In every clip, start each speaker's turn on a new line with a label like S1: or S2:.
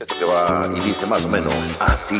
S1: Esto que va y dice más o menos así.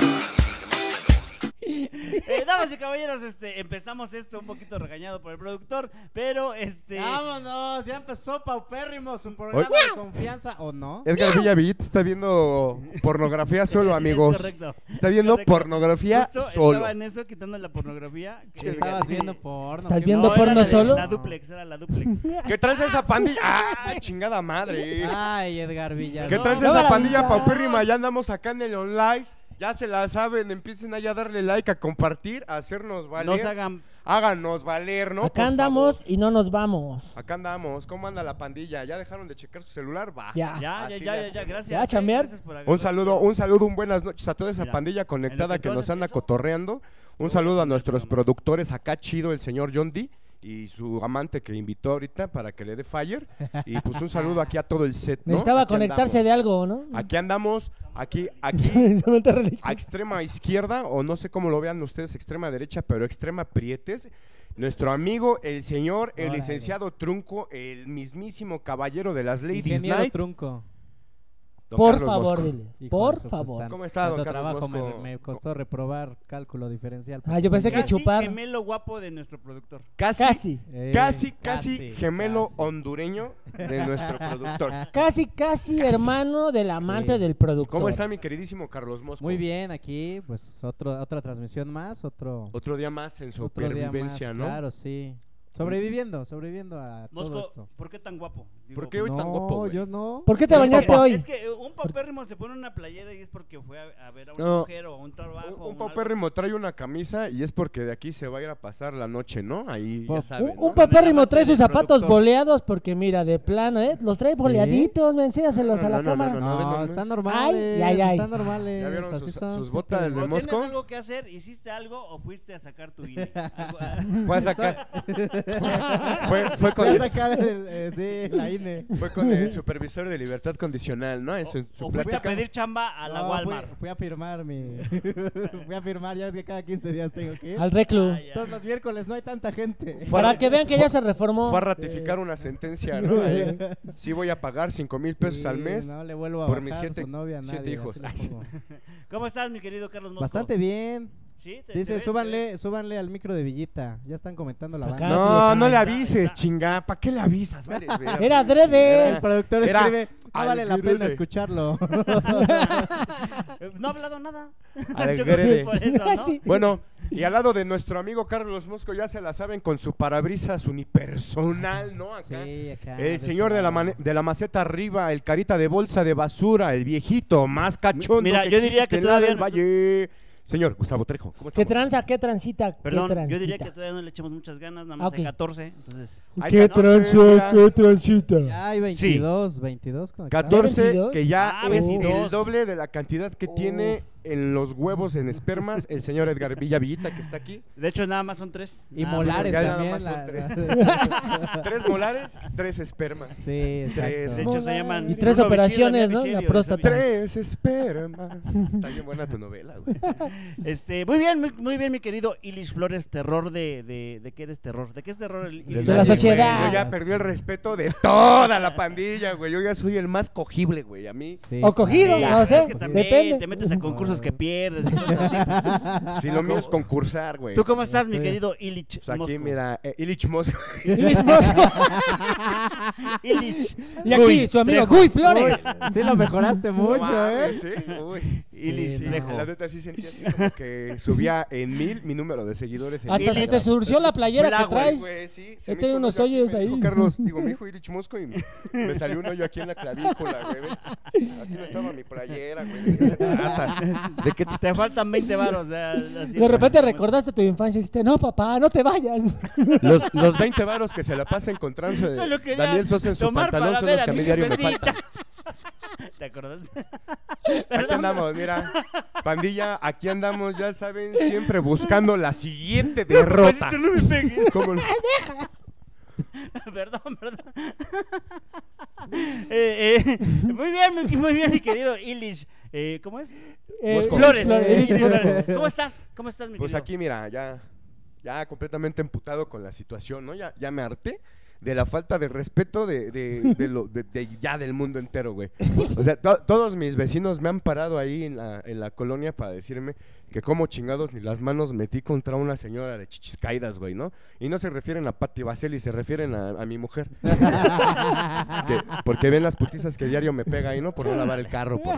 S2: Eh, damas y caballeros, este, empezamos esto un poquito regañado por el productor, pero este.
S3: Ah,
S4: Vámonos, ya empezó Paupérrimo, su programa de confianza, ¿o no?
S5: Edgar Villavillita está viendo pornografía solo, amigos.
S2: Es correcto.
S5: Está viendo
S2: Correcto.
S5: pornografía
S2: Justo
S5: solo.
S2: Estaba en eso quitando la pornografía. que-
S4: Estabas viendo porno.
S3: ¿Estás
S4: qué
S3: viendo
S4: mal.
S2: era
S3: porno
S2: la de-
S3: solo?
S2: La duplex, era la duplex.
S5: ¿Qué tranza esa pandilla? ¡Ah, chingada madre!
S4: Ay, Edgar Villar.
S5: ¿Qué
S2: Ah, No,
S5: tranza
S3: no,
S5: esa
S3: la
S5: pandilla
S3: vida.
S5: paupérrima? Ya andamos acá en el online. Ya se la saben, empiecen allá a darle like, a compartir, a hacernos valer.
S2: No se hagan.
S5: Háganos valer, ¿no? Por
S3: Acá
S5: favor.
S3: andamos y no nos vamos.
S5: Acá andamos. ¿Cómo anda la pandilla? ¿Ya dejaron de checar su celular? Va.
S3: Ya.
S2: Ya, ya,
S5: Así
S2: ya,
S5: le
S2: ya, ya,
S5: hacemos.
S2: gracias.
S3: Ya,
S2: eh,
S3: chambear.
S2: gracias por agarrar-
S5: Un saludo, un saludo, un buenas noches a toda esa
S2: Mira,
S5: pandilla
S2: en lo
S5: conectada
S2: que
S5: que
S2: tú
S5: nos
S2: haces
S5: anda
S2: eso-
S5: cotorreando. Un saludo a nuestros productores acá chido, el señor John D y su amante que invitó ahorita para que le dé fire. Y pues un saludo aquí a todo el set. ¿no?
S3: Necesitaba
S5: Aquí
S3: conectarse
S5: andamos.
S3: de algo, ¿no?
S5: Aquí andamos, aquí, aquí,
S3: Solamente religioso.
S5: a extrema izquierda, o no sé cómo lo vean ustedes, extrema derecha, pero extrema prietes. Nuestro amigo, el señor, el
S4: Órale.
S5: licenciado Trunco, el mismero caballero de las Ladies
S4: Ingeniero
S5: Night.
S4: Trunco.
S5: don
S3: Por
S5: Carlos
S3: favor,
S5: Bosco.
S3: dile.
S4: Hijo
S3: Por
S4: de su
S3: favor.
S4: costal.
S5: ¿Cómo está,
S4: Tanto
S5: don Carlos
S4: trabajo me,
S5: Bosco?
S4: me costó reprobar cálculo diferencial.
S3: Ah, yo pensé que
S2: Casi
S3: chupar.
S2: gemelo guapo de nuestro productor.
S5: Casi,
S3: Casi.
S4: Eh,
S5: casi, casi gemelo
S4: casi.
S5: hondureño de nuestro productor.
S3: Casi, casi hermano del amante
S4: Sí.
S3: del productor.
S5: ¿Cómo está mi queridísimo Carlos Mosco?
S4: Muy bien, aquí, pues otro, otra transmisión más, otro,
S5: Otro día más en
S4: otro día más.
S5: supervivencia, ¿no?
S4: Claro, sí. Sobreviviendo, sobreviviendo a todo
S2: Mosco,
S4: esto.
S2: ¿por qué tan guapo? Digo,
S5: ¿Por qué hoy tan
S4: No,
S5: guapo, güey?
S4: yo no.
S3: ¿Por qué te bañaste
S2: Es que-
S3: hoy?
S2: Es que eh, un paupérrimo se pone una playera y es porque fue a, a ver a una
S5: No.
S2: mujer o a un trabajo.
S5: Un-
S2: o
S5: Un
S2: algo.
S5: papérrimo trae una camisa y es porque de aquí se va a ir a pasar la noche, ¿no? Ahí ya
S4: Pues, Un-
S5: saben.
S3: Un,
S5: ¿no?
S3: un papérrimo
S2: Amante
S3: trae
S2: del
S3: sus zapatos
S2: productor.
S3: boleados porque mira, de plano, ¿eh? Los trae
S4: ¿Sí?
S3: boleaditos, me enséñaselos
S5: No,
S3: a la
S5: no, no,
S3: cámara.
S5: no,
S4: No,
S5: ven nomás.
S4: están normales.
S3: Ay, ay, ay.
S4: Están normales.
S5: ¿Ya vieron
S4: así
S5: sus-
S4: son,
S5: sus
S4: ¿qué
S5: botas
S4: pedo?
S5: de
S2: ¿O
S5: Mosco?
S2: ¿Tienes algo que hacer? ¿Hiciste algo o fuiste a sacar tu INE? Algo- ah.
S5: Fue a sacar. fue, fue con
S4: Voy a
S5: el,
S4: sacar el, eh, sí, la INE.
S5: fue con el supervisor de libertad condicional, ¿no? En su, su
S2: ¿O fuiste a
S5: plática.
S2: pedir chamba a la
S4: No, fui-
S2: Walmart?
S4: Fui, a firmar mi. fui a firmar, ya ves que cada 15 días tengo que ir.
S3: Al reclu.
S2: Ah, ya.
S4: Todos los miércoles no hay tanta gente.
S5: Fue a-
S3: Para que vean que ya se reformó.
S5: Fue a
S4: eh.
S5: ratificar una sentencia, ¿no? Ahí, sí voy a pagar cinco mil pesos
S4: Sí,
S5: al mes.
S4: No le vuelvo a
S5: por
S4: por
S5: mis
S4: mis
S5: siete-
S4: su novia a nadie,
S5: siete
S4: así
S5: hijos.
S4: le
S5: Ay, sí.
S4: pongo.
S2: ¿Cómo estás, mi querido Carlos Mosco?
S4: Bastante bien.
S2: Sí, te- te
S4: Dice,
S2: ves, te
S4: súbanle,
S2: ves.
S4: súbanle al micro de Villita. Ya están comentando la
S3: Acá.
S4: banda.
S5: No, no le
S2: Ahí está, ahí
S5: avises,
S2: está.
S5: chinga. ¿Para qué le avisas? Vale, verga,
S3: Era adrede.
S4: El productor
S5: Era-
S4: escribe, no
S5: al
S4: vale la
S5: grede.
S4: pena escucharlo.
S2: Eh, No ha hablado nada.
S5: Al
S2: Yo creo que
S5: grede.
S2: por eso, ¿no?
S3: Sí.
S5: Bueno, y al lado de nuestro amigo Carlos Mosco, ya se la saben con su parabrisas unipersonal, ¿no? Acá.
S4: Sí, acá,
S5: El señor de la,
S4: claro.
S5: mane- de la maceta arriba, el carita de bolsa de basura, el viejito más cachondo.
S2: Mira, yo diría que
S5: existe en la
S2: todavía
S5: del
S2: no-
S5: Valle. Señor Gustavo Trejo, ¿cómo
S3: ¿Qué
S5: estamos?
S3: tranza? ¿Qué transita? ¿Qué
S2: Perdón,
S3: transita?
S2: yo diría que todavía no le echamos muchas ganas, nada más
S3: Ah, ok.
S2: a 14. Entonces,
S5: Ahí catorce, mira.
S4: Ya hay 22, 22 conectados.
S5: 14,
S3: 22?
S5: que ya
S2: Ah,
S5: es
S2: 22.
S5: el doble de la cantidad que
S3: Uf.
S5: tiene en los huevos en espermas el señor Edgar Villavillita, que está aquí.
S2: de hecho, nada más son tres.
S4: Y
S2: Nada más.
S4: molares
S5: ya nada
S4: también.
S5: más son
S4: la-
S5: Tres molares, tres espermas.
S4: sí,
S5: Tres.
S2: De
S4: exacto.
S2: hecho, se llaman.
S3: Y tres
S2: Bruno Bichir,
S3: operaciones,
S2: Daniel
S3: ¿no?
S2: Bichir y
S3: La
S2: Odessa
S3: próstata.
S2: Bichir.
S5: Tres espermas. Está bien buena tu novela, güey.
S2: Este, muy bien, muy, muy bien, mi querido Ilish Flores, terror de, de, de qué eres terror. ¿De qué es terror el Ilish?
S5: nadie,
S3: la
S5: güey.
S3: sociedad.
S5: Yo ya perdí el respeto de toda la pandilla, güey. Yo ya soy el más cogible, güey. A mí.
S4: Sí.
S3: O cogido,
S2: Sí,
S3: no
S2: es
S3: sé.
S2: que también
S3: Depende.
S2: Te metes a concursos que pierdes. y cosas así.
S5: Si lo mío es concursar, güey.
S2: ¿Tú cómo estás, mi
S4: Estoy-
S2: querido Illich?
S5: Pues aquí,
S2: Mosco?
S5: mira, eh, Illich Mosco.
S3: Y mi esposo.
S2: Illich.
S3: Y aquí
S2: Uy,
S3: su amigo
S2: Trejo.
S3: Guy Flores.
S4: Sí, lo mejoraste
S5: No
S4: mucho, ¿eh?
S5: mames, ¿eh? Uy.
S2: Sí, Illich
S5: Sí,
S2: Trejo.
S5: La neta sí sentí así como que subía en mil mi número de seguidores en Ah,
S3: Hasta se
S2: Illich.
S3: te surció la playera que
S2: Black,
S5: Güey,
S3: traes.
S5: güey, sí, se
S3: Ahí
S5: me
S3: tiene
S5: hizo un
S3: unos
S5: hoyo aquí,
S3: hoyos
S5: me dijo
S3: ahí.
S5: Carlos, digo, mi hijo Irich Mosco y me, me salió un hoyo aquí en la clavícula, güey. ve. Así no estaba mi playera, güey. ¿De qué se trata? ¿De qué te-
S2: Te faltan 20 varos. o sea, así-
S3: De repente recordaste tu infancia y dijiste, no, papá, no te vayas.
S5: Los, los 20 varos que se la pasa encontrándose de
S2: Solo quería
S5: Daniel Sosa en su
S2: tomar
S5: pantalón
S2: para
S5: son
S2: ver
S5: los
S2: a
S5: que a mí
S2: mi
S5: diario me
S2: jefecita.
S5: faltan.
S2: ¿Te acordás?
S5: Aquí andamos, mira. Pandilla, aquí andamos, ya saben, siempre buscando la siguiente derrota.
S2: Papacito, Pues no me pegues.
S5: ¿Cómo no?
S2: Perdón, perdón. Eh, eh, muy bien, muy, muy bien, mi querido Illich. Eh, ¿Cómo es?
S3: Eh,
S5: Mosco.
S2: Flores.
S3: Flores.
S2: Illich Flores. ¿Cómo estás? ¿Cómo estás, mi
S5: Pues
S2: querido?
S5: aquí, mira, ya, ya completamente emputado con la situación, ¿no? Ya, ya me harté de la falta de respeto de, de- de lo- de- de ya del mundo entero, güey. O sea, to- todos mis vecinos me han parado ahí en la, en la colonia para decirme que como chingados ni las manos metí contra una señora de chichis caídas, güey, ¿no? Y no se refieren a Patti Vaseli, se refieren a, a mi mujer. Que- porque ven las putizas que diario me pega ahí, ¿no? Por no lavar el carro. por-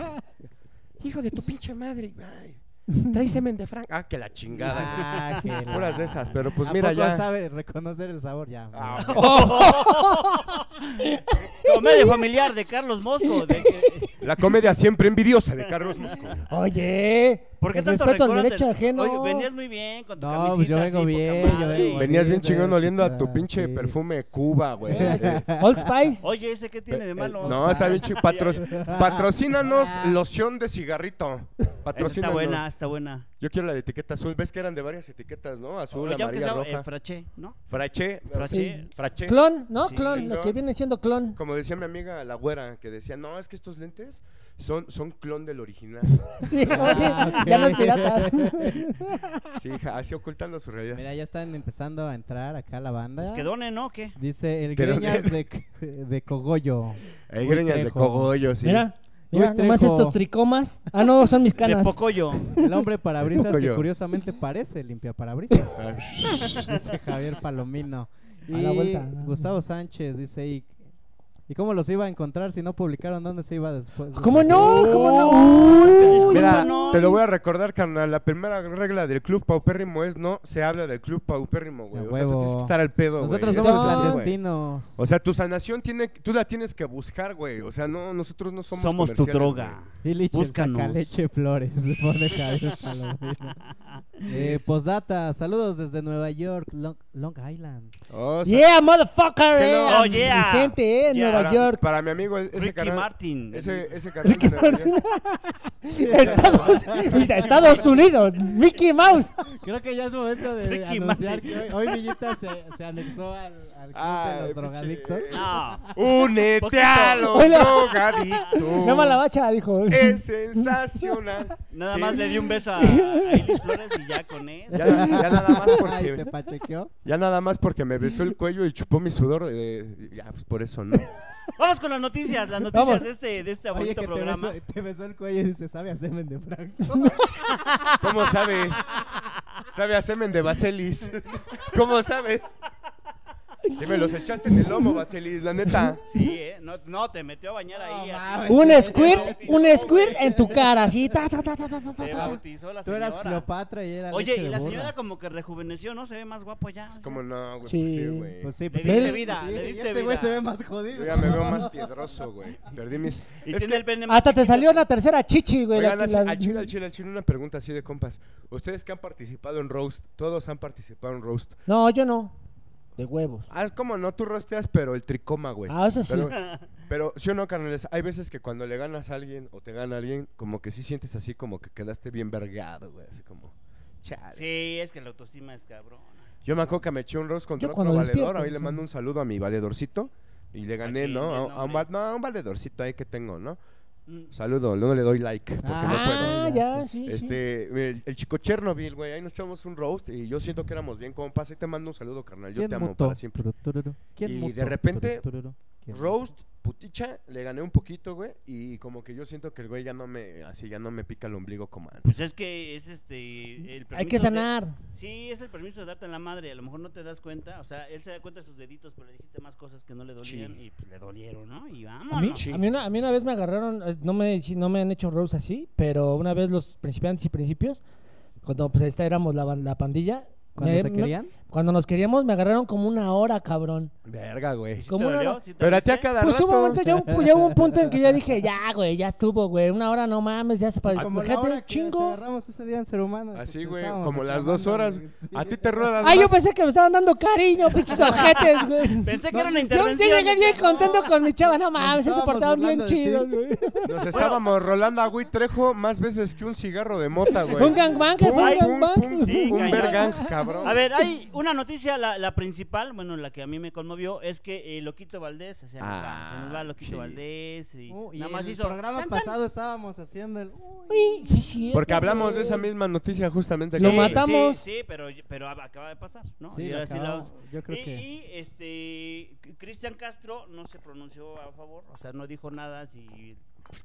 S5: Hijo de tu pinche madre, güey. Trae semen de Frank. Ah, que la chingada, güey.
S4: Ah, que la-
S5: Puras de esas, pero pues
S4: ¿A
S5: mira
S4: poco
S5: ya.
S4: sabe reconocer el sabor ya.
S5: Ah,
S4: güey?
S2: Comedia familiar de Carlos Mosco. de que-
S5: La comedia siempre envidiosa de Carlos Mosco.
S3: Oye,
S2: ¿Por qué
S3: el
S2: tanto
S3: respeto al
S2: recuerdo?
S3: derecho
S2: Te-
S3: ajeno.
S2: Oye, venías muy bien con tu
S4: No,
S2: camisita.
S4: pues yo vengo
S2: así,
S4: bien,
S2: poca
S4: yo
S2: madre.
S4: vengo bien.
S5: Venías bien
S4: Sí,
S5: chingón
S4: güey,
S5: oliendo a
S2: Ah,
S5: tu
S4: sí.
S5: pinche perfume Cuba, güey.
S3: Eh, Old Spice.
S2: Oye, ¿ese qué tiene de malo?
S5: Eh, No, está bien chido. patrocínanos loción de cigarrito.
S2: Ah. Esa Está
S5: Patrocínanos.
S2: buena, está buena.
S5: Yo quiero la de etiqueta azul. ¿Ves que eran de varias etiquetas, no? Azul,
S2: Oye, aunque
S5: amarilla,
S2: sea
S5: roja.
S2: eh, fraché, ¿no?
S5: Fraché.
S2: Fraché.
S5: Fraché.
S3: Clon, ¿no?
S2: Sí,
S3: clon, lo
S5: clon.
S3: que viene siendo clon.
S5: Como decía mi amiga la güera, que decía, no, es que estos lentes son, son clon del original.
S3: Sí, como si
S4: Ah, ok.
S3: ya no es pirata.
S5: Sí, hija, así ocultando su realidad.
S4: Mira, ya están empezando a entrar acá la banda.
S2: Pues que donen, ¿no? ¿Qué?
S4: Dice el
S5: Que no-
S4: Greñas de, de Cogollo.
S5: Hay
S4: Uy,
S5: greñas de
S4: Trejo.
S5: cogollo, sí.
S3: Mira,
S4: Uy,
S3: mira, nomás
S4: Trejo.
S3: estos tricomas. Ah, no, son mis
S2: De
S3: canas.
S2: Pocoyo.
S4: El hombre parabrisas que
S5: Cogollo.
S4: curiosamente parece limpia parabrisas. dice Javier Palomino. Y
S3: A la vuelta.
S4: Gustavo Sánchez dice, ¿y, ¿y cómo los iba a encontrar si no publicaron dónde se iba después?
S3: ¿Cómo no?
S2: Uy,
S3: ¿Cómo no?
S5: Mira,
S2: discúlpanos.
S5: te lo voy a recordar, carnal. La primera regla del club paupérrimo es no se habla del club paupérrimo, güey.
S4: A
S5: O sea, tú
S4: huevo.
S5: tienes que estar al pedo, güey.
S4: Nosotros
S5: Eso
S4: somos
S5: es así, güey.
S4: clandestinos.
S5: O sea, tu sanación tiene, tú la tienes que buscar, güey. O sea, no, nosotros no somos
S2: Somos tu
S5: comerciales,
S2: droga.
S5: güey.
S4: Illich, el
S2: Búscanos.
S4: sacaleche Flores, pone Javier Palomino. Eh, postdata, saludos desde Nueva York, Long, Long Island.
S5: O sea,
S3: Yeah, motherfucker. eh,
S5: Hello.
S3: a
S2: Oh,
S3: mi
S2: yeah.
S3: Gente, eh, en
S2: Yeah.
S3: Nueva
S5: para,
S3: York.
S5: Para mi amigo, ese
S2: Ricky
S5: carnal.
S2: Martin.
S5: Ese, ese carnal. de Nueva York.
S3: Estados, Estados Unidos. Mickey Mouse.
S4: Creo que ya es momento de
S2: Ricky
S4: anunciar
S2: Martin.
S4: que hoy, hoy Villita se, se anexó al, al club
S5: Ay,
S4: de los
S5: pinche-
S4: drogadictos.
S2: No.
S5: Únete a los
S3: Hola.
S5: drogadictos.
S3: No la bacha, dijo.
S5: Es sensacional.
S2: Nada
S5: Sí.
S2: más le di un beso a, a Elis Flores y ya con eso.
S5: Ya, ya nada más
S4: Ay,
S5: porque
S4: te pachequeó.
S5: ya nada más porque me besó el cuello y chupó mi sudor. eh, ya pues por eso no.
S2: Vamos con las noticias, las noticias
S3: Vamos.
S2: de este, de este
S4: Oye,
S2: bonito
S4: que te besó,
S2: programa.
S4: te besó el cuello y dice, sabe a semen de Franco.
S5: ¿Cómo sabes? Sabe a semen de Vaselis. ¿Cómo sabes? Si me los echaste en el lomo, Vaselis, la neta.
S2: Sí, eh, no, no, te metió a bañar ahí. así.
S3: Un squirt, un squirt en tu cara, así. ta, ta, ta, ta, ta, ta, ta,
S2: Te
S3: ta.
S2: bautizó la
S4: Tú
S2: señora.
S4: eras Cleopatra y era
S2: Oye,
S4: leche
S2: y
S4: de
S2: la
S4: burra.
S2: señora como que rejuveneció, ¿no? Se ve más guapo ya. o sea.
S5: Como no, güey.
S3: Sí.
S5: pues sí, güey.
S4: Pues sí,
S2: Le
S4: pues
S2: diste
S3: él-
S2: vida,
S4: Y-
S2: le
S4: y
S2: diste
S4: este güey
S2: vida.
S4: se ve más jodido.
S5: Yo ya me veo más piedroso, güey. Perdí mis.
S2: Y
S5: Es
S2: tiene
S5: que-
S2: el pene más
S3: Hasta te
S2: chiquito.
S3: salió la tercera chichi, güey. la
S5: Oigan,
S3: que
S5: así,
S3: la-
S5: al chile, al chile, al chile, una pregunta así de compas. Ustedes que han participado en Roast, todos han participado en Roast.
S3: No, yo no. De huevos.
S5: Ah, como no, tú rosteas, pero el tricoma, güey.
S3: Ah, eso sí.
S5: Pero, pero sí o no, carnales, hay veces que cuando le ganas a alguien o te gana alguien, como que sí sientes así como que quedaste bien vergado, güey. Así como, chale.
S2: Sí, es que la autoestima es cabrón.
S5: Yo me acuerdo que me eché un roast contra
S3: Yo
S5: otro
S3: cuando
S5: valedor.
S3: despierto,
S5: Ahí le
S3: sí.
S5: mando un saludo a mi valedorcito. Y le gané,
S2: Aquí,
S5: ¿no? A,
S2: bien,
S5: a un, va- no, a un valedorcito ahí que tengo, ¿no?
S2: Mm.
S5: Saludo, luego le doy like. Porque no puedo.
S3: Ah, ya, sí, sí.
S5: Este, el, el chico Chernobyl, güey, ahí nos echamos un roast y yo siento que éramos bien compas. Ahí te mando un saludo, carnal. Yo
S4: ¿Quién
S5: te amo
S4: mutó?
S5: para siempre.
S4: Turu, tururu. ¿Quién
S5: Y de
S4: mutó?
S5: repente,
S4: Turu, tururu. ¿Quién
S5: Roast, puticha, le gané un poquito, güey. Y como que yo siento que el güey ya no me, así ya no me pica el ombligo como antes.
S2: Pues es que es este. El
S3: Hay
S2: permiso
S3: que
S2: de-
S3: sanar.
S2: Sí, es el permiso de darte en la madre. A lo mejor no te das cuenta. O sea, él se da cuenta de sus deditos, pero le dijiste más cosas que no le dolían
S5: Sí.
S2: y pues le dolieron, ¿no? Y
S3: A mí,
S2: vámonos.
S5: Sí.
S3: a mí una, a mí una vez me agarraron, eh, no me, sí, no me han hecho rows así, pero una vez los principiantes y principios, cuando pues esta éramos la, ban- la pandilla.
S4: ¿Cuándo
S3: me-
S4: se
S3: me-
S4: querían?
S3: cuando nos queríamos me agarraron como una hora, cabrón.
S5: Verga,
S2: ¿Y
S5: güey.
S2: si te
S3: ¿Cómo no?
S2: dolió? ¿Sí te
S5: Pero a ti a
S2: doliste?
S5: cada
S3: Pues hubo un
S5: rato.
S3: momento, ya, un- ya hubo un punto en que yo dije, ya, güey, ya estuvo, güey, una hora no mames, ya se pasó.
S4: Como la
S3: Fíjate,
S4: hora que te
S3: chingo.
S4: agarramos ese día en ser humano.
S5: Así,
S4: Te
S5: güey,
S4: estábamos
S5: como las dos
S4: reclamando,
S5: horas.
S4: güey, sí.
S5: A ti te ruedas
S3: Ay, yo pensé que me estaban dando cariño, pinches ojetes, güey.
S2: Pensé que era una
S3: Yo- Yo,
S2: intervención.
S3: llegué bien contento con mi chava, no mames, se
S4: estábamos
S3: soportaban bien
S4: burlando de ti.
S3: chido, güey.
S5: Nos estábamos rolando a Güey Trejo más veces que un cigarro de mota, güey.
S3: Un gangbang, fue un
S5: Pum, pum,
S3: gangbang.
S5: pum,
S2: Sí,
S5: un
S2: cañón.
S5: vergang, cabrón.
S2: A ver, hay una noticia, la, la principal, bueno, la que a mí me conmovió. vio es que eh, Loquito Valdés, o sea,
S5: Ah,
S2: se nos va Loquito
S5: sí.
S2: Valdés y,
S4: Uh, y
S2: nada más
S4: en el
S2: hizo
S4: programa
S2: tan, tan.
S4: pasado estábamos haciendo el... uy,
S3: Uy, sí, sí.
S5: Porque hablamos de esa misma noticia justamente.
S3: Sí.
S5: que-
S3: Lo matamos.
S2: Sí, sí, pero, pero acaba de pasar, ¿no?
S4: Sí,
S2: Y
S4: lo
S2: ahora sí la
S4: acabamos.
S2: vamos-
S4: Yo creo
S2: y,
S4: que...
S2: y, este C- Cristian Castro no se pronunció a favor, o sea, no dijo nada si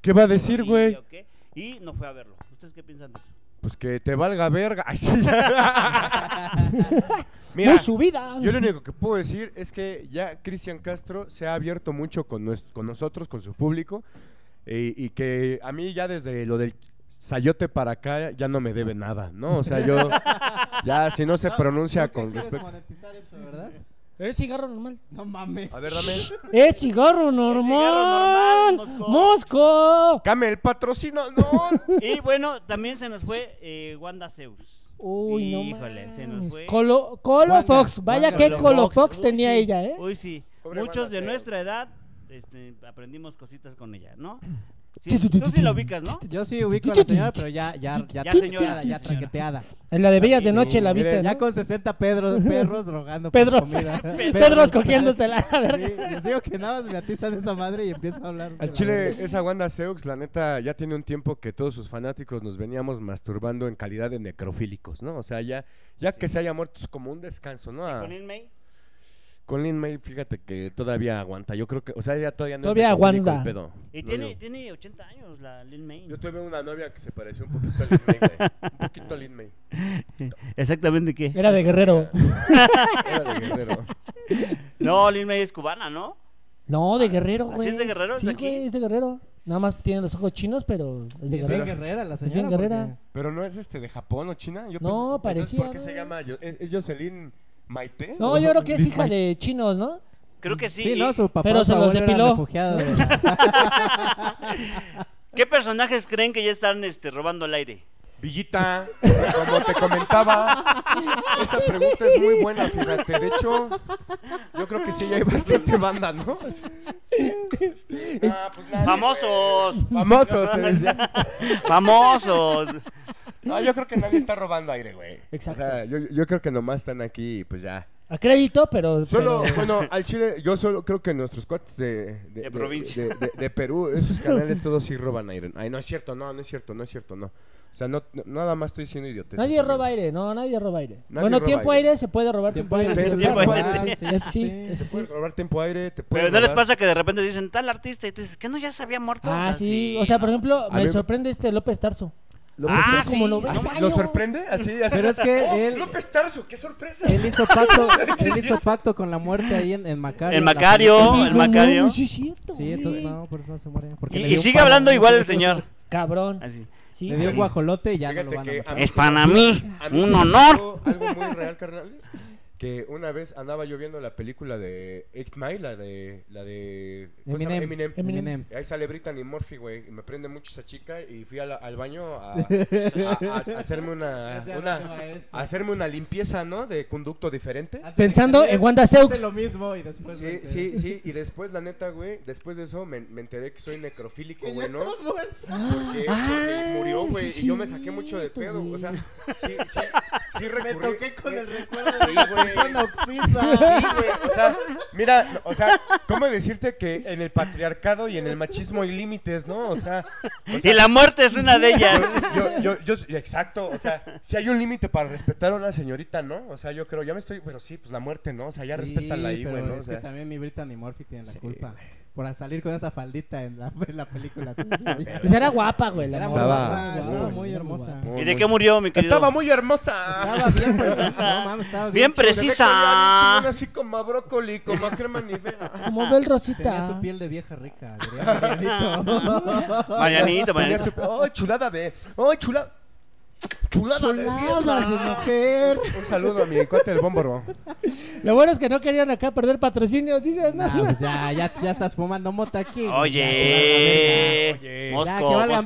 S5: ¿Qué va a decir,
S2: si-
S5: güey?
S2: o qué, y no fue a verlo. ¿Ustedes qué piensan de eso?
S5: Pues que te valga verga. Ay, sí.
S3: Mira,
S5: Mira,
S3: su vida.
S5: yo lo único que puedo decir es que ya Cristian Castro se ha abierto mucho con, nues- con nosotros, con su público, eh, y que a mí ya desde lo del sayote para acá ya no me debe nada, ¿no? O sea, yo ya si no se
S4: No,
S5: pronuncia
S4: creo que
S5: con
S4: quieres
S5: respecto...
S4: monetizar esto, ¿verdad?
S3: Es cigarro normal.
S4: No mames.
S5: A ver, dame...
S3: Es cigarro normal.
S2: normal,
S3: Mosco.
S5: Came el patrocino, no.
S2: Y bueno, también se nos fue eh, Wanda Zeus.
S3: Uy, no
S2: Híjole, se nos
S3: mames.
S2: fue.
S3: Colo, Colo
S4: Wanda,
S3: Fox. Vaya
S4: Wanda
S3: que
S4: Fox.
S3: Colo Fox
S2: Uy,
S3: tenía
S2: sí,
S3: ella, ¿eh?
S2: Uy, sí.
S5: Pobre
S2: Muchos
S5: Wanda
S2: de
S5: Zeus.
S2: nuestra edad este, aprendimos cositas con ella, ¿no?
S3: Tu,
S2: Sí,
S3: tu, tu,
S2: tú
S3: tu,
S2: sí la
S3: tu.
S2: ubicas, ¿no?
S4: Yo sí ubico a la señora, pero ya, ya,
S2: Ya
S4: ya, traqueteada,
S2: señora, señora.
S4: ya traqueteada.
S3: En la de Bellas de Noche la
S5: Sí,
S3: viste,
S5: miren,
S3: ¿no?
S4: Ya con 60 Pedro, perros rogando por
S3: Pedros.
S4: comida.
S3: Pedros cogiéndosela. la verga.
S4: Sí, les digo que nada más me atizan esa madre y empiezo a hablar. de
S5: Al
S4: la
S5: Chile,
S4: verga.
S5: esa Wanda Seux, la neta, ya tiene un tiempo que todos sus fanáticos nos veníamos masturbando en calidad de necrofílicos, ¿no? O sea, ya, ya que se haya muerto es como un descanso, ¿no? A-
S2: Con Lin May.
S5: con Lin May, fíjate que todavía aguanta. Yo creo que, o sea, ya todavía no
S3: Todavía
S5: es necrofílico
S3: aguanta.
S5: el pedo.
S2: Y
S5: No,
S2: tiene,
S5: yo-
S2: tiene 80 años la Lin May.
S5: Yo tuve una novia que se pareció un poquito a Lin May, güey. Un poquito a Lin May.
S2: Exactamente qué.
S3: Era de guerrero.
S5: Era de guerrero.
S2: No, Lin May es cubana, ¿no?
S3: No, de guerrero,
S2: ¿Así
S3: güey.
S2: es de Guerrero? ¿Es
S3: Sí,
S2: de aquí?
S3: güey, es de guerrero. Nada más tiene los ojos chinos, pero es de
S4: Es bien
S3: guerrero.
S4: guerrera la
S3: bien
S4: señora.
S3: guerrera.
S4: porque-
S5: Pero no es este de Japón o China. Yo
S3: No,
S5: pensé- entonces,
S3: parecía,
S5: ¿Por qué se
S3: güey.
S5: llama? Yo- ¿Es, es Jocelyn Maite?
S3: No, yo creo que es hija de chinos, ¿no?
S2: Creo que sí.
S4: Sí,
S2: y-
S4: no, su papá
S3: Pero
S4: o su
S3: se los
S4: abuelo eran
S3: depiló.
S4: refugiados de la-
S2: ¿Qué personajes creen que ya están este, robando el aire?
S5: Villita, como te comentaba, esa pregunta es muy buena, fíjate. De hecho, yo creo que sí, ya hay bastante banda, ¿no? Este, nah, pues nadie,
S2: ¡Famosos!
S5: güey. Famosos, te decía.
S2: ¡Famosos!
S5: No, yo creo que nadie está robando aire, güey.
S3: Exacto.
S5: O sea, yo, yo creo que nomás están aquí y pues ya.
S3: A crédito, pero.
S5: Solo,
S3: pero-
S5: bueno, al Chile, yo solo creo que nuestros cuates de, de,
S2: De provincia.
S5: de- de- de Perú, esos canales todos sí roban aire. Ay, no es cierto, no, no es cierto, no es cierto, no. O sea, no, no- nada más estoy diciendo idiotes.
S3: Nadie roba aire, no, nadie roba aire.
S5: Nadie
S3: bueno,
S5: roba
S3: tiempo
S5: aire.
S3: aire. se puede robar tiempo, aire.
S5: aire.
S3: sí,
S5: Tiempo
S3: claro.
S5: aire,
S3: Ah,
S4: sí.
S3: sí, es sí,
S4: Sí.
S3: es
S5: Te
S3: sí.
S5: puedes robar tiempo aire, te puedes
S2: Pero ¿no les
S5: robar-
S2: pasa que de repente dicen tal artista y tú dices, ¿qué no ya se había muerto?
S3: Ah, sí. O
S2: ¿no?
S3: sea, por ejemplo,
S5: A
S3: me
S5: mí-
S3: sorprende este López Tarso.
S5: López
S2: Ah,
S3: Tarso,
S2: sí.
S3: como lo ves,
S5: Así,
S3: ay,
S5: ¿Lo
S3: no.
S5: sorprende? Así, así.
S4: Pero es que
S5: ¡Oh,
S4: él-
S5: López Tarso, qué sorpresa.
S4: Él hizo pacto, él hizo pacto con la muerte ahí en, en Macario.
S2: En
S4: la
S2: Macario,
S4: película.
S3: Oye,
S2: el Macario.
S3: no, sí, es cierto,
S4: Sí,
S3: güey.
S4: entonces no, por eso no se muere. porque
S2: Y,
S4: le
S2: y
S4: dio un
S2: sigue
S4: palo.
S2: hablando igual el señor.
S3: Cabrón.
S2: Así.
S3: Ah, Sí.
S4: Le dio un
S2: Sí.
S4: guajolote y ya no
S5: Fíjate
S4: lo van a
S5: que
S4: matar.
S5: a mí
S2: Ah, Es
S5: se
S2: para
S5: me-
S2: mí
S5: a mí se
S2: un
S5: me
S2: honor.
S5: pasó Algo muy real, carnales. Que una vez andaba yo viendo la película de 8 Mile, la de. La de ¿cómo se llama?
S4: Eminem.
S5: Eminem.
S3: Eminem.
S4: Eminem.
S5: Y Ahí sale Brittany Murphy, güey. Y me prende mucho esa chica. Y fui a la- al baño a, a- a- a hacerme una,
S4: Ya sé a
S5: una-
S4: dónde va esto.
S5: a hacerme una limpieza, ¿no? De conducto diferente.
S3: Pensando en Wanda Seux.
S4: Hace lo mismo y después.
S5: Sí, sí, sí. Y después, la neta, güey, después de eso me, me enteré que soy necrofílico, güey, ¿no? Porque, porque
S3: Ah,
S5: murió, güey.
S3: sí,
S5: y yo me saqué mucho de
S3: cierto,
S5: pedo.
S3: güey.
S5: O sea, sí, sí, sí
S4: Me
S5: recurrí.
S4: toqué con
S5: eh,
S4: el recuerdo de la
S5: Sí, güey.
S4: persona
S5: Sí,
S4: oxisa.
S5: güey, o sea, mira, o sea, ¿cómo decirte que en el patriarcado y en el machismo hay límites, no? O sea, o sea,
S2: Y la muerte es una de ellas.
S5: yo, yo, yo, exacto, o sea, si hay un límite para respetar a una señorita, ¿no? O sea, yo creo, ya me estoy, pero sí, pues la muerte, ¿no? O sea, ya respétala ahí,
S4: pero
S5: güey, ¿no? O
S4: Es
S5: sea.
S4: que también mi Brittany Murphy tiene la
S5: Sí,
S4: culpa.
S5: güey.
S4: Por salir con esa faldita en la, en la película.
S3: Pues era guapa, güey. La
S4: Era
S3: morra.
S5: Estaba-
S4: guapa, estaba
S5: muy-
S4: muy hermosa.
S5: muy,
S2: ¿Y de
S5: muy-
S2: qué murió, mi querido?
S5: Estaba muy
S4: Estaba
S5: hermosa.
S4: bien preciosa. No mames, estaba
S2: Bien
S4: bien.
S5: Se ve que había
S2: precisa.
S5: chingón así como a brócoli, como a crema nivea.
S3: Como Bel
S4: Tenía
S3: Rosita.
S4: su piel de vieja rica. diría Marianito.
S2: Marianito,
S5: Tenía
S2: Marianito.
S5: su- ¡Ay, chulada de! ¡Ay, chula- chulada!
S4: Chulada
S5: de
S4: de
S5: vieja!
S4: mujer.
S5: Un saludo a mi cuate el bómboro.
S3: Lo bueno es que no querían acá perder patrocinios, dices, ¿no?
S4: Nah, pues ya, ya, ya estás fumando mota aquí.
S2: Oye,
S4: Ya,
S2: Mosco,
S4: que valgan
S2: Mosco.
S4: verga. Ya, que valgan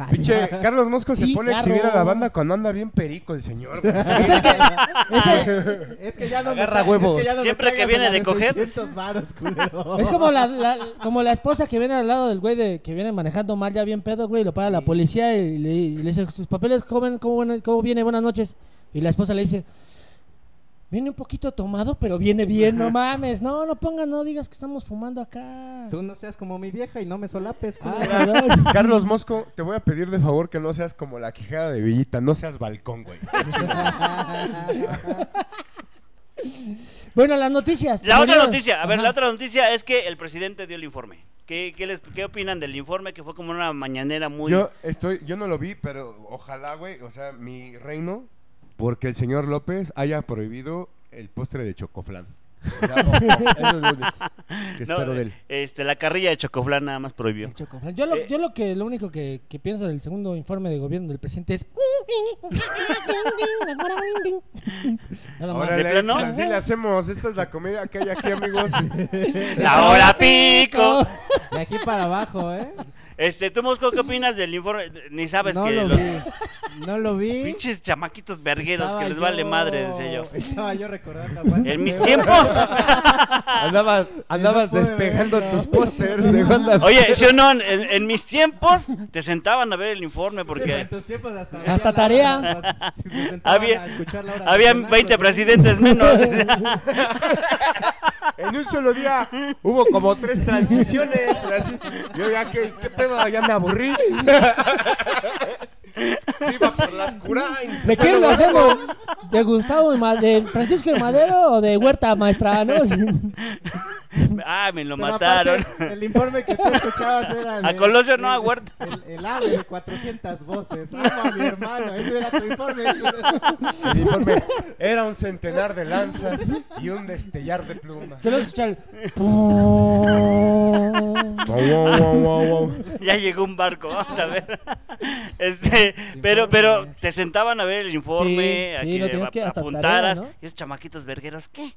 S4: verga.
S5: Pinche, Carlos Mosco se
S3: Sí,
S5: pone a exhibir a
S3: claro.
S5: la banda cuando anda bien perico el señor. güey.
S3: Es el que- es el-
S4: Es que ya no
S5: Agarra huevos.
S2: Siempre que viene de coger.
S4: varos, culero.
S3: Es como la, la- como la esposa que viene al lado del güey de, que viene manejando mal, ya bien pedo, güey, lo para la policía y le, y le dice, sus papeles, joven, ¿cómo, ven- cómo viene? Buenas noches. Y la esposa le dice, Viene un poquito tomado, pero viene bien, no mames. No, no pongas, no digas que estamos fumando acá.
S4: Tú no seas como mi vieja y no me solapes,
S3: Ah,
S4: culero.
S3: perdón.
S5: Carlos Mosco, te voy a pedir de favor que no seas como la quejada de Villita, no seas balcón, güey.
S3: bueno, las noticias.
S2: La otra
S3: Adiós.
S2: noticia, a ver,
S3: Ajá.
S2: la otra noticia es que el presidente dio el informe. ¿Qué, qué les, ¿Qué opinan del informe? Que fue como una mañanera muy...
S5: Yo estoy, yo no lo vi, pero ojalá, güey, o sea, mi reino, porque el señor López haya prohibido el postre de chocoflán. O sea, ojo, eso es lo único que
S2: No,
S5: espero de él.
S2: Este, la carrilla de Chocoflan nada más prohibió.
S3: El chocoflan. Yo, lo,
S2: Eh.
S3: yo lo que lo único que, que pienso del segundo informe de gobierno del presidente es. Nada más.
S5: Ahora
S2: ¿De
S5: le,
S2: plano?
S5: pues, así le hacemos, esta es la comida que hay aquí, amigos. Este,
S2: ¡La hora pico!
S4: De aquí para abajo, ¿eh?
S2: Este, tú, Mosco, ¿qué opinas del informe? Ni sabes
S4: No
S2: que
S4: lo
S2: los
S4: vi. No lo vi.
S2: pinches chamaquitos vergueros
S4: Estaba
S2: que les vale
S4: yo-
S2: madre, decía yo.
S4: Estaba yo recordando. aparte,
S2: En mis
S4: güey.
S2: tiempos.
S5: andabas andabas
S4: pude
S5: despejando
S4: verlo.
S5: tus pósters. de banda.
S2: Oye, si o no, en, en mis tiempos te sentaban a ver el informe
S4: Sí,
S2: porque
S4: en tus tiempos hasta,
S3: Hasta
S4: había la-
S3: tarea.
S4: las- si se sentaban a
S2: había,
S4: escuchar la hora
S2: había
S4: nacional,
S2: 20
S4: los-
S2: presidentes menos.
S5: En un solo día hubo como tres transiciones. así. Yo ya, ¿qué, qué pedo? Ya me aburrí. Iba por las curains.
S3: ¿De quién lo hacemos? ¿De Gustavo, y Ma- de Francisco de Madero o de Huerta Maestra? ¿no?
S2: Ah, me lo
S4: Pero
S2: mataron.
S4: aparte, el informe que tú escuchabas era. el
S2: A
S4: de-
S2: Colosio no, a
S4: el-
S2: Huerta.
S4: El, el ave de 400 voces. Amo a mi hermano. Ese era tu informe.
S5: El informe Era un centenar de lanzas y un destellar de plumas.
S3: Se lo escucha el. Pero
S5: Wow, wow, wow, wow, wow.
S2: Ya llegó un barco, vamos a ver. Este, pero, pero te sentaban a ver el informe,
S3: Sí,
S2: a
S3: sí,
S2: que,
S3: lo tenías que
S2: ap-
S3: hasta tarea,
S2: apuntaras.
S3: ¿no?
S2: Y esos chamaquitos vergueros, ¿qué?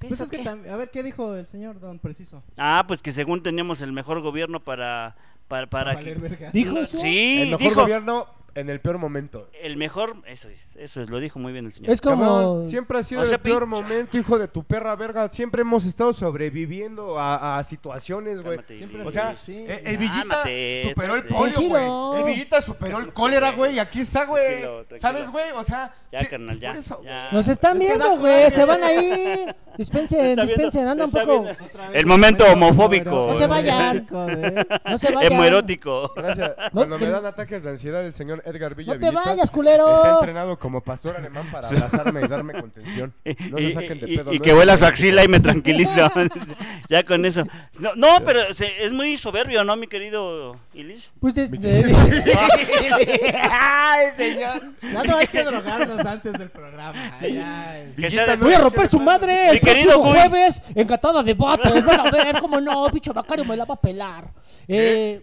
S4: Pues
S2: ¿Eso
S4: es que
S2: qué?
S4: tam- a ver, ¿qué dijo el señor Don Preciso?
S2: Ah, pues que según teníamos el mejor gobierno para, para, para
S4: Valer
S2: que...
S4: verga.
S3: Dijo eso.
S2: Sí,
S5: El mejor
S2: dijo.
S5: gobierno en el peor momento.
S2: El mejor, eso es, eso es, lo dijo muy bien el señor.
S3: Es como.
S5: Cabrón, siempre ha sido
S2: O sea,
S5: el peor
S2: pinche-
S5: momento, hijo de tu perra verga. Siempre hemos estado sobreviviendo a, a situaciones, güey.
S2: Cálmate,
S4: Siempre
S2: Billy.
S5: O sea,
S4: Sí, sí.
S5: eh, el Villita
S2: Cálmate,
S5: superó el
S2: cálmate.
S5: polio,
S3: Tranquilo.
S5: güey. El Villita superó el cólera, güey. Y aquí está, güey.
S2: Tranquilo, tranquilo.
S5: ¿Sabes, güey? O sea,
S2: Ya,
S5: ¿qué-
S2: carnal, ya,
S5: por eso, güey.
S2: ya.
S3: Nos
S5: Es
S3: están
S5: que da
S3: viendo, güey.
S5: coraje.
S3: Se van a ir. Dispensen,
S2: Está viendo-
S3: dispensen. Anda un
S2: está
S3: poco.
S2: viendo-
S4: Otra vez
S2: El momento homofóbico.
S3: No se vayan.
S4: Homofóbico, ¿eh?
S3: No se vayan.
S2: Hemoerótico.
S5: Gracias. Cuando
S3: te-
S5: me dan ataques de ansiedad, el señor Edgar Villa
S3: No te
S5: Villita
S3: vayas, culero.
S5: Está entrenado como pastor alemán para abrazarme y darme contención. No
S2: y,
S5: se saquen de
S2: y-
S5: pedo.
S2: y
S5: no
S2: que
S5: es-
S2: vuela su axila y me tranquiliza. ya con eso. No, no, pero se- es muy soberbio, ¿no, mi querido Ilis?
S3: Pues de- de-
S4: Ya no hay que drogarnos antes del programa. Ay, ay.
S2: Que sea de-
S3: Voy a romper su madre.
S2: Mi
S3: El
S2: querido
S3: próximo
S2: Gui.
S3: jueves, encantada de vatos. Van a ver cómo no, bicho Macario me la va a pelar. Eh,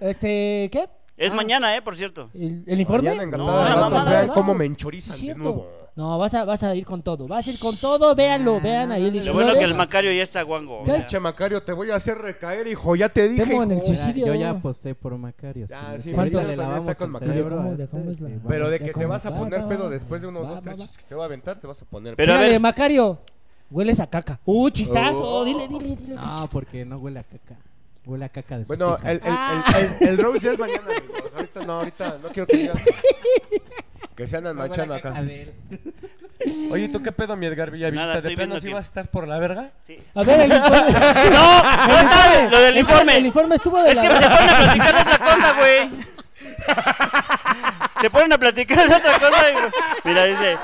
S3: este, ¿qué?
S2: Es
S3: Ah,
S2: mañana, ¿eh? Por cierto.
S3: ¿El, el informe?
S5: Mañana en
S3: No,
S2: de
S5: Cantada
S3: no,
S2: Vatos,
S3: no, no,
S2: vean
S3: no,
S5: cómo
S3: no,
S5: me enchorizan
S3: es
S5: de
S3: cierto.
S5: nuevo.
S3: No, vas a, vas a ir con todo. Vas a ir con todo. Véanlo, vean ahí.
S2: Lo
S4: Lo
S3: Luis
S2: bueno que el
S3: Flores.
S2: Macario ya está guango.
S3: ¿Qué?
S2: ya.
S5: Che, Macario, te voy a hacer recaer, hijo. Ya te dije.
S3: Temo en el
S5: hijo.
S3: suicidio.
S4: Yo ya aposté por Macario.
S5: Ah,
S4: sí,
S5: sí,
S4: ahorita
S3: ¿cuánto?
S4: le lavamos
S5: Está con
S4: el
S5: Macario.
S4: cerebro a
S3: ¿Cómo le
S4: este,
S3: dejamos la-
S4: sí.
S5: Pero de
S3: Ya
S5: que te
S3: como-
S5: vas a
S3: va,
S5: poner
S3: va,
S5: pedo
S3: va.
S5: después de unos
S3: Va,
S5: dos, tres
S3: va, va.
S5: chistes que te voy a aventar, te vas a poner
S2: Pero a
S3: Mírale,
S2: ver.
S3: Macario. Hueles a caca. Uh, chistazo.
S5: Oh.
S3: Dile, dile, dile.
S4: No, porque no huele a caca. Huele a caca de sus
S5: Bueno, el,
S4: hijas.
S5: el,
S3: Ah.
S5: el, el, el Rose ya es mañana, amigos. Ahorita no, ahorita no quiero que digan. Que se andan
S4: No huele a
S5: machando
S4: caca
S5: acá.
S4: de él.
S5: Oye, ¿tú qué pedo, mi Edgar Villavista?
S2: Nada,
S5: ¿De
S2: estoy
S5: plano
S2: viendo
S5: sí
S2: que-
S5: vas a estar por la verga?
S2: Sí.
S3: A ver, el informe.
S2: No, no sabes lo del
S3: Es que
S2: informe.
S3: El informe estuvo de
S2: Es
S3: la
S2: que se ponen a platicar de otra cosa, güey. Se ponen a platicar de otra cosa. güey. Mira, dice.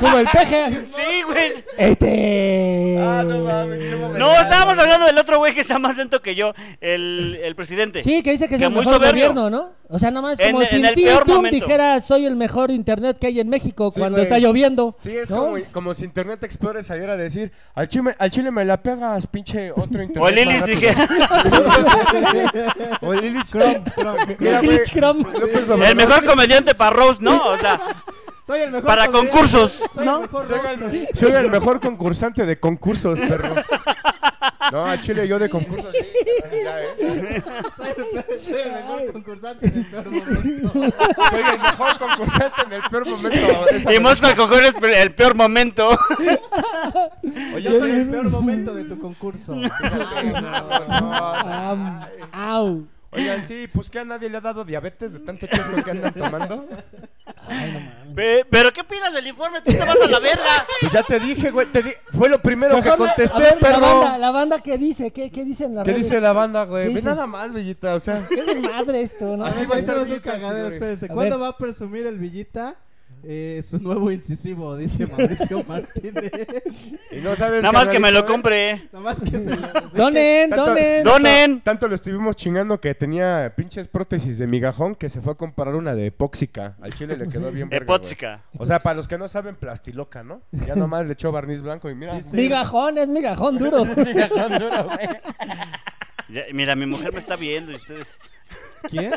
S3: Como el peje.
S2: Sí, güey.
S3: Este.
S5: Ah, no mames, qué momento.
S2: No, estábamos hablando del otro güey que está más lento que yo, el, el presidente.
S3: Sí, que dice que es
S2: Que
S3: el
S2: muy
S3: mejor
S2: soberbio.
S3: gobierno, ¿no? O sea, nada más como
S2: En-
S3: si
S2: en el
S3: Phil
S2: peor
S3: Tum
S2: momento.
S3: dijera soy el mejor internet que hay en México
S5: Sí,
S3: cuando
S5: güey.
S3: está lloviendo.
S5: Sí, es
S3: ¿no?
S5: como, como si Internet Explorer saliera a decir: al chile, al chile me la pegas, pinche otro internet.
S2: O
S5: más
S2: Lilis
S5: rápido".
S2: dije,
S5: O Lilis Chrome. Mira, güey,
S3: Lilis Chrome.
S5: López Obrador-
S2: el mejor comediante para Rose, ¿no? O sea,
S4: Soy el mejor
S2: para
S4: comediante,
S2: concursos,
S4: soy el
S2: ¿no?
S4: mejor
S5: Soy
S4: rostro.
S5: el, soy el mejor concursante de concursos, perro. No, a Chile yo de concursos. sí, ya, eh.
S4: Soy el- soy el mejor concursante del peor momento.
S5: Soy el mejor concursante en el peor momento. Esa
S2: y
S5: me-
S2: Mosco al coger es el peor momento.
S4: Yo soy el peor momento de tu concurso. Ay, no.
S3: Am, au.
S5: Oigan, sí, pues que a nadie le ha dado diabetes de tanto chasco que andan tomando.
S3: Ay, no mames.
S2: Pe- Pero ¿qué opinas del informe? Tú te vas a la verga.
S5: Pues ya te dije, güey. te di- Fue lo primero que
S3: Mejor la-
S5: contesté,
S3: a ver,
S5: perro.
S3: La banda, la banda ¿qué dice? ¿Qué, qué dicen las
S5: ¿Qué
S3: redes?
S5: dice la banda, güey?
S3: ¿Qué
S5: Ve
S3: dice?
S5: nada más, bellita, o sea.
S3: Qué desmadre esto, ¿no?
S5: Así
S3: No,
S5: va a
S3: no,
S5: ser.
S3: no.
S4: es un cagadero,
S5: señores.
S4: espérense.
S3: A
S4: ¿Cuándo
S3: ver.
S4: va a presumir el Villita eh, su nuevo incisivo? Dice Mauricio Martínez.
S5: Y no sabes.
S2: Nada más que me lo
S5: carnalito,
S2: compre.
S5: ¿eh?
S4: Nada más que se lo...
S3: Donen,
S5: Tanto-
S3: donen.
S2: don- Donen.
S5: Tanto, tanto lo estuvimos chingando que tenía pinches prótesis de migajón que se fue a comprar una de epóxica. Al chile le quedó bien verga, güey.
S2: Epóxica.
S5: O sea, para los que no saben, plastiloca, ¿no? Ya nomás le echó barniz blanco y mira.
S4: Dice-
S3: Migajón, es migajón duro.
S5: migajón duro, güey.
S2: Ya, mira, mi mujer me está viendo. y ustedes-
S4: ¿Quién?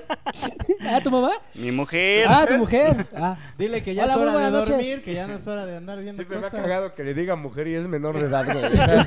S3: ¿Ah, tu mamá?
S2: Mi mujer.
S3: Ah, tu mujer. Ah.
S4: Dile que ya
S3: Hola,
S4: es
S3: muy
S4: hora de
S3: buenas noches.
S4: dormir, que ya no es hora de andar viendo
S5: Siempre me ha
S4: cosas.
S5: cagado que le diga mujer y es menor de edad, güey. O sea,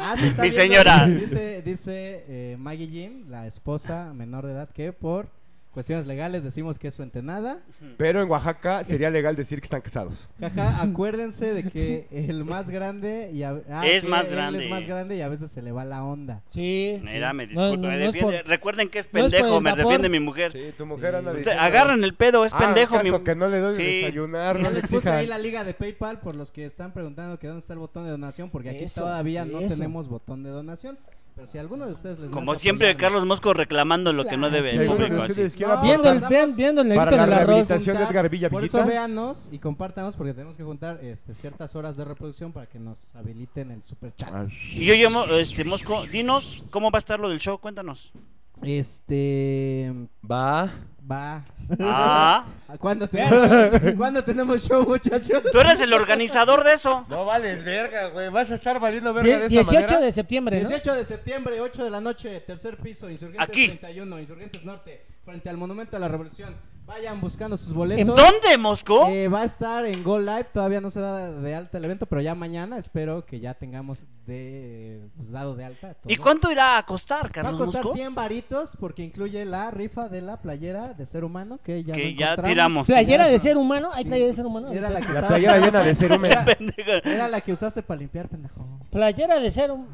S4: Ah, se está
S2: Mi
S4: viendo-
S2: señora.
S4: Dice, dice eh, Maggie Jim, la esposa menor de edad, que por cuestiones legales decimos que es su entenada.
S5: Pero en Oaxaca sería legal decir que están casados.
S4: Jaja, acuérdense de que el más grande y a- ah,
S2: Es
S4: que
S2: más
S4: él
S2: grande.
S4: Es más grande y a veces se le va la onda.
S3: Sí.
S2: Mira, me disculpo.
S3: disculpen
S2: me defiende. Recuerden que es
S3: no es por
S2: pendejo.
S3: el
S2: me
S3: vapor.
S2: defiende mi mujer.
S5: Sí, tu mujer anda
S2: Usted-
S5: diciendo-
S2: agarran el pedo. Es
S5: Ah,
S2: pendejo.
S5: caso
S2: mi-
S5: que no le doy
S2: Sí.
S5: desayunar, no
S4: Yo
S5: le
S4: les puse
S5: exijan.
S4: ahí la liga de PayPal por los que están preguntando que dónde está el botón de donación, porque aquí
S3: Eso,
S4: todavía no
S3: eso.
S4: tenemos botón de donación. Pero si alguno de ustedes les
S2: Como
S4: nace
S2: siempre,
S4: apoyarnos,
S2: Carlos Mosco reclamando lo que no debe
S5: Si
S2: el
S5: alguno Ah, de
S2: público. así.
S5: ustedes quiere
S4: No,
S3: Viendo el,
S4: Pasamos
S3: vean- viendo el negrito en
S5: para
S3: el
S5: la
S3: arroz.
S5: rehabilitación. de Edgar Villa
S4: Por
S5: Villita.
S4: eso véanos y compártanos porque tenemos que juntar este, ciertas horas de reproducción para que nos habiliten el super chat.
S5: Ah,
S2: Y yo llamo, este, Mosco, dinos cómo va a estar lo del show. Cuéntanos.
S4: Este
S5: Va.
S4: va.
S2: Ah,
S4: ¿Cuándo tenemos show? ¿Cuándo tenemos show, muchachos?
S2: tú eres el organizador de eso.
S5: No vales verga, güey. Vas a estar valiendo verga
S3: Die-
S5: de esa
S3: 18
S5: manera.
S3: de septiembre, ¿no?
S4: 18 de septiembre, 8 de la noche, tercer piso, Insurgentes
S2: Aquí.
S4: 31, Insurgentes Norte, frente al Monumento a la Revolución. Vayan buscando sus boletos.
S3: ¿En
S2: ¿Dónde, Mosco?
S4: Eh, va a estar en Go Live, todavía no se da de alta el evento, pero ya mañana espero que ya tengamos de, pues, dado de alta. todo.
S2: ¿Y cuánto irá a costar,
S4: Va a
S2: Carlos
S4: costar
S2: Mosco?
S4: 100 varitos porque incluye la rifa de la playera de ser humano que ya,
S2: Que
S4: no
S2: ya
S4: encontramos.
S2: tiramos.
S3: Playera de ser humano. Hay playera de ser humano.
S4: Era la que
S5: La
S4: estabas-
S5: playera llena de ser humano.
S2: Pendejo.
S4: Era la que usaste para limpiar, pendejo.
S3: Playera de ser humano.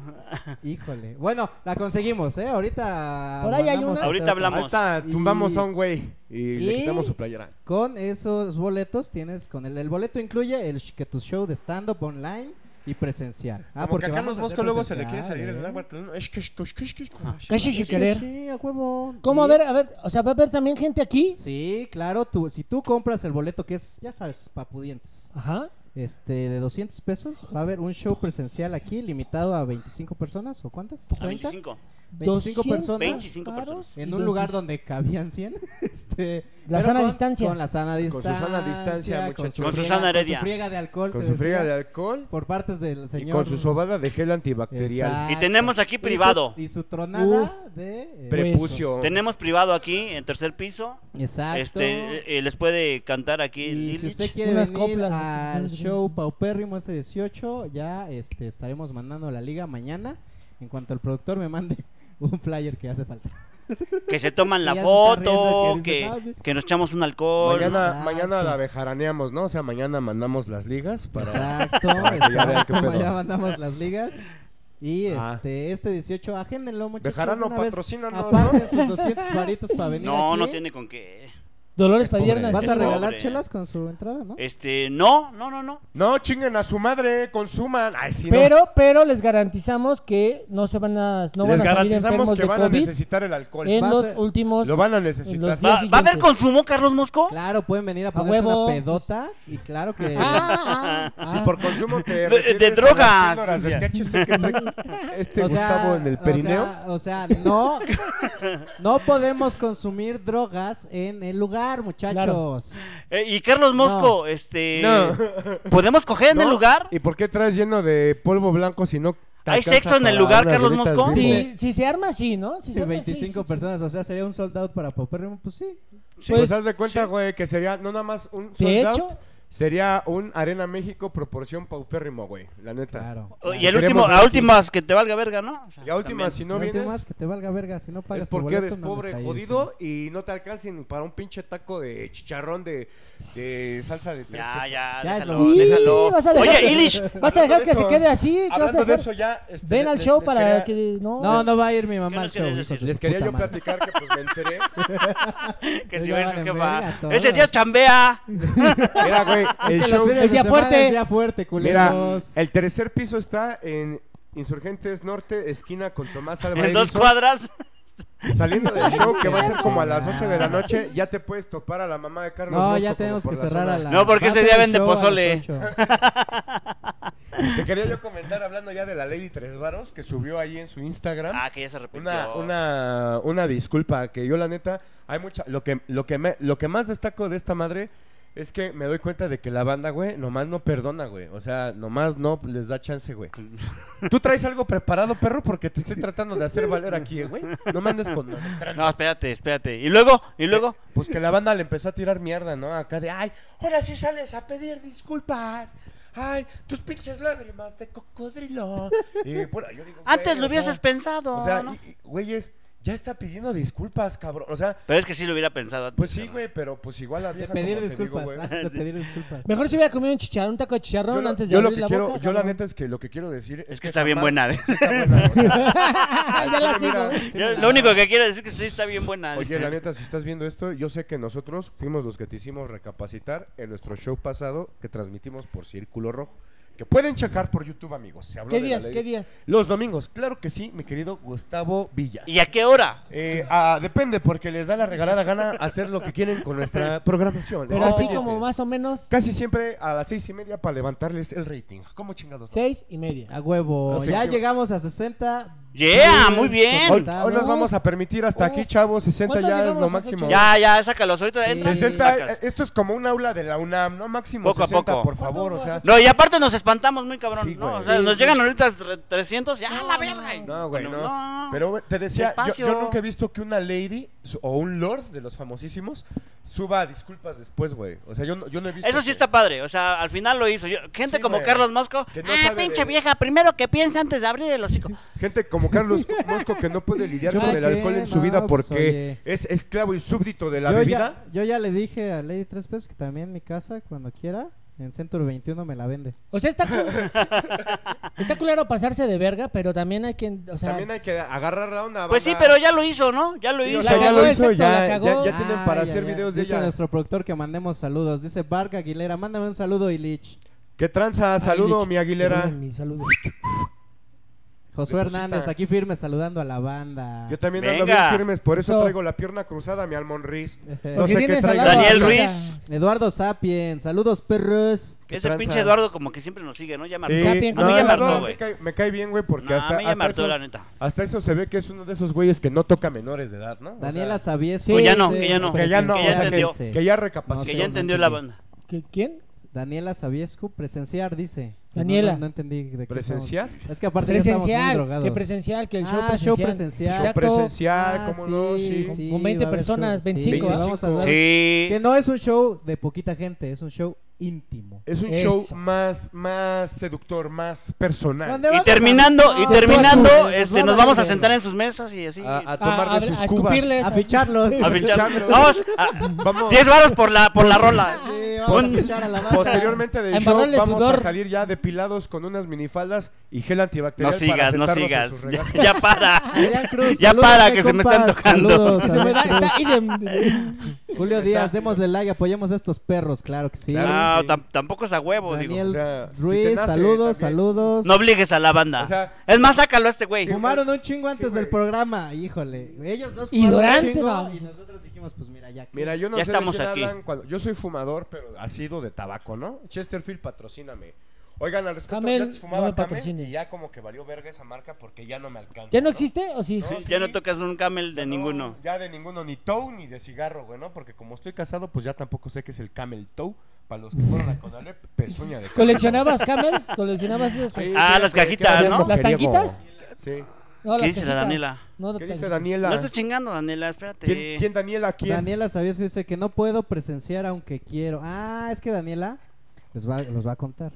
S4: Híjole. Bueno, la conseguimos, ¿eh? Ahorita.
S3: Por ahí hay
S4: mandamos
S3: una.
S4: a
S2: Ahorita
S4: hacer
S2: hablamos.
S5: Ahorita
S4: Y-
S5: tumbamos a un güey y, le
S4: y-
S5: quitamos su playera.
S4: Con esos boletos tienes con el, el boleto incluye el sh- que tu show de stand up online y presencial. Ah,
S5: Como
S4: porque
S5: que a Carlos
S4: vamos a
S5: Bosco
S4: hacer
S5: luego se le quiere
S4: presencial,
S5: salir el
S4: ¿eh? Ah,
S5: agua. tal- Es que esto, es que es que-
S3: Casi
S4: Sí,
S3: sin querer.
S4: Sí, a huevo.
S3: ¿Cómo? A
S4: Y-
S3: ver, a ver. O sea, ¿va a haber también gente aquí?
S4: Sí, claro, tú, si tú compras el boleto que es, ya sabes, papudientes,
S3: Ajá.
S4: este, de 200 pesos, va a haber un show presencial aquí limitado a 25 personas, ¿o cuántas?
S3: Ah,
S2: A
S4: ¿30?
S2: 25.
S4: 25 personas.
S2: 25
S3: varos
S2: personas.
S3: y
S4: En un lugar
S3: 25.
S4: donde cabían 100. Este,
S3: La
S4: pero
S3: sana
S4: con-
S3: distancia.
S4: Con la sana
S5: su
S4: distancia.
S5: sana distancia, muchachos.
S2: Con
S4: friega-
S2: Susana Heredia.
S4: Con su friega de alcohol.
S5: Con
S4: te
S5: su friega
S4: decía,
S5: de alcohol
S4: Por partes del señor.
S5: y con su sobada de gel antibacterial.
S4: Exacto.
S2: Y tenemos aquí
S4: Y su-
S2: privado.
S4: Y su, tronada
S3: Uf.
S4: de. eh, pues,
S5: Prepucio.
S2: Tenemos privado aquí, en tercer piso.
S4: Exacto.
S2: Este, eh, les puede cantar aquí el
S4: y si
S2: Lilich.
S4: usted quiere
S3: Unas
S4: venir
S3: coplas,
S4: al
S3: unas coplas.
S4: show paupérrimo ese 18, ya este, estaremos mandando la liga mañana. En cuanto el productor me mande un flyer que hace falta.
S2: Que se toman la
S4: Ya se está
S2: foto,
S4: riendo, que
S2: que,
S4: dice, "Ah, sí".
S2: que nos echamos un alcohol.
S5: Mañana,
S4: Exacto.
S5: mañana la bejaraneamos, ¿no? O sea, mañana mandamos las ligas para.
S4: Exacto,
S5: para que ya vean qué
S4: exacto.
S5: pedo.
S4: Ya mandamos las ligas. Y
S5: Ah.
S4: este, este 18, agéndenlo muchachos.
S5: Bejarano,
S4: de una vez.
S5: patrocínanos,
S4: Aparten
S5: ¿no?
S4: sus 200 varitos para venir
S2: No,
S4: aquí. ¿eh?
S2: no tiene con qué.
S3: Dolores Padierna.
S5: pobres.
S4: ¿Vas
S3: sí.
S4: a
S2: pobre.
S4: regalar chelas con su entrada, no?
S2: Este, no, no, no, no.
S5: No, chinguen a su madre, consuman. Ay, sí, no.
S3: Pero, pero les garantizamos que no se van a, no van
S5: Les
S3: a salir
S5: garantizamos
S3: enfermos
S5: que
S3: de
S5: van a
S3: COVID
S5: necesitar el alcohol.
S3: en
S4: Va a
S3: los
S4: ser-
S3: últimos.
S5: Lo van a
S3: en los
S5: necesitar.
S3: días
S2: ¿Va, va a haber
S3: siguientes.
S2: consumo, Carlos Mosco?
S4: Claro, pueden venir a ponerse
S3: huevo.
S4: una pedota. Y claro que.
S3: Ah, ah, ah.
S5: Si
S4: Ah.
S5: por consumo te
S2: De-
S5: refieres
S2: de
S5: a las
S2: drogas.
S5: píldoras de THC que trae este
S4: O sea,
S5: Gustavo en el
S4: o
S5: perineo.
S4: sea- O sea, no, no podemos consumir drogas en el lugar, muchachos.
S2: Eh, y Carlos Mosco, este.
S5: No.
S2: ¿Podemos coger en el
S5: ¿No?
S2: lugar?
S5: ¿Y por qué traes lleno de polvo blanco si no te
S2: ¿Hay
S5: alcanza
S2: sexo en el
S5: para
S2: lugar,
S5: unas
S2: Carlos
S5: gomitas
S2: Mosco?
S5: Bimbo?
S3: Si, si se arma, ah. sí, ¿no? Si se arma, sí,
S4: 25
S3: sí, sí.
S4: personas, o sea, sería un sold out para Popperrimo, pues sí.
S5: Pues,
S3: Pues,
S5: haz de cuenta, güey, que sería no nada más un
S3: de
S5: sold out,
S3: hecho,
S5: Sería un Arena México proporción paupérrimo, güey. La neta.
S4: Claro.
S2: O- Oh, Y
S5: Te
S2: el último,
S5: queremos
S2: a
S5: aquí.
S2: últimas que te valga verga, ¿no? O sea,
S5: Y a última,
S2: también.
S5: si no
S4: Lo último
S5: vienes,
S4: es que te valga verga si no pagas
S5: es
S4: tu
S5: porque eres
S4: boleto, no ¿eh? andes
S5: pobre,
S4: ahí,
S5: jodido, y no te alcance ni para un pinche taco de chicharrón de, de salsa de tres
S2: Ya,
S5: pesos.
S2: ya,
S4: Ya es
S2: déjalo,
S4: lo
S3: Sí,
S2: déjalo.
S3: vas a dejar
S2: Oye,
S3: que-
S2: Ilish,
S3: Vas a
S5: Hablando
S3: dejar
S5: de
S3: que se
S5: eso,
S3: quede así. ¿Qué vas a
S5: Hablando de
S3: dejar?
S5: eso ya... este,
S3: Ven
S5: le-
S3: al
S5: les-
S3: show
S5: les
S3: para
S5: quería-
S3: que. No,
S4: sí. No, no va a ir mi
S2: ¿Qué
S4: mamá al
S2: nos quieres
S4: show,
S2: decir?
S4: hijos de
S5: Les
S4: su
S5: quería
S4: puta
S5: yo
S4: madre.
S5: platicar que pues me enteré.
S2: que
S4: Ya
S2: si ves
S4: valen
S2: que
S4: verga
S2: va.
S4: todas.
S2: Ese día chambea.
S5: Mira, güey,
S4: Es
S5: el
S4: que los
S5: show...
S4: fines de
S3: Es día
S4: semana
S3: fuerte.
S4: Es día fuerte,
S5: Mira,
S4: culeros.
S5: el tercer piso está en Insurgentes Norte, esquina con Tomás Alba
S2: En dos
S5: Edison.
S2: cuadras.
S5: Saliendo del show, que va a ser como a las 12 de la noche, ya te puedes topar a la mamá de Carlos
S4: No,
S5: Mosco
S4: ya
S5: como
S4: tenemos
S5: por
S4: que
S5: la
S4: cerrar
S5: zona.
S4: a la.
S2: No, porque ese
S4: Va a
S2: día
S4: ser el
S2: vende
S4: show a las
S2: pozole.
S4: ocho.
S5: Te quería yo comentar, hablando ya de la Lady Tres Varos, que subió ahí en su Instagram.
S2: Ah, que ya se repitió.
S5: Una, una, una disculpa, que yo la neta, hay mucha, lo que, lo que me, lo que más destaco de esta madre es que me doy cuenta de que la banda, güey, nomás no perdona, güey. O sea, nomás no les da chance, güey. Tú traes algo preparado, perro, porque te estoy tratando de hacer valer aquí, eh, güey. No me andes con
S2: No, espérate, espérate. Y luego, y luego.
S5: Pues que la banda le empezó a tirar mierda, ¿no? Acá de, ay, ahora sí sales a pedir disculpas. Ay, tus pinches lágrimas de cocodrilo. Y, bueno, yo digo,
S2: Antes
S5: güey,
S2: lo
S5: o sea,
S2: hubieses pensado.
S5: O sea,
S2: ¿no?
S5: y- y, güeyes, ya está pidiendo disculpas, cabrón. O sea,
S2: Pero es que sí lo hubiera pensado antes.
S5: pues sí,
S2: ¿no?
S5: güey, pero pues igual la vieja.
S4: Pedir
S5: como te digo,
S4: disculpas.
S5: güey.
S4: antes de pedir disculpas.
S3: Mejor si hubiera comido un chicharrón, un taco de chicharrón
S5: Yo, lo,
S3: Ah, antes de
S5: yo lo
S3: abrir
S5: que
S3: la
S5: quiero,
S3: boca,
S5: yo la
S3: cabrón.
S5: neta es que lo que quiero decir es,
S2: Es que está bien
S5: jamás-
S2: buena. ¿eh?
S5: sí está buena, o sea,
S3: Ya la
S5: al chile,
S3: sigo.
S5: mira,
S2: Yo lo único que quiero decir es que sí está bien buena.
S5: Oye, la neta, si estás viendo esto, yo sé que nosotros fuimos los que te hicimos recapacitar en nuestro show pasado que transmitimos por Círculo Rojo. Que pueden checar por YouTube, amigos. Se habló
S3: ¿Qué
S5: de la
S3: días?
S5: ley-
S3: ¿Qué días?
S5: Los domingos, claro que sí, mi querido Gustavo Villa.
S2: ¿Y a qué hora?
S5: Eh, ah, depende, porque les da la regalada gana hacer lo que quieren con nuestra programación.
S3: Pero
S5: Están
S3: así
S5: pendientes.
S3: como más o menos
S5: Casi siempre a las seis y media para levantarles el rating. ¿Cómo chingados?
S3: seis y media.
S4: A huevo.
S5: Así
S4: ya
S5: que-
S4: llegamos a 60.
S2: Yeah, muy
S4: Bien.
S5: Hoy,
S2: bien.
S4: Contado.
S5: hoy nos vamos a permitir hasta
S3: Uf.
S5: aquí, chavos. 60
S3: ¿Cuántos
S5: ya es
S3: llegamos
S5: lo
S3: a
S5: máximo.
S3: ocho?
S2: Ya, ya, sácalos. Ahorita entran. y
S5: 60,
S2: sacas.
S5: eh, esto es como un aula de la UNAM, ¿no? Máximo
S2: Poco a
S5: 60,
S2: poco.
S5: por favor, o sea.
S2: No, y aparte nos espantamos muy cabrón,
S5: Sí,
S2: ¿no?
S5: güey.
S2: O sea,
S5: Sí,
S2: nos
S5: sí.
S2: llegan ahorita tre- 300 y ¡ah, la verga! Y-
S5: No, güey,
S2: bueno,
S5: no. Pero güey, te decía, yo- yo,
S2: Despacio.
S5: nunca he visto que una lady su- o un lord de los famosísimos suba a disculpas después, güey. O sea, yo no, yo no he visto.
S2: Eso sí
S5: que-
S2: está padre, o sea, al final lo hizo. Yo- gente
S5: Sí,
S2: como
S5: güey.
S2: Carlos Mosco,
S5: Que no
S2: ah,
S5: sabe
S2: pinche
S5: de-
S2: vieja, primero que piensa antes de abrir el hocico.
S5: Gente como Carlos Mosco que no puede lidiar
S4: Yo
S5: con
S4: me
S5: el alcohol en su
S4: quedo,
S5: vida
S4: pues,
S5: porque
S4: oye.
S5: es esclavo y súbdito de la
S4: yo,
S5: bebida.
S4: ya, yo ya le dije a Lady Tres Pesos que también mi casa, cuando quiera, en Centro 21 me la vende.
S3: O sea, está cul- está culero pasarse de verga, pero también hay quien, o sea,
S5: También hay que agarrar la onda.
S2: Pues sí,
S5: banda.
S2: pero ya lo hizo, ¿no? Ya lo
S5: Sí,
S2: hizo.
S5: o sea, ya
S3: cagó,
S5: lo hizo,
S3: excepto
S5: ya,
S3: la
S5: ya,
S3: cagó.
S5: ya tienen
S4: Ah,
S5: para
S4: ya,
S5: hacer
S4: ya.
S5: videos de
S4: Dice
S5: ella.
S4: nuestro productor que mandemos saludos. Dice Barca Aguilera, mándame un saludo, Ilich.
S5: Qué tranza, saludo,
S3: Lich,
S5: mi Aguilera.
S3: perdón, Mi saludo.
S4: Josué
S5: Deposita.
S4: Hernández, aquí firme saludando a la banda.
S5: Yo también ando
S2: Venga.
S5: bien firmes, por eso
S3: Eso.
S5: traigo la pierna cruzada, mi almonriz. No
S3: Porque
S5: sé qué
S3: tienes al
S5: traigo.
S3: lado a
S2: Daniel
S3: la-
S2: Ruiz.
S4: Eduardo Sapien, saludos perros.
S5: qué
S2: Ese
S5: tranza.
S2: pinche Eduardo como que siempre nos sigue, ¿no? Ya me hartó.
S5: Sí,
S3: Sapien,
S5: no,
S3: a mí ya me
S5: Eduardo
S2: hartó,
S5: me,
S2: güey.
S5: cae, me cae bien, güey, porque
S2: No,
S5: hasta,
S2: a mí ya me
S5: hasta,
S2: hartó,
S5: eso,
S2: la neta.
S5: hasta eso se ve que es uno de esos güeyes que no toca menores de edad, ¿no? O
S4: Daniela
S5: sea,
S4: Sabies.
S3: Que ya no,
S4: fíjense,
S2: que ya no.
S5: que ya no,
S2: que
S5: o
S2: ya
S5: sea,
S2: entendió.
S5: que, que ya recapacitó.
S4: No
S2: Que
S4: sé,
S2: ya
S4: no
S2: entendió la
S4: entendí.
S2: banda.
S3: ¿Qui- ¿Quién?
S4: Daniela Sabiescu, presenciar, dice. No,
S3: Daniela.
S4: No, no entendí. de qué
S5: ¿Presenciar?
S4: estamos. Es que aparte ya estamos muy
S3: Presencial,
S4: drogados.
S3: que presencial, que el show
S4: Ah,
S3: presencial.
S4: show presencial.
S5: Show
S3: Exacto.
S5: presencial,
S4: Ah,
S5: ¿cómo no? Sí.
S3: sí. Con 20
S4: va a haber
S3: personas,
S4: show.
S3: 25,
S4: Sí,
S5: ¿ah?
S4: vamos a hacer-
S2: Sí.
S4: Que no es un show de poquita gente, es un show íntimo.
S5: Es un
S3: Eso.
S5: show más, más seductor, más
S4: ¿Dónde
S5: personal.
S4: vamos
S2: Y
S4: a-
S2: terminando, y
S4: No,
S2: terminando,
S3: tú, tú,
S2: este,
S3: tú,
S2: nos
S3: tú,
S2: vamos a
S3: tú.
S2: sentar en sus mesas y así.
S5: A, a
S2: A
S5: tomar
S3: a-
S5: de sus
S3: a
S5: cubas.
S3: escupirles.
S4: a ficharlos.
S2: pinchar.
S5: escucharlo.
S2: Vamos, a-
S5: Vamos.
S2: 10 varos por la, por la rola.
S4: Sí, vamos a
S2: Un-
S4: fichar a la banda.
S5: Posteriormente
S3: A
S5: del show
S3: embarrarle
S5: vamos
S3: sudor.
S5: a salir ya depilados con unas minifaldas y gel
S2: No
S5: antibacterial para
S2: sigas, no
S5: sentarnos en
S2: sigas.
S5: sus regazos.
S2: Ya para.
S4: Adrián Cruz,
S2: Ya
S4: saludos,
S2: para,
S4: mi
S2: que se me está
S4: compa,
S2: antojando.
S4: saludos,
S3: Que se me da-
S4: Adrián
S3: está
S4: Cruz.
S3: idem.
S4: Julio
S5: Está-
S4: Díaz, démosle like, apoyemos a estos perros, claro que sí.
S5: Claro.
S2: No,
S5: sí.
S2: tam- tampoco es a huevo, digo.
S4: Daniel
S5: O sea, si
S4: Ruiz,
S5: te nace,
S4: saludos,
S5: también.
S4: saludos.
S2: No obligues a la banda.
S5: O sea-
S2: es más, sácalo a este güey.
S4: Fumaron un chingo antes
S5: güey.
S4: del programa, híjole. Ellos dos
S3: Y
S4: fumaron un
S3: durante,
S4: chingo
S3: vamos.
S4: y nosotros dijimos, pues mira, ya. que-
S5: Mira, yo no
S2: Ya
S5: sé
S2: estamos
S5: de quién
S2: aquí.
S5: hablan cuando- Yo soy fumador, pero asido de tabaco, ¿no? Chesterfield, patrocíname. Oigan, al respecto,
S3: Camel,
S5: yo antes fumaba
S3: no me
S5: Camel
S3: patrocine.
S5: y ya como que valió verga esa marca porque ya no me alcanza.
S3: ¿Ya no
S5: ¿no?
S3: existe o sí?
S5: No,
S2: Ya no
S5: sí.
S2: tocas un camel de
S5: No,
S2: ninguno.
S5: Ya de ninguno, ni Tow ni de cigarro, güey, ¿no? Porque como estoy casado, pues ya tampoco sé qué es el Camel Tow. Para los que fueron a Conalep, pezuña de Camel.
S3: ¿Coleccionabas camels? ¿Coleccionabas esas
S5: Sí,
S3: cosas?
S2: Ah,
S5: que-
S2: las
S5: que- que
S2: cajitas,
S5: habías
S2: ¿no?
S3: ¿Las
S5: mujeriego.
S3: tanquitas?
S5: Sí.
S3: No,
S2: ¿Qué
S3: las
S2: dice la
S3: cajitas.
S2: Daniela?
S3: No,
S5: ¿Qué
S3: tan-
S5: dice Daniela?
S2: No estás chingando, Daniela, espérate.
S5: ¿Quién, quién Daniela? ¿Quién?
S4: Daniela Sabies dice que no puedo presenciar aunque quiero. Ah, es que Daniela Les va, los va a contar.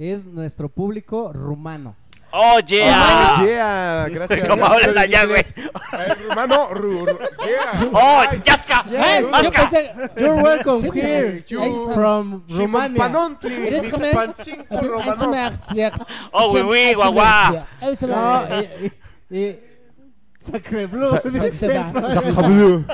S4: Es nuestro público rumano.
S2: ¡Oh, yeah!
S5: Oh, yeah, gracias.
S2: ¿Cómo hablas allá, güey?
S5: Eh, Rumano, ru, ru- yeah.
S2: ¡Oh, Yaska!
S3: Yes,
S2: ¡Eh,
S3: ¡Ah, yo
S2: Vasca!
S3: pensé-
S4: You're welcome
S3: Sí,
S4: here
S3: you- ahí está.
S4: from Rumania.
S5: Panonti,
S3: Eres como-
S5: Mixpancinco,
S3: Abi-
S5: Romano.
S3: Einzelmerkzler.
S2: Oh, oui, oui, guau, guau.
S3: Einzelmerkzler.
S4: No, eh, y, y, y- Sacre Blue, eh, dice el pro-
S5: Sacrebleu.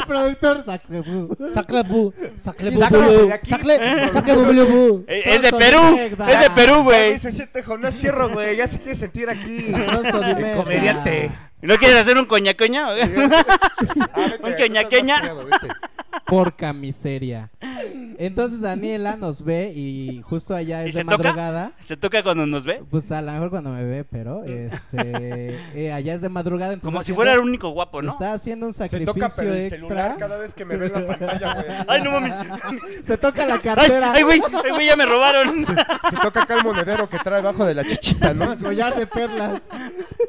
S4: el productor Sacre Blue.
S3: Sacrebu, sacrebu,
S5: Sácalo
S3: bu,
S5: de aquí.
S3: sacle- sacrebu, bu.
S2: Eh, Es de Perú, es de Perú, güey.
S5: Ay, Se siente Jonás Fierro, güey. Ya se quiere sentir aquí.
S4: Alonso de Merda.
S5: comediante.
S2: Ah. ¿No quieres hacer un coñacoña? o qué?
S5: Ah,
S2: Un queñaqueña.
S4: Porca miseria. Entonces Daniela nos ve y justo allá
S2: ¿Y
S4: es
S2: se
S4: de
S2: toca?
S4: madrugada.
S2: ¿Se toca cuando nos ve?
S4: Pues a lo mejor cuando me ve, pero este, eh, allá es de madrugada. entonces
S2: Como si
S4: haciendo-
S2: fuera el único guapo, ¿no?
S4: Está haciendo un
S5: Se
S4: sacrificio
S5: toca pero el celular
S4: extra.
S5: cada vez que me ve en la pantalla, güey.
S2: ¡Ay, no mames!
S4: Se toca la
S2: ¡Ay,
S4: cartera.
S2: ay, güey! ¡Ay, güey! ¡Ya me robaron!
S5: Se toca acá el monedero que trae abajo de la chichita, ¿no? Así, oye,
S4: Collar de perlas.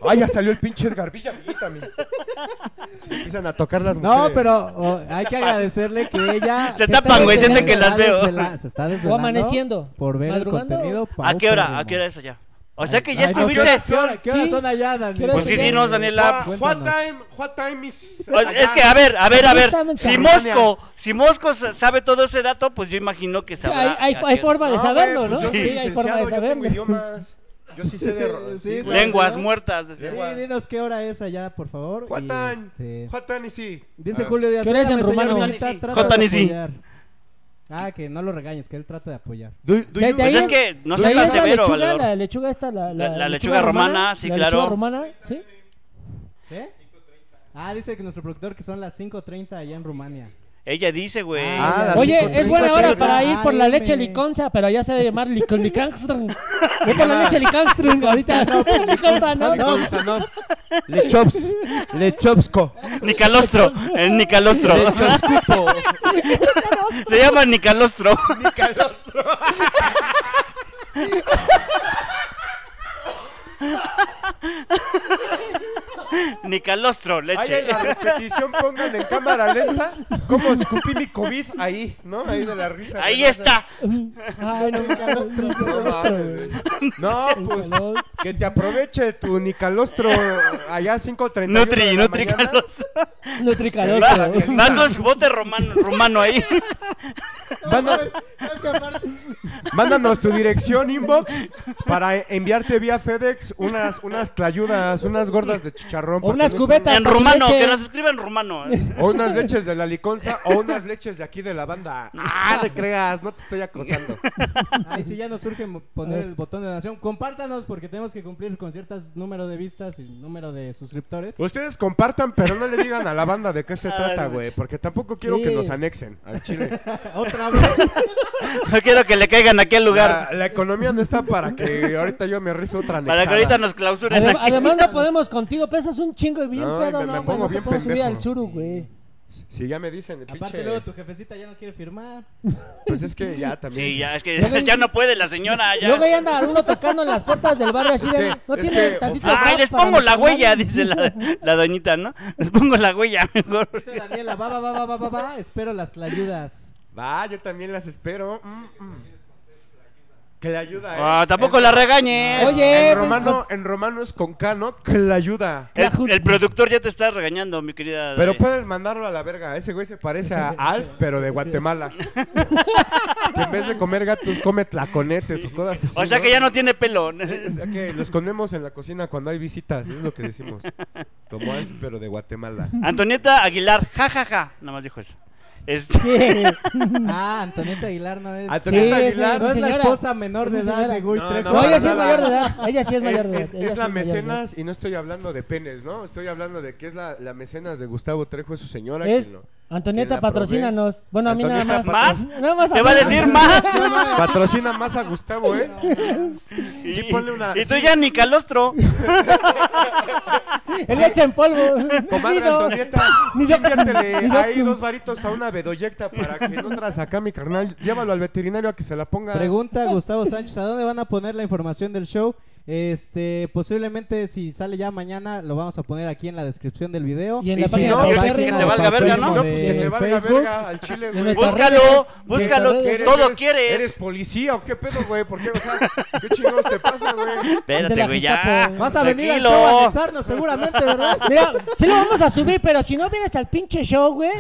S5: Ay, ya salió el pinche Edgar Villa, amiguita, mi. Se Empiezan a tocar las mujeres.
S4: No, pero oh, hay que agradecerle que ella.
S2: Se tapan,
S3: güey, sienten
S4: se
S3: que
S2: las
S4: está
S2: veo.
S4: desvela- se está desvelando.
S3: O amaneciendo.
S4: Por ver el
S3: Madrugando.
S4: contenido.
S2: ¿A qué hora? ¿A
S4: paupérrimo.
S2: qué hora es allá? O sea que ya
S4: Ay, no, ¿qué
S2: estuviste...
S4: hora- ¿Qué hora, qué hora
S3: Sí.
S4: son allá, Dani?
S3: ¿Qué hora
S2: Pues sí,
S3: Cuéntanos.
S2: dinos, Daniela.
S5: What- What
S4: Cuéntanos.
S5: time, what time is... Ah,
S2: O- Es que, a ver, a ver, a ver.
S3: Justamente.
S2: Si Mosco, si Mosco sa- sabe todo ese dato, pues yo imagino que
S3: Sí, Hay,
S2: sabrá.
S3: hay,
S2: a
S3: hay
S2: qué-
S3: forma de
S5: No,
S3: saberlo,
S5: güey,
S3: ¿no?
S5: pues yo soy
S3: Sí, hay forma
S5: licenciado,
S3: de
S5: yo tengo
S3: saberlo.
S5: idiomas. Yo sí sé de...
S4: Sí,
S5: Sí,
S4: sí.
S5: güey.
S2: Lenguas
S4: ¿no?
S2: muertas. decía.
S4: Sí, dinos qué hora es allá, por favor.
S5: What
S4: y,
S5: time?
S4: este,
S5: What time is it?
S4: Dice
S5: Ah.
S4: Julio Díaz.
S3: ¿Qué hora es en
S4: "Óigame, señor
S3: rumano?"
S4: Milita,
S2: Jotanisi.
S4: trata de
S2: Jotanisi.
S4: apoyar". Ah, que no lo regañes, que él trata de apoyar.
S5: Do- do
S3: De-
S5: you-
S3: de
S2: Pues
S3: ahí
S2: es que no
S3: de
S2: seas
S3: ahí
S2: tan
S3: es la
S2: severo,
S3: lechuga,
S2: valedor.
S3: La lechuga esta, la,
S2: La- la lechuga romana, sí,
S3: la
S2: claro.
S3: lechuga romana, sí.
S4: ¿Eh? Ah, dice que nuestro productor que son las 5.30 allá en Rumania.
S2: Ella dice, güey.
S5: Ah, las
S3: Oye, es
S5: 5:30,
S3: buena hora para
S4: sí.
S3: ir por la
S4: Ay,
S3: leche
S4: me-
S3: liconza, pero allá se debe llamar licon licanstrung. Voy por la leche licanstrung ahorita. Liconza, no, no.
S5: no. Lechops. Lechopsco.
S2: Nicalostro. El Nicalostro.
S5: Lechopscupo.
S2: Se llama Nicalostro.
S5: Nicalostro.
S2: Nicalostro,
S5: Ahí en
S2: leche.
S5: la repetición pongan en cámara lenta cómo escupí mi COVID ahí, ¿no? Ahí de la risa.
S2: Ahí
S5: güey.
S2: está.
S3: Ay, no, licanstrung.
S5: No, mames, güey. No, pues que te aproveche tu Nicalostro allá 5.30.
S2: Nutri, Nutri Calostro.
S3: Nutricalostro.
S2: Va con su bote romano, rumano ahí.
S5: Mándanos tu dirección inbox para enviarte vía FedEx unas, unas tlayudas, unas gordas de chicharrón.
S3: O
S5: para que
S3: unas
S5: no
S3: cubetas.
S2: En
S3: con
S2: rumano,
S3: leche.
S2: que nos escriba en rumano. ¿eh?
S5: estén- O unas leches de la liconza o unas leches de aquí de la banda. Ah, te creas, no te estoy acosando.
S4: Ay, sí, ya nos surge mo-
S3: A
S4: poner
S3: ver.
S4: el botón de donación. Compártanos porque tenemos que cumplir con ciertos número de vistas y número de suscriptores.
S5: Ustedes compartan, pero no le digan a la banda de qué se
S2: Ay,
S5: trata,
S2: Ah, no.
S5: güey, porque tampoco quiero
S3: Sí.
S5: que nos anexen al Chile.
S4: Otra vez.
S2: No quiero que le caigan a aquel lugar.
S5: La, la economía no está para que ahorita yo me rife otra anexada.
S2: Para que ahorita nos clausuren
S3: Adem-
S2: aquí.
S3: Además no podemos contigo, pesas un chingo y bien
S5: No,
S3: pedo,
S5: me-
S3: no,
S5: me
S3: hombre,
S5: pongo
S3: no te
S5: bien
S3: puedo subir
S5: pendejo.
S3: al churu, güey.
S5: Si ya me dicen, el
S4: Aparte
S5: pinche-
S4: luego tu jefecita ya no quiere firmar.
S5: Pues es que ya también.
S2: Sí, ya, es que
S3: Luego-
S2: ya no puede la señora. Ya.
S3: Luego ahí anda uno tocando en las puertas del barrio así de,
S5: Es que-
S3: no
S5: es
S3: tiene
S5: que-
S3: tantito
S2: Ay,
S3: gas
S2: les
S3: para
S2: pongo la
S3: meterle".
S2: huella, dice la, la doñita, ¿no? Les pongo la huella mejor.
S4: Dice Daniela, va, va, va, va, va, va, va. Espero las tlayudas.
S5: Va, yo también las espero. Mm, mm. Que le ayuda, eh.
S2: Ah, tampoco
S5: En-
S2: la Eh, regañes.
S3: Oye,
S5: En
S3: pues,
S5: romano, en romano es con K, ¿no? Que le ayuda.
S2: El, el productor ya te está regañando, mi querida.
S5: Pero
S2: Dani.
S5: puedes mandarlo a la verga. Ese güey se parece a Alf, pero de Guatemala. que en vez de comer gatos, come tlaconetes o cosas así.
S2: O sea que ya no tiene pelo.
S5: O sea que lo escondemos en la cocina cuando hay visitas, es lo que decimos. Como Alf, pero de Guatemala.
S2: Antonieta Aguilar, jajaja. Nada más dijo eso. Es-
S4: Ah, Antonieta Aguilar no es.
S5: Antonieta
S3: Sí, es
S5: Aguilar
S4: No es la
S3: señora.
S4: esposa menor de
S3: Es mi
S4: edad de
S3: señora.
S4: Gui
S5: No,
S4: Trejo.
S3: No, ella sí
S5: nada.
S3: es mayor de edad, ella sí es mayor de edad.
S5: Es,
S3: ella
S5: es
S3: sí
S5: la
S3: mayor de edad.
S5: mecenas, y no estoy hablando de penes, ¿no? Estoy hablando de que es la, la mecenas de Gustavo Trejo, es su señora.
S3: Es
S5: quien lo-
S3: Antonieta,
S5: quien la provee.
S3: patrocínanos. Bueno, a mí nada
S5: Antonieta,
S3: más.
S2: ¿Más?
S3: Nada más
S2: ¿Te va a
S3: mí.
S2: decir más?
S5: Patrocina más a Gustavo, ¿eh?
S2: Y,
S5: ponle una-
S2: y tú
S5: sí.
S2: ya ni calostro.
S3: Él echa en polvo.
S5: Comadre
S3: Digo,
S5: Antonieta,
S3: Ni dos-
S5: inviértele
S3: ni dos
S5: ahí
S3: cum-
S5: dos varitos a una bedoyecta para que no tras acá mi carnal. Llévalo al veterinario a que se la ponga.
S4: Pregunta Gustavo Sánchez, ¿a dónde van a poner la información del show? Este, posiblemente si sale ya mañana, lo vamos a poner aquí en la descripción del video.
S3: Y en
S5: Y
S3: la
S5: si
S3: página
S5: no,
S3: de
S4: pues,
S5: que- que
S3: Paterno,
S2: te valga verga,
S5: Si
S2: ¿no?
S5: no, pues que
S3: en
S5: te
S3: el
S5: valga
S3: Facebook,
S5: verga al chile,
S3: en
S5: güey.
S3: nuestras
S2: Búscalo,
S3: redes,
S2: búscalo,
S3: nuestras
S5: ¿Eres-
S3: redes.
S2: todo
S5: eres-
S2: quieres.
S5: ¿Eres policía o qué pedo, güey? ¿Por qué? O sea, ¿qué chingados te pasa, güey?
S3: Es de
S2: Espérate,
S3: la
S2: güey, ya.
S3: Gestapo.
S4: Vas a venir al
S2: Tranquilo.
S4: show a anexarnos seguramente, ¿verdad?
S3: Mira, sí lo vamos a subir, pero si no vienes al pinche show, güey.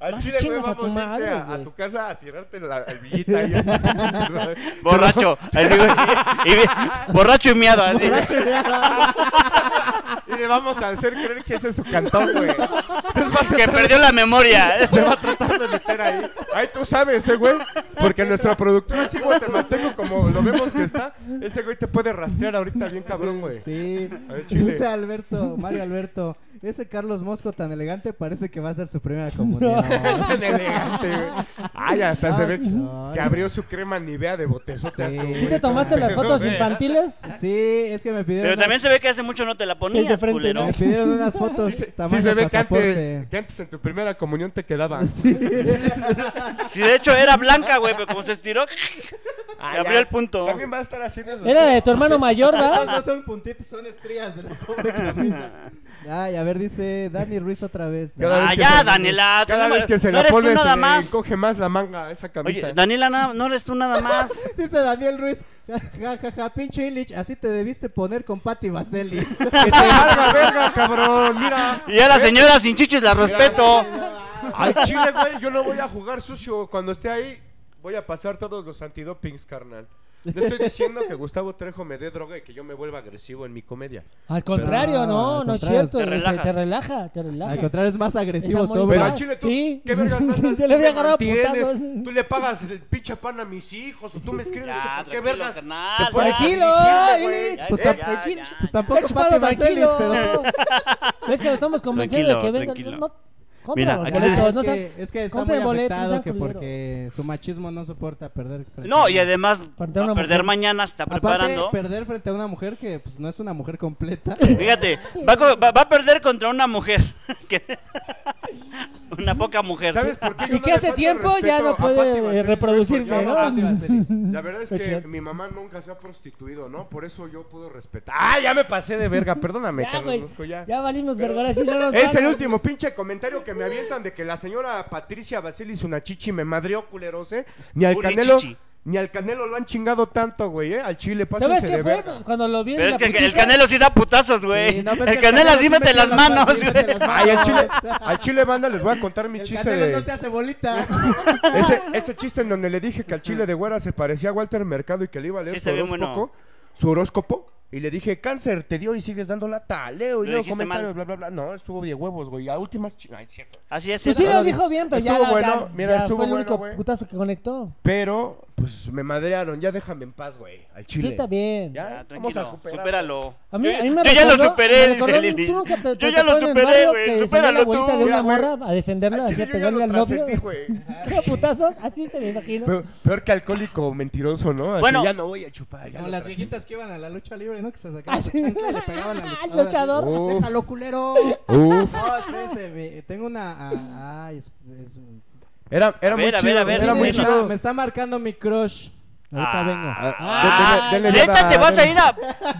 S5: Al
S3: Vas y
S5: chile, güey,
S3: chingas a tu
S5: vamos a irte
S3: madre,
S5: a, a
S3: güey.
S5: tu casa a tirarte la albillita ahí.
S2: Borracho. Así, güey. Y bien- borracho y miado, así.
S5: Y le vamos a hacer creer que ese es su cantón, güey. Entonces va a
S2: Que perdió la memoria.
S5: Se va a tratar de meter ahí. Ahí tú sabes, ese güey. Porque nuestra productora, sí, güey, te mantengo como lo vemos que está. Ese güey te puede rastrear ahorita bien cabrón, güey.
S4: Sí,
S5: Al chile.
S4: dice Alberto, Mario Alberto, ese Carlos Mosco tan elegante parece que va a ser su primera comunión.
S5: Tan elegante, güey. Ay, hasta se ve
S4: Ay.
S5: que abrió su crema Nivea de botezote.
S4: Sí.
S5: azul, güey.
S3: ¿Sí te tomaste las fotos infantiles?
S4: Sí, es que me pidieron,
S2: Pero también
S4: unas-
S2: se ve que hace mucho no te la ponías,
S3: Sí, de frente,
S2: culero.
S3: ¿no?
S4: me pidieron unas
S5: Sí,
S4: fotos
S5: se- sí
S4: tamaño
S5: se ve que antes,
S4: pasaporte.
S5: que antes en tu primera comunión te quedaban.
S4: Sí.
S2: Si de hecho era blanca, güey, pero como se estiró, se abrió el punto.
S5: Ah, También va a estar haciendo eso.
S3: Era de tu hermano mayor,
S4: Estas
S3: ¿verdad?
S4: no son puntitos, son estrías de la pobre camisa. Ay, a ver, dice Dani Ruiz otra vez.
S5: Cada vez
S2: Ah,
S5: que
S2: ya,
S5: se-
S2: Daniela. tú
S5: Cada
S2: no-
S5: vez que se
S2: no
S5: la
S2: eres tú
S5: pone, se
S2: nada
S5: le
S2: más.
S5: encoge más la manga a esa camisa.
S2: Oye, Daniela, na- no eres tú nada más.
S4: Dice Daniel Ruiz, ja, ja, ja, ja, pinche Illich, así te debiste poner con Patti Vaselis.
S5: ¡Que te valga verga, cabrón! ¡Mira! ¿Eh?
S2: Y a la señora sin chiches la respeto.
S5: Al chile, güey, yo no voy a jugar sucio. Cuando esté ahí, voy a pasar todos los antidopings, carnal. No estoy diciendo que Gustavo Trejo me dé droga y que yo me vuelva agresivo en mi comedia.
S3: Al contrario,
S4: Ah,
S3: no,
S4: al
S3: no es
S4: contrario.
S3: cierto.
S2: Te
S3: güey,
S2: relajas.
S3: Te relaja, te
S4: Al
S3: relaja.
S4: contrario, es más agresivo
S3: Es amor
S4: sobre.
S5: Pero
S3: Ah,
S5: al chile, tú,
S3: sí.
S5: ¿qué vergas más das?
S3: Yo le había
S5: Tú me
S3: agarrado a
S5: mantienes,
S3: putazos.
S5: Tú le pagas el pinche pan a mis hijos, o tú me escribes
S2: Ya,
S5: que por qué
S2: tranquilo,
S5: vergas.
S2: carnal,
S5: te pones a
S3: tranquilo,
S5: dirigirme, güey.
S3: Illich.
S4: Pues
S2: Ya,
S4: tam-
S2: ya,
S3: tranquilo,
S2: ya, ya.
S4: Pues tampoco Patti
S3: Chúpalo,
S4: Vaselis,
S3: tranquilo.
S4: pero...
S3: Es que lo estamos convenciendo de que
S2: Tranquilo,
S3: vengan.
S2: tranquilo.
S3: No, compren
S2: Mira,
S3: los
S2: aquí
S3: boletos,
S4: Ah,
S3: no
S4: es,
S3: sean-
S4: que, es que está muy
S3: compren boletos,
S4: afectado
S3: sean
S4: que
S3: culeros.
S4: porque su machismo no soporta perder. frente a
S2: No, y
S4: una-
S2: además,
S3: Perder
S2: a
S3: una
S2: perder
S3: mujer.
S2: mañana se está
S4: aparte
S2: preparando.
S4: perder frente a una mujer que pues, no es una mujer completa.
S2: Fíjate, va, co- va- va a perder contra una mujer. que- una poca mujer.
S5: ¿Sabes por qué? yo
S3: Y que
S5: le
S3: hace
S5: falto
S3: tiempo
S5: respeto
S3: ya no
S5: a
S3: puede,
S5: Patti
S3: eh,
S5: Vaselis,
S3: reproducirse,
S5: porque
S3: ¿no?
S5: yo-
S3: Patti Vaselis.
S5: La verdad es
S3: Es
S5: que
S3: cierto.
S5: mi mamá nunca se ha prostituido, ¿no? Por eso yo puedo respetar. ¡Ah, ya me pasé de verga! Perdóname,
S3: Ya,
S5: Carlos
S3: güey,
S5: Brusco, ya.
S3: ya valimos vergara, si no nos
S5: Es
S3: van
S5: el
S3: a-
S5: último pinche comentario que me avientan de que la señora Patricia Basilis una chichi me madrió culeros, ¿eh? Ni al
S2: Una
S5: Canelo,
S2: chichi.
S5: ni al Canelo lo han chingado tanto, güey, ¿eh? Al Chile,
S3: ¿Sabes
S5: pásense
S3: qué
S5: de
S3: fue?
S5: verga.
S3: Cuando lo vi en
S2: Pero es
S3: la
S2: que el
S3: putiza,
S2: Canelo sí da putazos, güey.
S4: Sí, no, pues
S2: el
S4: que
S2: Canelo así mete
S4: metió
S2: las manos,
S4: patas, sí metió
S2: güey.
S4: las
S5: Ay, al
S4: manos.
S5: Chile, al Chile banda les voy a contar mi
S4: El
S5: chiste
S4: Canelo
S5: de...
S4: no se hace bolita.
S5: Ese, ese chiste en donde le dije que al chile de güera se parecía a Walter Mercado y que le iba a leer
S2: Sí,
S5: su,
S2: está bien
S5: horóscopo,
S2: bueno.
S5: su horóscopo. Y le dije, cáncer, te dio y sigues dando lata. Leo y
S2: Lo
S5: leo
S2: dijiste
S5: comentarios,
S2: mal.
S5: bla, bla, bla. No, estuvo de huevos, güey. A últimas chi- Ay, es cierto.
S2: Así es.
S3: Pues
S2: era.
S3: sí lo dijo bien, pero ya,
S5: Estuvo
S3: la-
S5: bueno,
S3: ya-
S5: mira,
S3: ya
S5: estuvo
S3: fue el
S5: bueno,
S3: único
S5: güey.
S3: putazo que conectó.
S5: Pero, pues me madrearon. Ya déjame en paz, güey. Al chile.
S3: Sí, está bien.
S5: Ya,
S2: Ya,
S5: vamos a
S2: tranquilo,
S5: superar.
S2: supéralo.
S3: A mí,
S2: yo
S3: a mí me
S2: yo ya lo
S3: recordó- me
S2: superé, dice
S3: recordó-
S2: Lili.
S3: ¿tú nunca te-
S2: Yo
S3: te
S2: ya lo
S3: tocó en el
S2: superé,
S3: barrio
S2: güey.
S3: que se salió la
S2: Supéralo tú.
S3: abuelita de
S5: Mira,
S3: una
S5: güey.
S3: morra a defenderla,
S5: Al
S3: así a
S5: chile yo ya
S3: pegarle
S5: lo
S3: al novio.
S5: trascendí, güey.
S3: A putazos, así se me imagina.
S5: Peor, peor que alcohólico mentiroso, ¿no? Así,
S2: Bueno.
S5: ya no voy a chupar. Ya
S4: Como
S5: lo
S4: las
S5: trascendí.
S4: viejitas que iban a la lucha libre, ¿no? Que se sacaban
S3: Ah,
S4: la
S3: sí.
S4: chancla y le pegaban al
S3: Al
S4: luchador.
S3: luchador.
S4: así,
S5: Uf.
S4: ¡Déjalo, culero!
S5: Uf.
S4: No, espérense, me- tengo una... ah, ay, es- es-
S5: Era, era
S2: A
S5: muy
S2: ver, a
S5: chido.
S2: ver, a ver,
S5: era muy
S4: me, está,
S5: chido.
S4: me está marcando mi crush. Ahorita vengo.
S2: Ah,
S5: Denle- denle vida,
S2: neta, te vas a
S5: denle-
S2: ir a.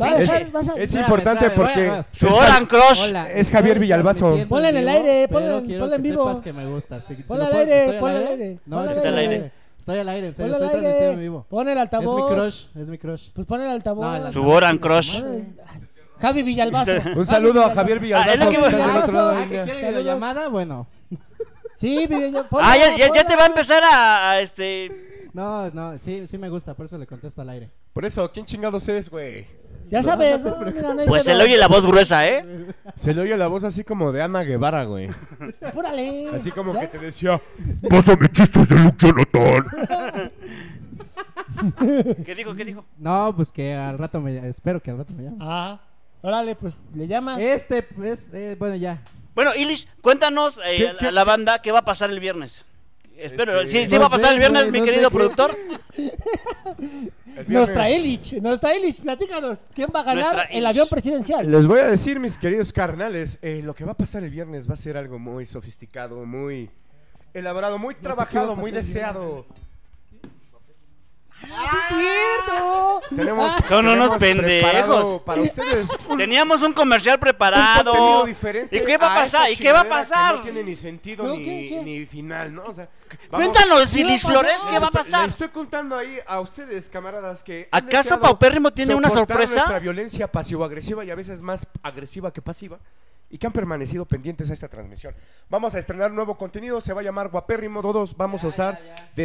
S3: Va a
S5: Es-
S3: dejar, vas a...
S5: Es
S4: Espérame,
S5: importante
S4: espérame, voy
S5: porque...
S4: a- voy a-
S2: Su
S5: es
S2: Oran
S5: Hal-
S2: Crush.
S5: es Javier
S4: estoy
S5: Villalbazo.
S4: transmitiendo
S3: Ponla en el
S4: vivo,
S3: aire,
S4: pero
S3: ponla en-
S4: quiero
S3: ponla en
S4: que
S3: vivo.
S4: sepas que me gusta. Si- si
S3: Ponla
S4: lo
S3: al
S4: puedo-
S3: aire,
S4: ¿estoy
S3: ponla al aire,
S4: No,
S3: ponla
S4: es que
S2: al
S4: estoy
S2: aire.
S4: Estoy al aire, en serio,
S3: Ponla
S4: estoy
S3: al aire.
S4: transmitiendo en vivo.
S3: Pon el
S4: Es mi
S3: altavoz.
S4: crush, es mi crush.
S3: Pues pon el altavoz.
S4: No, el
S2: Su Oran
S3: Pon
S2: Crush.
S3: el- Javi Villalbazo.
S5: Un saludo a Javier
S2: Ah, es lo
S5: Villalbazo.
S2: que
S5: que
S2: iba a
S5: está del
S3: decir.
S5: otro lado.
S3: Ah,
S4: ¿Que
S5: Venga.
S4: quiere
S3: Saludos.
S4: videollamada? Bueno.
S3: Sí, Villalbazo.
S2: Ah, ya, ya- ya te va a empezar a, a, este.
S4: No, no, sí, sí me gusta, por eso le contesto al aire.
S5: Por eso, ¿quién chingados es, güey?
S3: Ya sabes. no, mira, no hay
S2: Pues se
S3: pedo.
S2: le oye la voz gruesa, ¿eh?
S5: Se le oye la voz así como de Ana Guevara, güey.
S3: Apúrale.
S5: Así como
S3: Ya.
S5: que te decía,
S6: Pásame chistes de Luke Jonathan.
S2: ¿Qué dijo? ¿Qué dijo?
S4: No, pues que al rato me espero que al rato me llame.
S3: Ah, órale, pues le llamas.
S4: Este es eh, bueno ya.
S2: Bueno, Ilish, cuéntanos eh,
S5: ¿Qué-
S2: a la-
S5: qué-
S2: a la banda qué va a pasar el viernes. Espero,
S5: Este,
S2: sí, sí
S4: no
S2: va a pasar
S4: sé,
S2: el viernes,
S4: güey,
S2: mi
S4: no sé
S2: querido
S4: qué.
S2: productor.
S5: el viernes-
S3: Nos trae Illich, nos trae Illich, platícanos. ¿Quién va a
S2: Nuestra
S3: ganar el
S2: Illich.
S3: avión presidencial?
S5: Les voy a decir, mis queridos carnales, eh, lo que va a pasar el viernes va a ser algo muy sofisticado, muy elaborado, muy
S4: qué va a
S5: trabajado,
S4: pasar
S5: muy
S4: el viernes.
S5: deseado.
S3: ¡Ah, sí es cierto! Ah,
S5: Tenemos,
S2: Son
S5: tenemos
S2: unos pendejos.
S5: preparado Para ustedes un-
S2: Teníamos un comercial
S5: un contenido
S2: preparado.
S5: diferente Ah,
S2: ¿Y qué va a
S5: esta
S2: pasar? ¿Y qué va a
S5: chingadera que
S2: pasar?
S5: No tiene ni sentido
S3: No,
S5: ni,
S3: ¿qué, qué?
S5: ni final, ¿no? O sea, vamos-
S2: Cuéntanos, si
S3: ¿Qué va a
S2: Liz Flores,
S3: pasar?
S2: ¿qué va a
S5: Les
S2: pasar?
S5: estoy contando ahí a ustedes, camaradas, que. han
S2: ¿Acaso
S5: deseado
S2: Paupérrimo tiene una
S5: soportar Nuestra
S2: sorpresa?
S5: violencia pasivo-agresiva y a veces más agresiva que pasiva. Y que han permanecido pendientes a esta transmisión. Vamos a estrenar nuevo contenido, se va a llamar Guapérrimo Dodos. Vamos a usar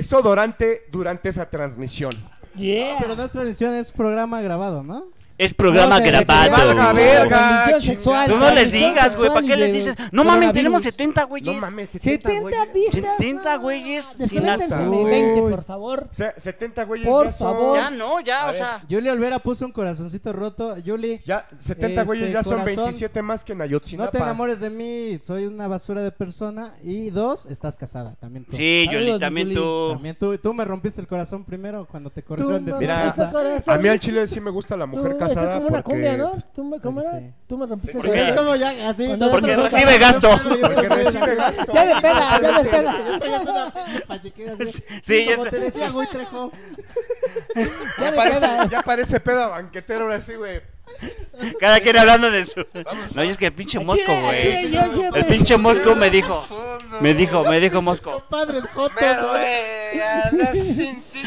S5: desodorante durante esa transmisión.
S3: Yeah.
S4: Pero no es transmisión, es programa grabado, ¿no?
S2: Es programa
S3: No, te
S2: grabado.
S3: refieres
S5: Valga
S3: a
S5: verga,
S3: condición
S5: chingada.
S3: sexual,
S2: Tú no les
S3: condición
S2: digas, güey. ¿Para
S3: sexual
S2: qué
S3: y
S2: les
S3: de
S2: dices? No mames, tenemos
S3: coronavirus.
S2: 70, güey.
S5: No mames, 70,
S3: 70
S5: güeyes.
S3: vistas.
S2: 70 güeyes sin
S3: Desconéctense,
S2: azúcar.
S3: 20, por favor.
S5: O sea, 70 güeyes
S3: Por
S5: ya son-
S3: favor.
S2: Ya no, ya, o
S5: ver.
S2: sea.
S4: Julie Olvera puso un corazoncito roto. Julie,
S5: Ya, 70 güeyes
S4: Este,
S5: ya son
S4: corazón,
S5: 27 más que en
S4: no
S5: Ayotzinapa.
S4: te enamores de mí, soy una basura de persona. Y dos, estás casada, también tú.
S2: Sí, Yoli,
S3: Saludos,
S2: también
S3: Yoli.
S2: tú.
S4: También tú, tú me rompiste el corazón primero cuando te
S3: Tú
S4: corrieron de
S3: me
S4: tu
S5: Mira,
S3: rompiste el
S4: casa.
S3: corazón.
S5: A mí al chile sí me gusta la mujer
S3: Tú,
S5: casada.
S3: Eso es como una
S5: porque- pues,
S3: cumbia, ¿no? Tú me, ¿cómo era?
S4: Sí.
S3: Tú me rompiste el
S5: ¿Por qué?
S4: Es
S3: corazón.
S4: como ya así.
S3: Cuando-
S2: Porque
S3: Porque
S2: recibe gasto.
S5: Porque recibe gasto.
S3: Ya me pega, ya me
S4: Yo
S3: pega.
S4: soy así una pinche pachequera, así.
S2: Sí,
S4: como
S2: ya
S4: te
S2: sé.
S4: decía Güey Trejo.
S3: Ya me
S5: Parece-
S3: pega.
S5: ya parece peda banquetero ahora sí, güey.
S2: Cada quien hablando de su. No, y es que el pinche
S3: Al
S2: mosco,
S3: chile, al chile,
S2: güey.
S3: yo siempre-
S2: El pinche mosco me dijo. Me dijo, me dijo mosco.
S4: Compadres jotos.
S7: Me
S4: ¿no?
S7: duele andar sin ti,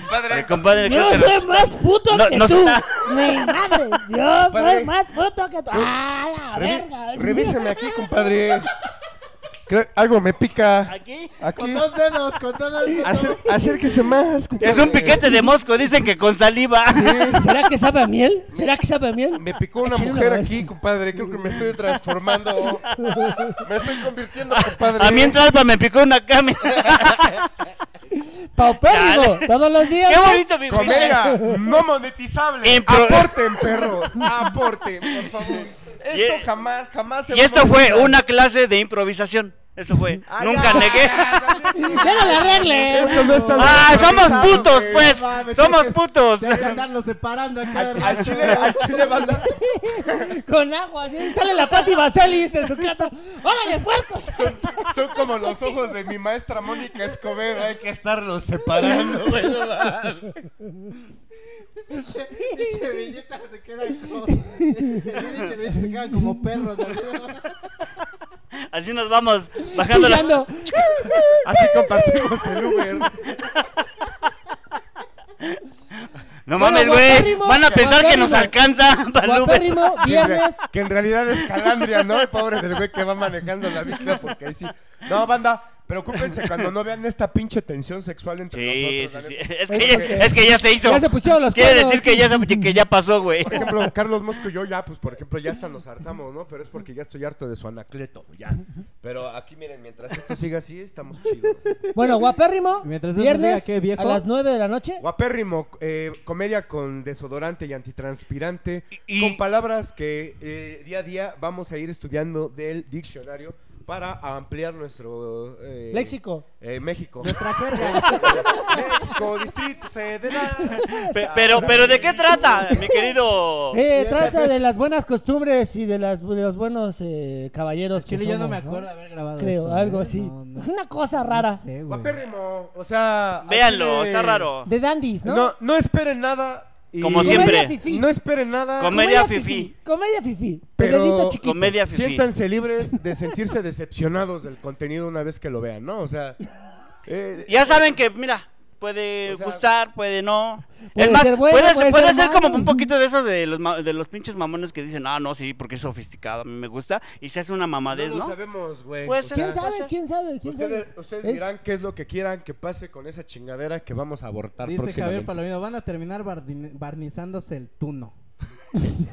S7: compadre.
S2: El compadre creo
S3: Yo
S2: que
S3: soy
S2: nos-
S3: más puto
S2: No,
S3: que
S2: nos
S3: tú.
S2: está-
S3: Mi madre, yo
S5: Padre.
S3: soy más puto que tú. ¡Ah, la
S5: eh, Revi-
S3: verga!
S5: revíseme aquí, compadre. Creo- algo me pica.
S2: Aquí.
S5: Aquí.
S4: Con dos dedos, con dos dedos.
S5: Acer- acérquese más, compadre.
S2: Es un piquete de mosco, dicen que con saliva.
S3: ¿Será que sabe a miel? ¿Será que sabe a miel?
S5: Me picó una
S3: Échale una
S5: mujer
S3: vez.
S5: aquí, compadre. Creo que me estoy transformando. Me estoy convirtiendo, compadre.
S2: A mí en Tlalpan me picó una cama.
S3: Paupérrimo, todos los días.
S2: Qué
S3: ¿no?
S2: bonito mi pinche.
S5: Comedia no monetizable.
S2: En pro-
S5: Aporten, perros. Aporten, por favor. Esto
S2: Y-
S5: jamás, jamás se
S2: Y
S5: va a
S2: esto fue
S5: monetizar.
S2: una clase de improvisación. Eso fue.
S5: Ah,
S2: Nunca
S5: ya,
S2: negué.
S5: ya, ya, ya.
S3: Ya no la eh, arregle.
S5: Esto no está
S2: Ah, somos
S5: normalizado,
S2: putos,
S5: güey.
S2: pues.
S4: mames,
S2: Somos
S4: es que-
S2: putos.
S4: Te hacen andarlo separando acá.
S5: Al,
S4: ¿verdad?
S5: al chile, al chile banda.
S3: Con agua, así sale la Pati Vaselis en su casa. ¡Órale, puercos!
S5: Son como los ojos de mi maestra Mónica Escobedo. Hay que estarlos separando, güey. no mames.
S4: Pinche Villeta se queda como. Pinche Villeta se queda como perros. así.
S2: Así nos vamos bajando la.
S3: Chillando.
S5: Así compartimos el Uber.
S2: No
S3: Bueno,
S2: mames, güey.
S3: guapérrimo,
S2: Van a pensar que nos
S3: guapérrimo.
S2: alcanza para el Uber.
S3: Guapérrimo,
S5: Que en, rea-
S3: viernes.
S5: que en realidad es calandria, ¿no? El pobre del güey que va manejando la bicla porque ahí sí. No, banda, preocúpense cuando no vean esta pinche tensión sexual entre
S2: Sí, sí,
S5: nosotros. la
S2: sí.
S5: neta.
S2: Es que, ya, es que ya se hizo.
S3: Ya se pusieron los
S2: Quiere
S3: cuernos.
S2: decir que ya, se- que ya pasó, güey.
S5: Por ejemplo, Carlos Mosco y yo ya, pues por ejemplo, ya hasta nos hartamos, ¿no? Pero es porque ya estoy harto de su anacleto, ya. Pero aquí miren, mientras esto siga así, estamos chidos.
S3: Bueno, guapérrimo.
S4: Mientras eso
S3: viernes
S4: siga, ¿qué, viejo?
S3: a las 9 de la noche.
S5: Guapérrimo, eh, comedia con desodorante y antitranspirante,
S2: Y-
S5: con palabras que eh, día a día vamos a ir estudiando del diccionario para ampliar nuestro... eh,
S3: Léxico.
S5: eh, México.
S4: Nuestra jerga.
S5: México, Distrito Federal.
S2: Pe- Pero, pero ¿de qué trata, mi querido?
S3: Eh, trata de las buenas costumbres y de, las, de los buenos eh, caballeros que
S4: Chile, yo no
S3: somos,
S4: me acuerdo haber grabado
S3: Creo,
S4: eso,
S3: algo
S4: ¿eh?
S3: así.
S4: No, no.
S3: Una cosa rara.
S4: No sé, güey.
S5: Eh, Guapérrimo, o sea...
S2: Véanlo,
S5: así de-
S2: está raro.
S3: De dandies, ¿no?
S5: ¿no? no, esperen nada. y-
S2: Como
S3: Comedia
S2: siempre.
S3: fifí.
S5: No esperen nada.
S2: Come- Comedia fifí.
S3: fifí. Comedia fifí.
S5: Pero-
S3: Periodito chiquito.
S2: Comedia fifí.
S5: Siéntanse libres de sentirse decepcionados del contenido una vez que lo vean, ¿no? O sea... eh,
S2: Ya saben que, mira, puede
S5: O sea,
S2: gustar, puede no.
S3: puede
S2: es más,
S3: ser bueno,
S2: puede,
S3: puede
S2: puede
S3: ser
S2: ser
S3: malo.
S2: como un poquito de esos de los, ma- de los pinches mamones que dicen, ah, no, sí, porque es sofisticado, a mí me gusta. Y se hace una
S5: no
S2: mamadez,
S5: lo
S2: ¿no? Pues,
S5: sabemos, güey.
S2: Puede ser.
S3: ¿Quién
S2: Puede
S3: sabe? ¿Quién sabe? ¿Quién
S5: Ustedes,
S3: sabe?
S5: ustedes
S3: Es-
S5: dirán qué es lo que quieran que pase con esa chingadera que vamos a abortar
S4: Dice Javier
S5: próximamente.
S4: Palomino, van a terminar bardine- barnizándose el tuno.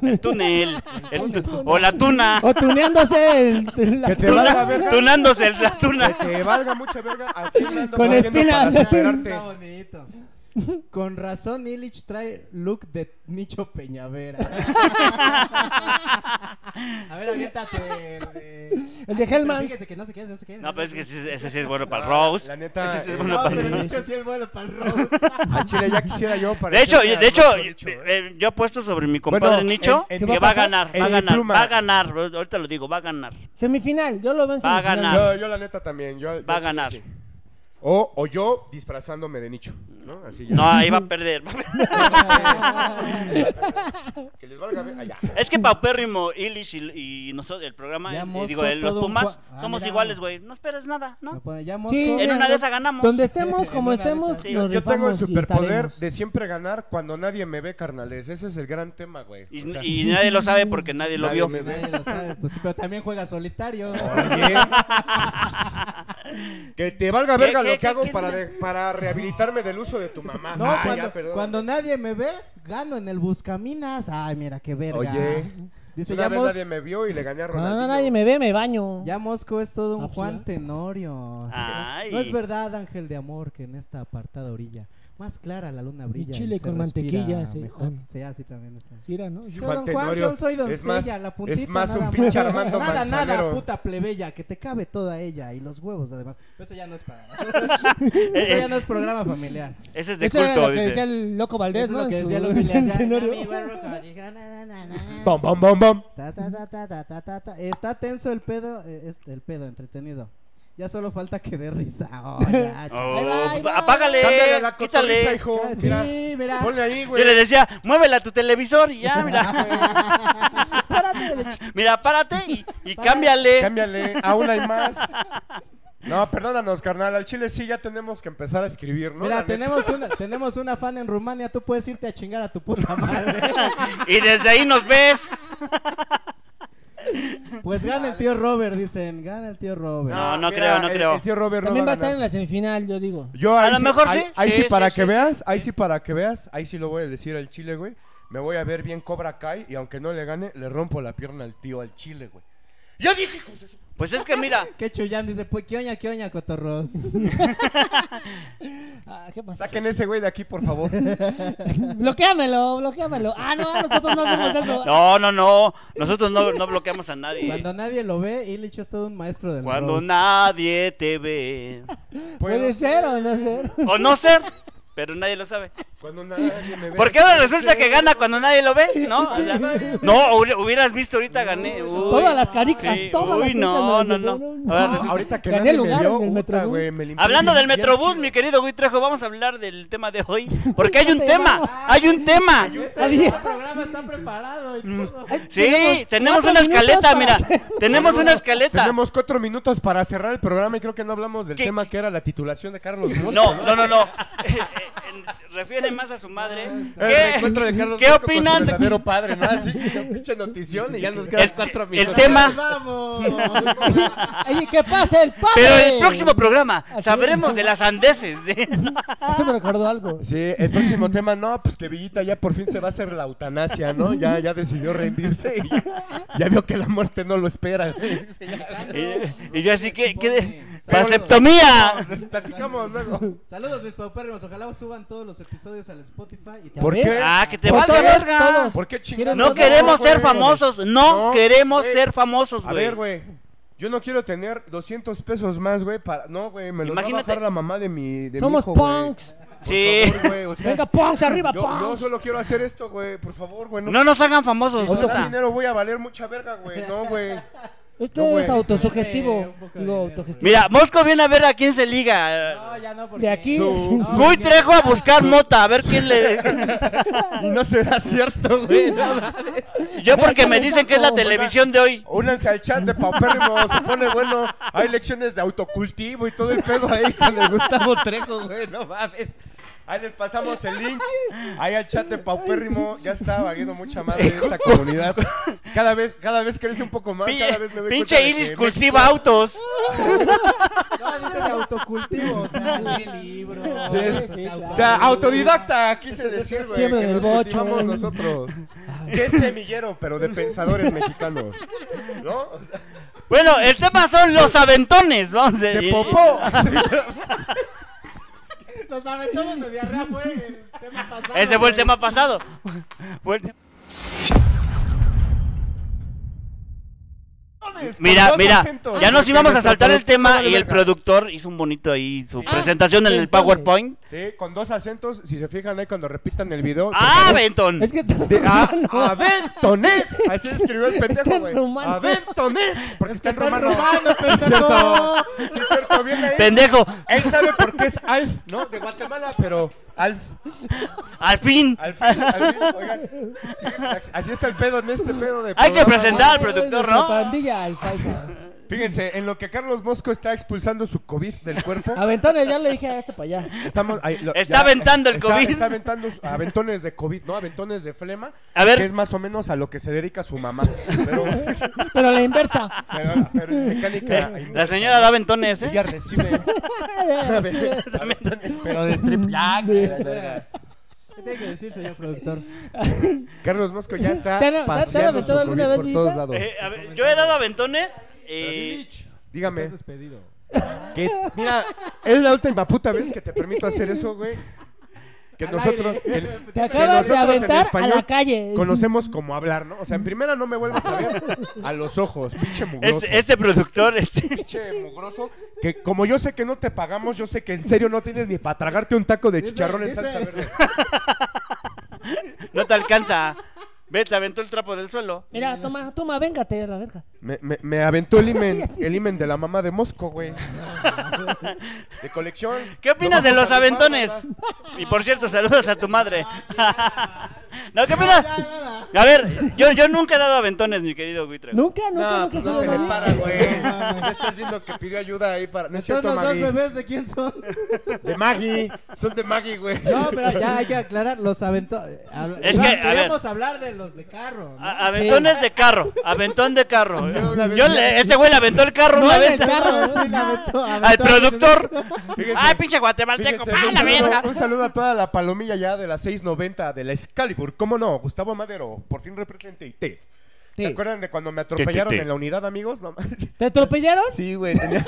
S2: El túnel. el tu- o la tuna.
S3: O tuneándose el, el- la
S5: Que te
S3: tuna.
S5: valga verga.
S2: Tunándose el- la tuna.
S5: Que te valga mucha verga. Aquí ando
S3: Con
S5: corriendo
S3: espinas.
S5: para superarte.
S4: Está bonito. Con razón, Illich trae look de Nicho Peñavera. a ver, aviéntate. El de,
S3: El de
S4: Pero
S3: Hellmans.
S4: Fíjese que no se quede, no se quede.
S2: No, pero es que
S4: sí.
S2: ese, ese sí es bueno para el
S5: La-
S2: Rose.
S5: la neta,
S2: ese sí
S5: eh,
S2: es bueno
S4: No,
S2: para
S4: pero
S2: el
S4: Nicho sí es bueno para el roast.
S5: A Chile ya quisiera yo para
S2: De hecho, de hecho, eh, eh, yo apuesto sobre mi compadre
S5: Bueno,
S2: Nicho
S5: en- en-
S2: que
S5: ¿qué
S2: va,
S5: va
S2: a
S5: a pasar?
S2: ganar, va a
S5: En
S2: ganar,
S5: pluma.
S2: va a ganar, ahorita lo digo, va a ganar,
S3: Semifinal. Yo lo veo en
S2: Va a
S3: semifinal.
S2: ganar.
S5: yo, yo la neta también. yo- yo
S2: va a
S5: sí,
S2: ganar.
S5: sí. O, o yo disfrazándome de nicho. ¿no? Así ya.
S2: No, ahí va a perder.
S5: Que les valga ver- allá.
S2: es que Paupérrimo, Illich y, y nosotros, el programa,
S4: Ya
S2: es-
S4: Mosco,
S2: digo, los
S4: todo un
S2: Pumas,
S4: cua- Ah,
S2: somos
S4: mira.
S2: iguales, güey. No esperes nada,
S4: Me
S2: ¿no?
S4: pone, ya Mosco.
S3: Sí,
S2: En
S3: mira,
S2: una de
S3: do-
S2: esas ganamos.
S3: Donde estemos,
S4: En
S3: como
S4: una de
S3: estemos,
S4: esas.
S2: Sí.
S3: nos
S5: Yo tengo el
S3: rifamos y
S5: superpoder
S3: estaremos.
S5: de siempre ganar cuando nadie me ve, carnales. Ese es el gran tema, güey.
S2: Y,
S5: O sea,
S2: y nadie lo sabe porque nadie lo
S5: nadie
S2: vio.
S5: me ve.
S4: Nadie lo sabe, pues sí, pero también juega solitario.
S5: Oye. que te valga
S2: ¿Qué,
S5: verga
S2: qué,
S5: lo que
S2: qué,
S5: hago
S2: qué
S5: para,
S2: dice?
S5: de- para rehabilitarme del uso de tu mamá.
S4: No,
S5: Ah, ya,
S4: cuando,
S5: perdón.
S4: cuando nadie me ve, gano en el Buscaminas. Ay, mira qué verga.
S5: Oye.
S4: Dice,
S5: Una
S4: ya,
S5: vez
S4: Mos-
S5: nadie me vio y le gané a
S3: No,
S5: Ronaldinho.
S3: no, Ah, nadie me ve, me baño.
S4: ya Mosco es todo un
S3: Ah, pues,
S4: Juan
S3: ya.
S4: Tenorio. Así
S2: Ay.
S4: que, No es verdad, ángel de amor, que en esta apartada orilla más clara la luna brilla.
S3: chile
S4: se
S3: con
S4: respira
S3: mantequilla, sí.
S4: Mejor.
S3: Ah.
S4: Sí, así también. o sea.
S3: Sí, era, ¿no?
S4: Yo,
S5: Juan
S4: don Juan,
S5: Tenorio,
S4: yo soy doncella,
S5: es más-
S4: la puntita,
S5: es más un
S4: nada
S5: pinche Armando
S4: Nada, nada,
S5: Manzanero.
S4: puta plebeya, que te cabe toda ella y los huevos además. Eso ya no es para... Eso ya no es programa familiar.
S2: Ese es de
S3: Eso era
S2: culto,
S3: lo que
S2: dice.
S3: decía el loco Valdés,
S4: Eso
S3: ¿no?
S4: es lo
S3: En
S4: que
S3: su-
S4: decía López Leal, ya,
S3: Tenorio.
S4: mi buen rojo, diga, na, na, na, na.
S5: Bam, bam, bam, bam.
S4: Ta, ta, ta, ta, ta, ta, ta, ta. Está tenso el pedo, eh, este, el pedo entretenido. Ya solo falta que dé risa. Oh, ya,
S2: Oh,
S3: Ahí va, ahí va.
S2: apágale,
S5: Cámbiale la cotorriza,
S2: Eh, quítale.
S5: hijo.
S4: chaval.
S5: Mira,
S4: Sí, mira.
S5: ponle ahí,
S2: Yo le
S5: güey.
S2: decía, muévela a tu televisor y ya, mira,
S3: Párate, le-
S2: mira, párate y, y cámbiale.
S5: Cámbiale, aún hay más. No, perdónanos, carnal. Al chile sí ya tenemos que empezar a escribir, ¿no?
S4: Mira,
S5: La neta.
S4: tenemos una, tenemos una fan en Rumania, tú puedes irte a chingar a tu puta madre.
S2: Y desde ahí nos ves.
S4: Pues gana el tío Robert, dicen, gana el tío Robert.
S2: No, no creo, no
S5: el-
S2: creo.
S5: el tío Robert no
S3: También va a
S5: ganar.
S3: estar en la semifinal, yo digo.
S5: Yo
S2: A
S5: ahí
S2: lo
S5: sí-
S2: mejor
S5: ahí-
S2: sí.
S5: Ahí sí,
S2: Sí,
S5: para
S2: sí,
S5: que
S2: sí,
S5: veas, ahí sí para que veas, ahí sí lo voy a decir al chile, güey. Me voy a ver bien Cobra Kai y aunque no le gane, le rompo la pierna al tío al chile, güey. Yo dije, hijo de su-
S2: Pues es que mira,
S4: Que Chuyán dice, pues, ¿qué oña, qué oña, cotorros?
S3: Ah, ¿qué pasa?
S5: saquen ese güey de aquí, por favor.
S3: bloqueamelo, bloqueamelo. Ah, no, nosotros no hacemos eso.
S2: no, no, no. Nosotros no, no bloqueamos a nadie.
S4: Cuando
S2: Cuando,
S4: nadie lo ve, Illich es todo un maestro del roast.
S2: nadie te ve.
S3: Puede
S2: pues.
S5: Puedo-
S3: ser o no ser.
S2: O no ser, pero nadie lo sabe.
S5: Cuando nadie me ve.
S2: ¿Por qué ahora resulta que gana cuando nadie lo ve? No, O sea, no hubi- hubieras visto ahorita gané. Uy.
S3: Todas las caricas,
S2: Sí,
S3: todas las
S2: Uy,
S3: caricas
S2: no,
S3: me
S2: no,
S3: las
S2: no.
S3: llevaron.
S2: Ahora
S3: No,
S2: resulta-
S5: Ahorita que
S3: Gané
S5: nadie
S3: lugar
S5: me vio,
S3: en el
S5: puta,
S3: Metrobús.
S5: güey, me limpié
S2: Hablando del
S5: bien, bien
S2: Metrobús,
S5: chido.
S2: mi querido Gui Trejo, vamos a hablar del tema de hoy. Porque hay
S3: Ya
S2: un
S3: te
S2: tema,
S3: vamos.
S2: hay un tema.
S3: Adiós.
S4: El Este programa está preparado y
S5: Mm.
S4: todo.
S2: Sí, tenemos
S3: cuatro
S2: una
S3: minutos
S2: escaleta,
S3: para
S2: mira.
S3: que-
S2: Tenemos una escaleta.
S5: Tenemos cuatro minutos para cerrar el programa y creo que no hablamos del
S2: ¿Qué?
S5: tema que era la titulación de Carlos Mosco.
S2: No, no, no, no. Eh, eh, eh, Refiere más a su madre.
S5: El reencuentro de
S2: ¿Qué,
S5: Carlos
S2: ¿qué
S5: Mosco con su
S2: opinan?
S5: verdadero padre, ¿no? Así, pinche notición y ya nos quedan
S2: El,
S5: cuatro
S2: el
S5: minutos.
S2: tema.
S4: ¡Vamos!
S3: Ay, que pase el padre.
S2: Pero el próximo programa
S3: Así es.
S2: sabremos de las andeses. ¿eh?
S3: Eso me recordó algo.
S5: Sí, el próximo tema, no, pues que Villita ya por fin se va a hacer la eutanasia, ¿no? Ya, ya decidió rendirse y ya, ya vio que la muerte no lo espera.
S2: Y, y yo así que... que
S4: Supone.
S2: ¡Vasectomía!
S5: Les platicamos luego.
S4: Saludos, mis paupérrimos. Ojalá suban todos los episodios al Spotify. Y
S3: Ya
S5: ¿Por
S3: ves.
S5: qué?
S2: Ah, que te
S3: Por
S2: va
S3: todos,
S2: verga.
S3: todos.
S5: ¿Por qué chingados?
S2: No queremos
S5: güey?
S2: ser famosos, no
S5: No,
S2: queremos
S5: güey.
S2: ser famosos,
S5: A
S2: güey.
S5: ver, güey. Yo no quiero tener 200 pesos más, güey, para... No, güey, me los va a
S2: Imagínate.
S5: bajar la mamá de mi... De
S3: Somos
S5: mi hijo, güey.
S3: punks.
S5: Por
S2: Sí.
S5: favor, güey, o sea,
S3: Venga, punks, arriba,
S5: yo, yo
S3: punks.
S5: solo quiero hacer esto, güey, por favor, güey.
S2: No nos hagan famosos,
S5: Si nos dan
S2: puta.
S5: dinero voy a valer mucha verga, güey. No, güey.
S3: Esto
S5: No, güey.
S3: es autosugestivo.
S4: Un poco de
S3: Digo,
S4: dinero,
S3: autogestivo.
S2: Mira, Mosco viene a ver a quién se liga.
S4: No, ya no, porque...
S3: De aquí.
S5: Su-
S4: No,
S2: Gui
S4: porque-
S2: Trejo a buscar mota, a ver quién le...
S5: Y no será cierto, güey. No,
S2: Yo porque me dicen que es la televisión de hoy.
S5: Únanse al chat de Paupérrimo, se pone bueno. Hay lecciones de autocultivo y todo el pedo ahí con el Gustavo Trejo, güey, no mames. Ahí les pasamos el link. Ahí al chat de Paupérrimo. Ya está valiendo mucha madre esta comunidad. Cada vez, cada vez crece un poco más. Cada vez me doy cuenta
S2: Pinche
S5: de
S2: Iris
S5: que
S2: cultiva
S5: México-
S2: autos.
S4: No, dice de autocultivo. O sea, lee libros.
S5: Sí,
S4: o
S5: sí,
S4: sea,
S5: O sea, autodidacta, quise decir, güey.
S3: Siembra
S5: que
S3: en el
S5: nos
S3: bocho,
S5: cultivamos
S3: güey.
S5: nosotros.
S4: Ah.
S5: Qué semillero, pero de pensadores mexicanos. ¿No? O sea,
S2: Bueno, el tema son los aventones, vamos a
S5: de popó.
S4: Los aventamos de diarrea fue el tema pasado.
S2: Ese fue el
S4: güey.
S2: tema pasado. Fue el tema- Mira,
S5: Con dos
S2: mira,
S5: acentos.
S2: ya nos
S3: Ah,
S5: Que
S2: íbamos a
S5: nuestro
S2: saltar el
S5: productor
S2: tema
S5: vale
S2: y el
S5: verga.
S2: productor hizo un bonito ahí su
S3: Ah,
S2: presentación en el
S3: entonces.
S2: PowerPoint.
S5: Sí, con dos acentos, si se fijan ahí cuando repitan el video.
S2: ¡Ah, aventón!
S3: Es que.
S5: de- ah,
S3: no.
S5: ¡Aventonés! Así escribió el
S3: Está
S5: pendejo,
S3: en
S5: güey.
S3: rumano.
S5: ¡Aventonés! Porque está en
S4: Está
S5: romano.
S4: robando,
S5: Sí, es
S4: pendejo.
S5: cierto. Sí, es cierto, bien ahí.
S2: ¡Pendejo!
S5: Él sabe por qué es Alf, ¿no? De Guatemala, pero Alf.
S2: Al fin.
S5: Al fin, al fin, oigan, sí, así está el pedo en este pedo de
S2: Hay que
S5: programa.
S2: presentar- Sentado al
S3: Ah, es
S2: productor,
S3: nuestra
S2: ¿no?
S3: Pandilla alfalfa.
S5: Fíjense, en lo que Carlos Mosco está expulsando su COVID del cuerpo.
S3: Aventones, ya le dije a este para allá.
S5: Estamos, ahí, lo-
S2: Está aventando el
S5: está-
S2: COVID.
S5: Está aventando su- aventones de COVID, ¿no? Aventones de flema.
S2: A ver.
S5: Que es más o menos a lo que se dedica su mamá. Pero,
S3: Pero a la inversa.
S5: pero, pero en mecánica.
S2: Eh, la señora da aventones,
S5: Ella
S2: ¿eh?
S5: recibe. Aventones, pero de triple. Ya, que la verga.
S4: ¿Qué tiene que decir, señor productor?
S5: Carlos Mosco ya está.
S3: ¿Te han- te han
S5: paseando su
S3: aventado alguna
S5: COVID
S3: vez,
S5: por
S3: Villita?
S5: todos lados.
S2: Eh, a ver, yo he dado aventones. eh,
S5: Dígame.
S4: despedido.
S5: que- mira, es la última puta vez que te permito hacer eso, güey. Que nosotros. que-
S3: Te
S5: que
S3: acabas de
S5: nosotros en
S3: aventar a
S5: español
S3: la calle.
S5: Conocemos cómo hablar, ¿no? O sea, en primera no me vuelvas a ver a los ojos, pinche mugroso.
S2: este, este productor es.
S5: Pinche este mugroso. Que como yo sé que no te pagamos, yo sé que en serio no tienes ni para tragarte un taco de chicharrón en
S4: ese-
S5: salsa verde.
S2: No te alcanza. Ves, le aventó el trapo del suelo.
S3: Mira, toma, toma, véngate a la verga.
S5: Me, me- me aventó el imen, el imen de la mamá de Mosco, güey. De colección.
S2: ¿Qué opinas
S5: Lo
S2: de los
S5: vamos a rifar,
S2: aventones?
S5: ¿verdad?
S2: Y por cierto, saludos a tu madre. No, ¿qué opinas? A ver, yo, yo nunca he dado aventones, mi querido Buitre.
S3: Nunca, nunca,
S5: No,
S3: nunca
S5: pues
S3: se
S5: no
S3: lo
S5: se le
S3: doy.
S5: para, güey. Ya estás viendo que pidió ayuda ahí para. No es
S4: Todos
S5: cierto,
S4: los dos
S5: Maggie.
S4: bebés de quién son.
S5: De Maggie. Son de Maggie, güey.
S4: No, pero ya hay que aclarar, los aventones.
S2: Es que, a Ah,
S4: queríamos hablar de los de carro. ¿no?
S2: A- aventones de carro, aventón de carro.
S5: una vez-
S2: Yo le- ese güey le aventó el carro Ah,
S3: No
S2: una
S3: en el
S2: vez
S3: carro, ¿no?
S4: Sí, la aventó-
S2: al
S4: aventó-
S2: productor.
S5: Fíjense.
S2: Ay, pinche guatemalteco,
S5: Fíjense,
S2: pa'
S5: un,
S2: la verga.
S5: saludo, un saludo a toda la palomilla ya de la 690 de la Excalibur. ¿Cómo no? Gustavo Madero, por fin represente y te. ¿Se acuerdan de cuando me atropellaron en la unidad, amigos? No, mames.
S3: ¿Te atropellaron?
S5: sí, güey, tenía,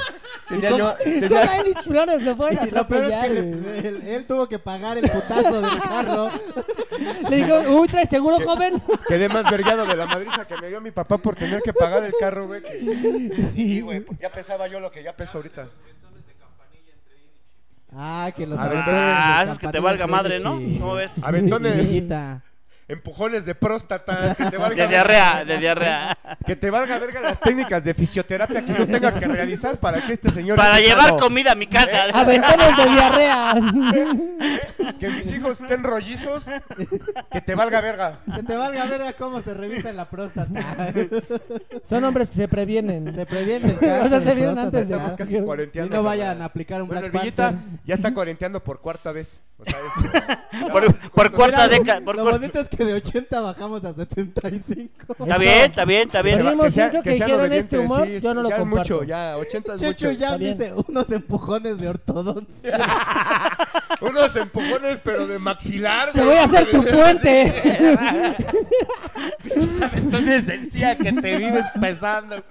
S5: tenía
S4: cómo?
S5: yo...
S3: Son
S5: tenía-
S3: ahí los chulones, lo fueron a
S4: Y lo peor es
S3: atropellar.
S4: que
S3: güey.
S4: le- él, él tuvo que pagar el putazo del carro.
S3: Le digo, uy, trae seguro, joven.
S5: quedé más vergado de la madriza que me dio mi papá por tener que pagar el carro, güey. que- Sí, güey, ya pesaba yo lo que ya peso ahorita.
S4: Ah, que los
S5: Aventones
S4: de
S2: Ah, haces que te
S4: Zapatos
S2: valga
S4: de
S2: madre, ¿no?
S4: Frichi.
S2: ¿Cómo ves?
S5: Aventones,
S4: Amiguita.
S5: empujones de próstata, que te valga
S2: De diarrea, de diarrea.
S5: Que te valga verga las técnicas de fisioterapia que yo tenga que realizar para que este señor...
S2: Para
S5: esté
S2: llevar
S5: sano.
S2: comida a mi casa.
S3: Aventones de diarrea.
S5: Que mis hijos estén rollizos, que te valga verga.
S4: Que te valga verga cómo se revisa en la próstata.
S3: Son hombres que se previenen.
S4: Se previene el cáncer.
S3: O sea, se
S4: de
S3: vieron
S4: próstata,
S3: antes de-
S4: ¿verdad?
S5: Estamos casi
S4: Y
S5: cuarenteando.
S4: no vayan a aplicar un
S5: Bueno, el
S4: Black
S5: Villita
S4: Panther.
S5: ya está cuarenteando por cuarta vez. O sea, es-
S2: Por, por cuarta
S4: Mira, lo-
S2: década. por
S4: Lo
S2: cuar-
S4: bonito es que de 80 bajamos a 75.
S2: Está bien, está bien, está
S5: Que se
S2: bien.
S5: va-
S3: Vimos mucho que dijeron este
S5: obedientes,
S3: humor,
S5: sí,
S3: yo no lo
S5: ya es
S3: comparto.
S5: mucho, ya, 80 es
S4: Checho
S5: mucho.
S4: ya
S3: está bien.
S4: dice unos empujones de ortodoncia.
S5: Unos empujones, pero de maxilar,
S3: Te voy a hacer tu puente.
S5: Entonces decía que te vives pesando.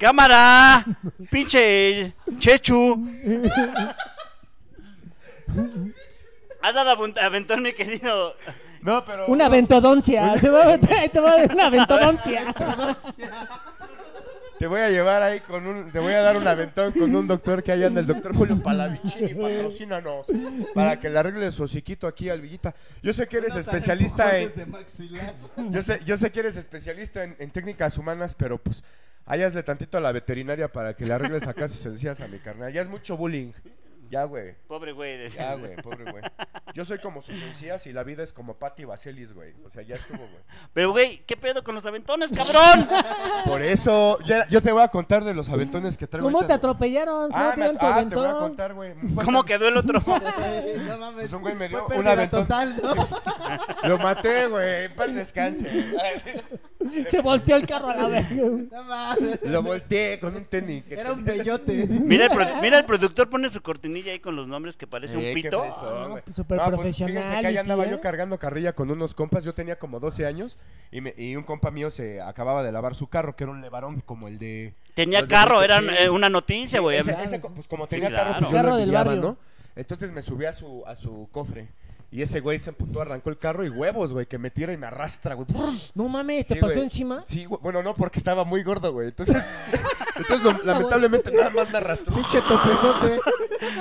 S2: Cámara, pinche Chechu. Has dado avent- aventón, mi querido.
S5: No, pero...
S3: Una ventodoncia. Te voy a meter- te voy a dar una ventodoncia.
S5: Te voy a llevar ahí con un... Te voy a dar un aventón con un doctor que allá anda, el doctor Julio Palavicini, patrocínanos. Para que le arregle su hociquito aquí al Villita. Yo sé que eres especialista en...
S4: Empujones de maxilar.
S5: Yo sé, yo sé que eres especialista en, en técnicas humanas, pero pues háyasle tantito a la veterinaria para que le arregles acá sus encías a mi carnal. Ya es mucho bullying. Ya, güey.
S2: Pobre güey. decías.
S5: Ya, güey, pobre güey. Yo soy como sus encías y la vida es como Patti Vaselis, güey. O sea, ya estuvo, güey.
S2: Pero, güey, ¿qué pedo con los aventones, cabrón?
S5: Por eso, ya- yo te voy a contar de los aventones que traigo.
S3: ¿Cómo te
S5: ahorita.
S3: atropellaron? ¿Cómo
S5: Ah,
S3: te
S5: me-
S3: dieron tu
S5: ah, te voy a
S3: aventón?
S5: contar, güey.
S2: ¿Cómo quedó el otro?
S4: Sí, no mames.
S5: Pues un güey me dio
S4: Fue
S5: un
S4: pérdida
S5: aventón.
S4: total, ¿no?
S5: Lo maté, güey. En paz descanse.
S3: Se volteó el carro a la verga.
S4: No mames.
S5: Lo volteé con un tenis. que
S4: Era un
S5: tenía.
S4: bellote.
S2: Mira el, pro- mira, el productor pone su cortinilla ahí con los nombres que parece
S5: Eh,
S2: un
S5: qué
S2: pito.
S5: fresón,
S3: No,
S5: güey.
S3: pues, súper
S5: Fíjense que ahí
S3: profesionality,
S5: andaba
S3: ¿eh?
S5: yo cargando carrilla con unos compas. Yo tenía como 12 años y, me- y un compa mío se acababa de lavar su carro, que era un levarón como el de.
S2: Tenía
S5: los de
S2: carro, era
S5: Michoacán.
S2: eh, una noticia, güey.
S5: Ese- ese co- pues como tenía
S2: claro.
S5: carro, pues yo
S3: Carro
S5: lo
S3: del
S5: envidiaba,
S3: barrio.
S5: ¿no? Entonces me subí a su, a su cofre. Y ese güey se emputó, arrancó el carro y huevos, güey, que me tira y me arrastra, güey. ¡Brum!
S3: No mames, ¿te
S5: Sí,
S3: pasó
S5: güey.
S3: encima?
S5: Sí, güey. Bueno, no, porque estaba muy gordo, güey. Entonces, entonces
S3: Ah,
S5: lo- lamentablemente nada más me arrastró. Pinche topezote.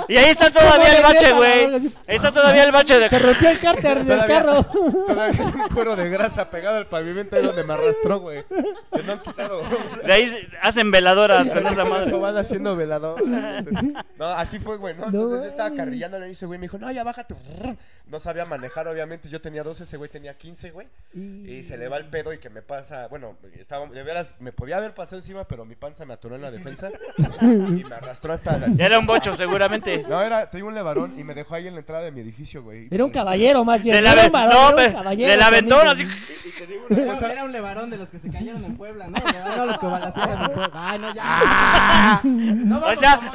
S2: Y ahí está todavía
S3: No,
S2: el bache,
S3: regresa,
S2: güey.
S3: no, así-
S2: Ahí está todavía el bache de...
S3: Se rompió el cárter del
S5: Todavía-
S3: carro.
S5: Todavía un cuero de grasa pegado al pavimento ahí donde me arrastró, güey. Que no han quitado.
S2: De ahí se- hacen veladoras con esa
S5: Eso
S2: madre.
S5: van haciendo velado. No, así fue, güey, ¿no? Entonces yo estaba
S3: güey.
S5: carrillando y ese güey me dijo, no, ya bájate. No sabía manejar, obviamente. Yo tenía 12, ese güey tenía 15, güey. Y se le va el pedo y que me pasa. Bueno, estaba, de veras, me podía haber pasado encima, pero mi panza me atoró en la defensa. y me arrastró hasta la.
S2: Era un bocho, seguramente.
S5: No, era, tenía un levarón y me dejó ahí en la entrada de mi edificio, güey.
S3: Era un caballero más bien.
S2: De la,
S3: era
S2: ve-
S3: un varón,
S2: no, pues,
S3: era un
S2: pe-
S3: caballero
S2: del
S3: también,
S2: aventón,
S3: güey.
S2: así.
S4: Era, era un levarón de los que se cayeron en Puebla, ¿no? Ah, no, los que balacieron en Puebla. Ay, no, ya.
S5: Ah.
S4: No
S2: O sea,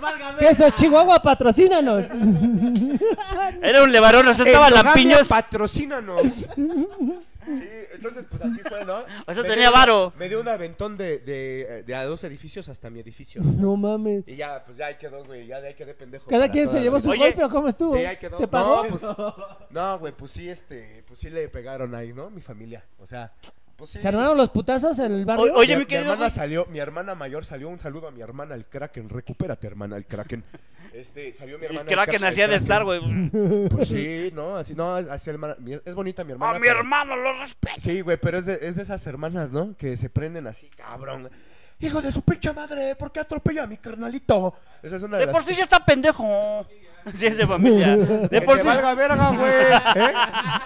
S4: válgame.
S3: quesos Chihuahua, patrocínanos.
S2: era un levarón, o sea, estaba
S5: Endogamia,
S2: lampiños.
S5: patrocínanos. Sí, entonces pues así fue, ¿no?
S2: O sea,
S5: Me
S2: tenía
S5: dio-
S2: varo.
S5: Me dio un aventón de, de, de a dos edificios hasta mi edificio.
S3: No mames.
S5: Y ya, pues ya ahí quedó, güey, ya de ahí quedé pendejo.
S3: Cada
S5: para
S3: quien
S5: toda
S3: se
S5: la
S3: llevó
S5: vida.
S3: su
S2: Oye,
S3: golpe, pero ¿cómo estuvo?
S5: Sí, ahí quedó.
S3: ¿Te pagó?
S5: No, pues, no, güey, pues sí, este, pues sí le pegaron ahí, ¿no? Mi familia, o sea, pues sí.
S3: ¿Se armaron los putazos en el barrio?
S2: O- Oye,
S5: mi,
S2: mi querido.
S5: hermana
S2: güey.
S5: salió, mi hermana mayor salió, un saludo a mi hermana, el Kraken, recupérate, hermana, el Kraken. Este, salió mi hermana.
S2: El Kraken hacía de
S5: Kraken.
S2: estar, güey.
S5: Pues sí, no, así, no, así hermana, mi- es bonita mi hermana.
S2: A Ah, mi
S5: pero-
S2: hermano lo respeto.
S5: Sí, güey, pero es de, es de esas hermanas, ¿no? Que se prenden así, cabrón. Hijo de su pinche madre, ¿por qué atropella a mi carnalito? Esa es una
S2: De
S5: de, las...
S2: por sí ya está pendejo. Sí, es de familia. De
S5: Que
S2: por
S5: te
S2: sí.
S5: valga verga, güey. ¿eh?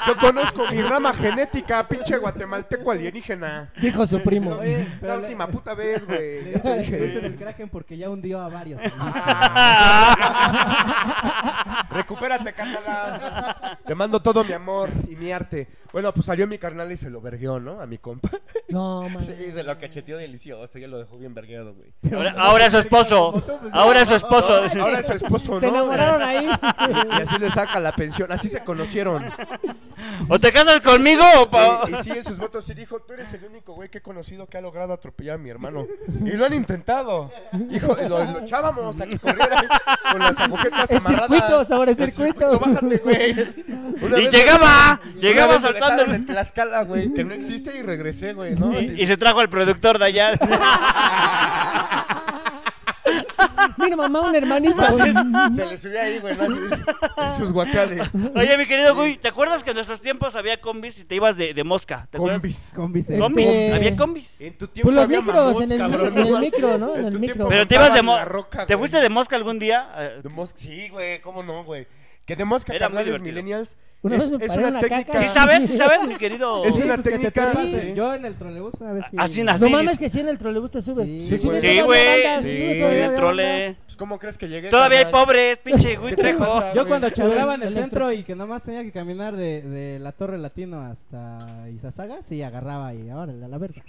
S5: Yo conozco mi rama genética, pinche guatemalteco alienígena.
S3: Dijo su primo.
S5: La última puta vez, güey.
S4: Le
S5: Ya te dije.
S4: dicen- le dicen el Kraken porque ya hundió a varios.
S5: Ah,
S2: Ah,
S5: Recupérate, carnala. Te mando todo mi amor y mi arte. Bueno, pues salió mi carnal y se lo vergueó, ¿no? A mi compa.
S3: No mames.
S5: Sí, se lo cacheteó delicioso, ya lo dejó bien vergueado, güey.
S2: Ahora, ahora es su esposo. Ahora es su esposo.
S5: Ahora es su esposo, pues ¿no?
S3: Se enamoraron ahí.
S5: Y así le saca la pensión, así se conocieron.
S2: O te casas conmigo o pa-
S5: Sí, y sí, en sus votos sí dijo, tú eres el único güey que he conocido que ha logrado atropellar a mi hermano. Y lo han intentado. Hijo, lo, lo echábamos a que corriera con las agujetas
S3: En
S5: amarradas.
S3: circuitos, ahora en
S5: En
S3: circuitos.
S5: Bájate, güey. Una
S2: Y
S5: vez-
S2: llegaba. Llegaba
S5: una vez me dejaron
S2: saltando.
S5: en Tlaxcala, güey, que no existe y regresé, güey, ¿no? Así-
S2: Y, y se trajo al productor de allá.
S3: Mira, mamá, un hermanito.
S5: Se le subía ahí, güey, ¿no? Así, en sus guacales.
S2: Oye, mi querido Gui, ¿te acuerdas que en nuestros tiempos había combis y te ibas de, de mosca? ¿Te acuerdas?
S5: Combis.
S4: Con Vicente.
S2: Combis.
S3: Este-
S2: Había combis.
S5: En tu tiempo
S3: Pues los
S5: había
S3: micros,
S5: mamuts,
S3: en el,
S5: cabrón,
S3: en el
S5: ¿no?
S3: micro, ¿no? En
S5: En
S3: el
S5: tu
S3: mosca.
S5: tiempo
S2: Pero te ibas de
S5: montaban en la
S2: mosca.
S5: roca,
S2: ¿Te
S5: güey.
S2: fuiste de mosca algún día? Eh,
S5: De mosca, sí, güey, ¿cómo no, güey? Que de mosca,
S2: Era muy
S5: carnales
S2: divertido.
S5: millennials,
S3: Una
S5: es,
S3: vez me
S5: es
S3: paré
S5: una
S3: una
S5: técnica...
S3: caca.
S2: ¿Sí sabes? ¿Sí sabes, mi querido?
S5: Es
S4: Sí,
S5: una
S4: pues, que te
S5: técnica-
S4: tardas,
S5: sí.
S4: Yo en el trolebús una vez. sí.
S2: Así
S3: No
S2: nací.
S3: mames que sí en el trolebús te subes.
S4: Sí,
S3: Te subes
S4: güey.
S2: Sí,
S3: todavía,
S2: güey.
S3: andas, te
S5: Sí.
S3: subes
S5: En
S3: todavía,
S2: el trole.
S5: Pues, ¿Cómo crees que llegué?
S2: Todavía hay
S5: carnal?
S2: pobres, pinche Gui
S5: ¿Qué te
S2: Trejo.
S5: pasa,
S4: Yo
S5: güey?
S4: cuando charlaba en el
S3: Electro.
S4: centro y que nomás tenía que caminar de, de la Torre Latino hasta Izazaga, sí, agarraba y ahora a la verga.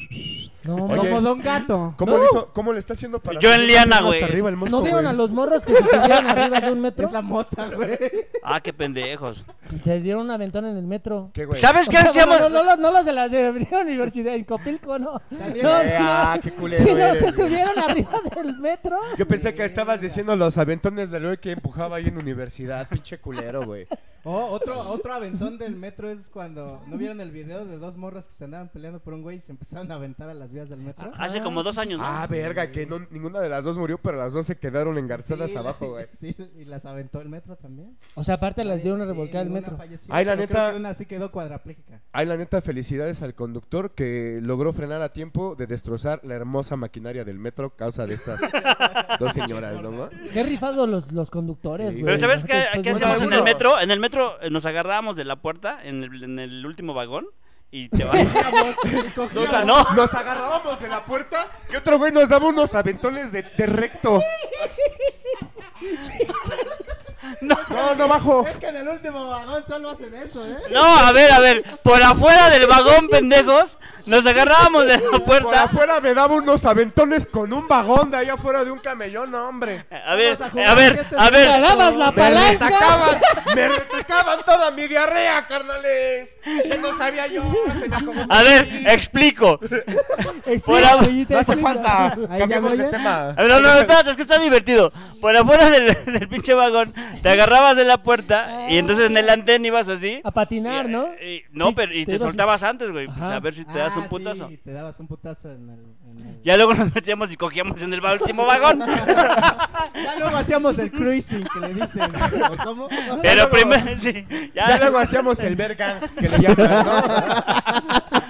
S3: No,
S5: Oye,
S4: Como Don Gato.
S5: ¿Cómo, le hizo- ¿Cómo le está haciendo para...
S2: Yo en
S5: subir
S2: liana,
S5: hasta
S2: güey.
S5: arriba el
S3: no,
S5: mosco,
S3: ¿no vieron
S5: güey?
S3: a los morros que se subieron arriba de un metro?
S4: Es la mota, güey.
S2: Ah, qué pendejos.
S3: Se dieron una aventón en el metro.
S5: ¿Qué, güey?
S2: ¿Sabes qué
S3: No, no,
S2: hacíamos?
S3: Ah, No, no, no, los- no los de la, de la universidad, en Copilco, no.
S4: También.
S3: No,
S5: Eh,
S3: no.
S5: ah, qué culero
S3: Si no,
S5: eres,
S3: se
S5: güey.
S3: subieron arriba del metro.
S5: Yo pensé que estabas diciendo los aventones de Lue que empujaba ahí en universidad, pinche culero, güey.
S4: Oh, otro, otro aventón del metro es cuando. ¿No vieron el video de dos morras que se andaban peleando por un güey y se empezaron a aventar a las vías del metro?
S2: Hace como dos años, ¿no?
S5: Ah, verga, que no- ninguna de las dos murió, pero las dos se quedaron engarzadas
S4: Sí,
S5: abajo, güey.
S4: Sí, y las aventó el metro también.
S3: O sea, aparte las dio una
S4: Sí,
S3: revolcada del
S4: ninguna
S3: metro.
S4: falleció,
S5: Ay, la
S4: pero creo
S5: neta-
S4: que Una sí quedó cuadraplégica.
S5: Ay, la neta, felicidades al conductor que logró frenar a tiempo de destrozar la hermosa maquinaria del metro causa de estas dos señoras, ¿no? güey?
S3: Qué rifados los, los conductores,
S5: Sí.
S3: güey.
S2: Pero ¿sabes qué,
S3: Nosotros,
S2: qué
S3: pues,
S2: hacíamos
S3: bueno,
S2: en el
S5: uno.
S2: metro? En el metro eh, nos agarrábamos de la puerta, en el, en el último vagón, y te vas.
S5: Nos, a-
S2: No.
S5: nos agarrábamos de la puerta y otro güey nos daba unos aventones de, de recto.
S2: No.
S5: No, no bajo.
S4: Es que en el último vagón solo hacen eso, ¿eh?
S2: No, a ver, a ver. Por afuera del vagón, pendejos, nos agarrábamos de la
S5: Por
S2: puerta.
S5: afuera me daba unos aventones con un vagón de allá afuera de un camellón, no, hombre.
S2: A ver,
S4: Vamos a jugar
S2: a ver,
S4: fiestas
S2: a
S4: de
S2: ver.
S3: jalabas la
S5: Me
S3: palanca.
S5: retacaban, me retacaban toda mi diarrea, carnales. Que no sabía yo. no se me acomodó
S2: A ver,
S5: aquí.
S2: explico. Por
S3: Explica,
S2: abajo.
S3: güey, te
S5: No hace
S3: explica.
S5: falta.
S4: ya
S5: Cambiamos
S4: voy,
S5: de
S4: ¿eh?
S5: tema.
S2: A ver, no, no, espérate, es que está divertido. Por afuera del, del pinche vagón, te agarrabas de la puerta y entonces en el andén ibas así.
S3: A patinar, ¿no?
S2: Y- eh, y- no,
S3: Sí,
S2: pero y te
S3: ibas-
S2: soltabas antes, güey, pues,
S3: Ajá.
S2: a ver si te das
S4: Ah,
S2: un putazo.
S4: sí, te dabas un putazo en el. en el-
S2: Ya luego nos metíamos y cogíamos en el último vagón.
S4: Ya luego hacíamos el cruising que le dicen. ¿o ¿Cómo?
S2: Pero
S5: luego-
S2: primero, sí. Ya,
S5: Ya luego hacíamos el verga que le llaman, ¿no?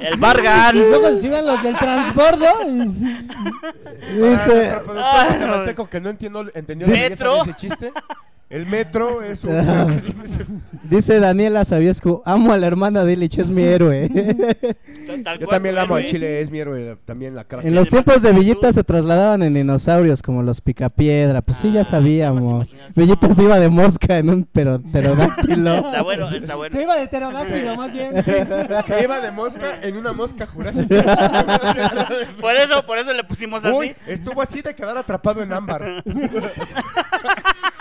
S2: el Bargan.
S3: Luego se iban los del transbordo. y-
S5: Dice.
S8: Dice,
S2: Ah, no.
S5: que no entiendo, entendió la belleza
S2: Metro. Ah.
S5: de ese chiste. El metro es un.
S8: dice Daniela Sabiescu, amo a la hermana de Illich, es mi héroe.
S2: Tal- tal
S5: Yo
S2: cual,
S5: también la amo
S2: güey,
S5: a
S2: güey.
S5: Chile, es mi héroe, también la cara.
S8: En los tiempos de Villita se trasladaban en dinosaurios como los picapiedra, pues sí,
S2: Ah,
S8: ya sabíamos.
S2: ¿qué más imaginas?
S8: Villita se iba de mosca en un pero- pterodáctilo.
S2: Está bueno, está bueno.
S3: Se iba de pterodáctilo, más bien. sí.
S5: Se iba de mosca en una mosca jurásica.
S2: Por eso, por eso le pusimos Pues así.
S5: Uy, estuvo así de quedar atrapado en ámbar.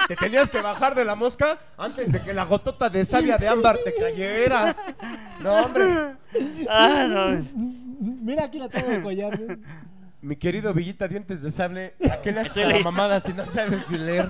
S5: te tenías que bajar de la mosca antes de que la gotota de savia de ámbar te cayera. No, hombre.
S2: Ah, no.
S3: Mira, aquí la tengo de collar. güey.
S5: Mi querido Villita Dientes de Sable, ¿a qué le haces
S2: Estoy
S5: a la
S2: leyendo.
S5: mamada si no sabes ni leer?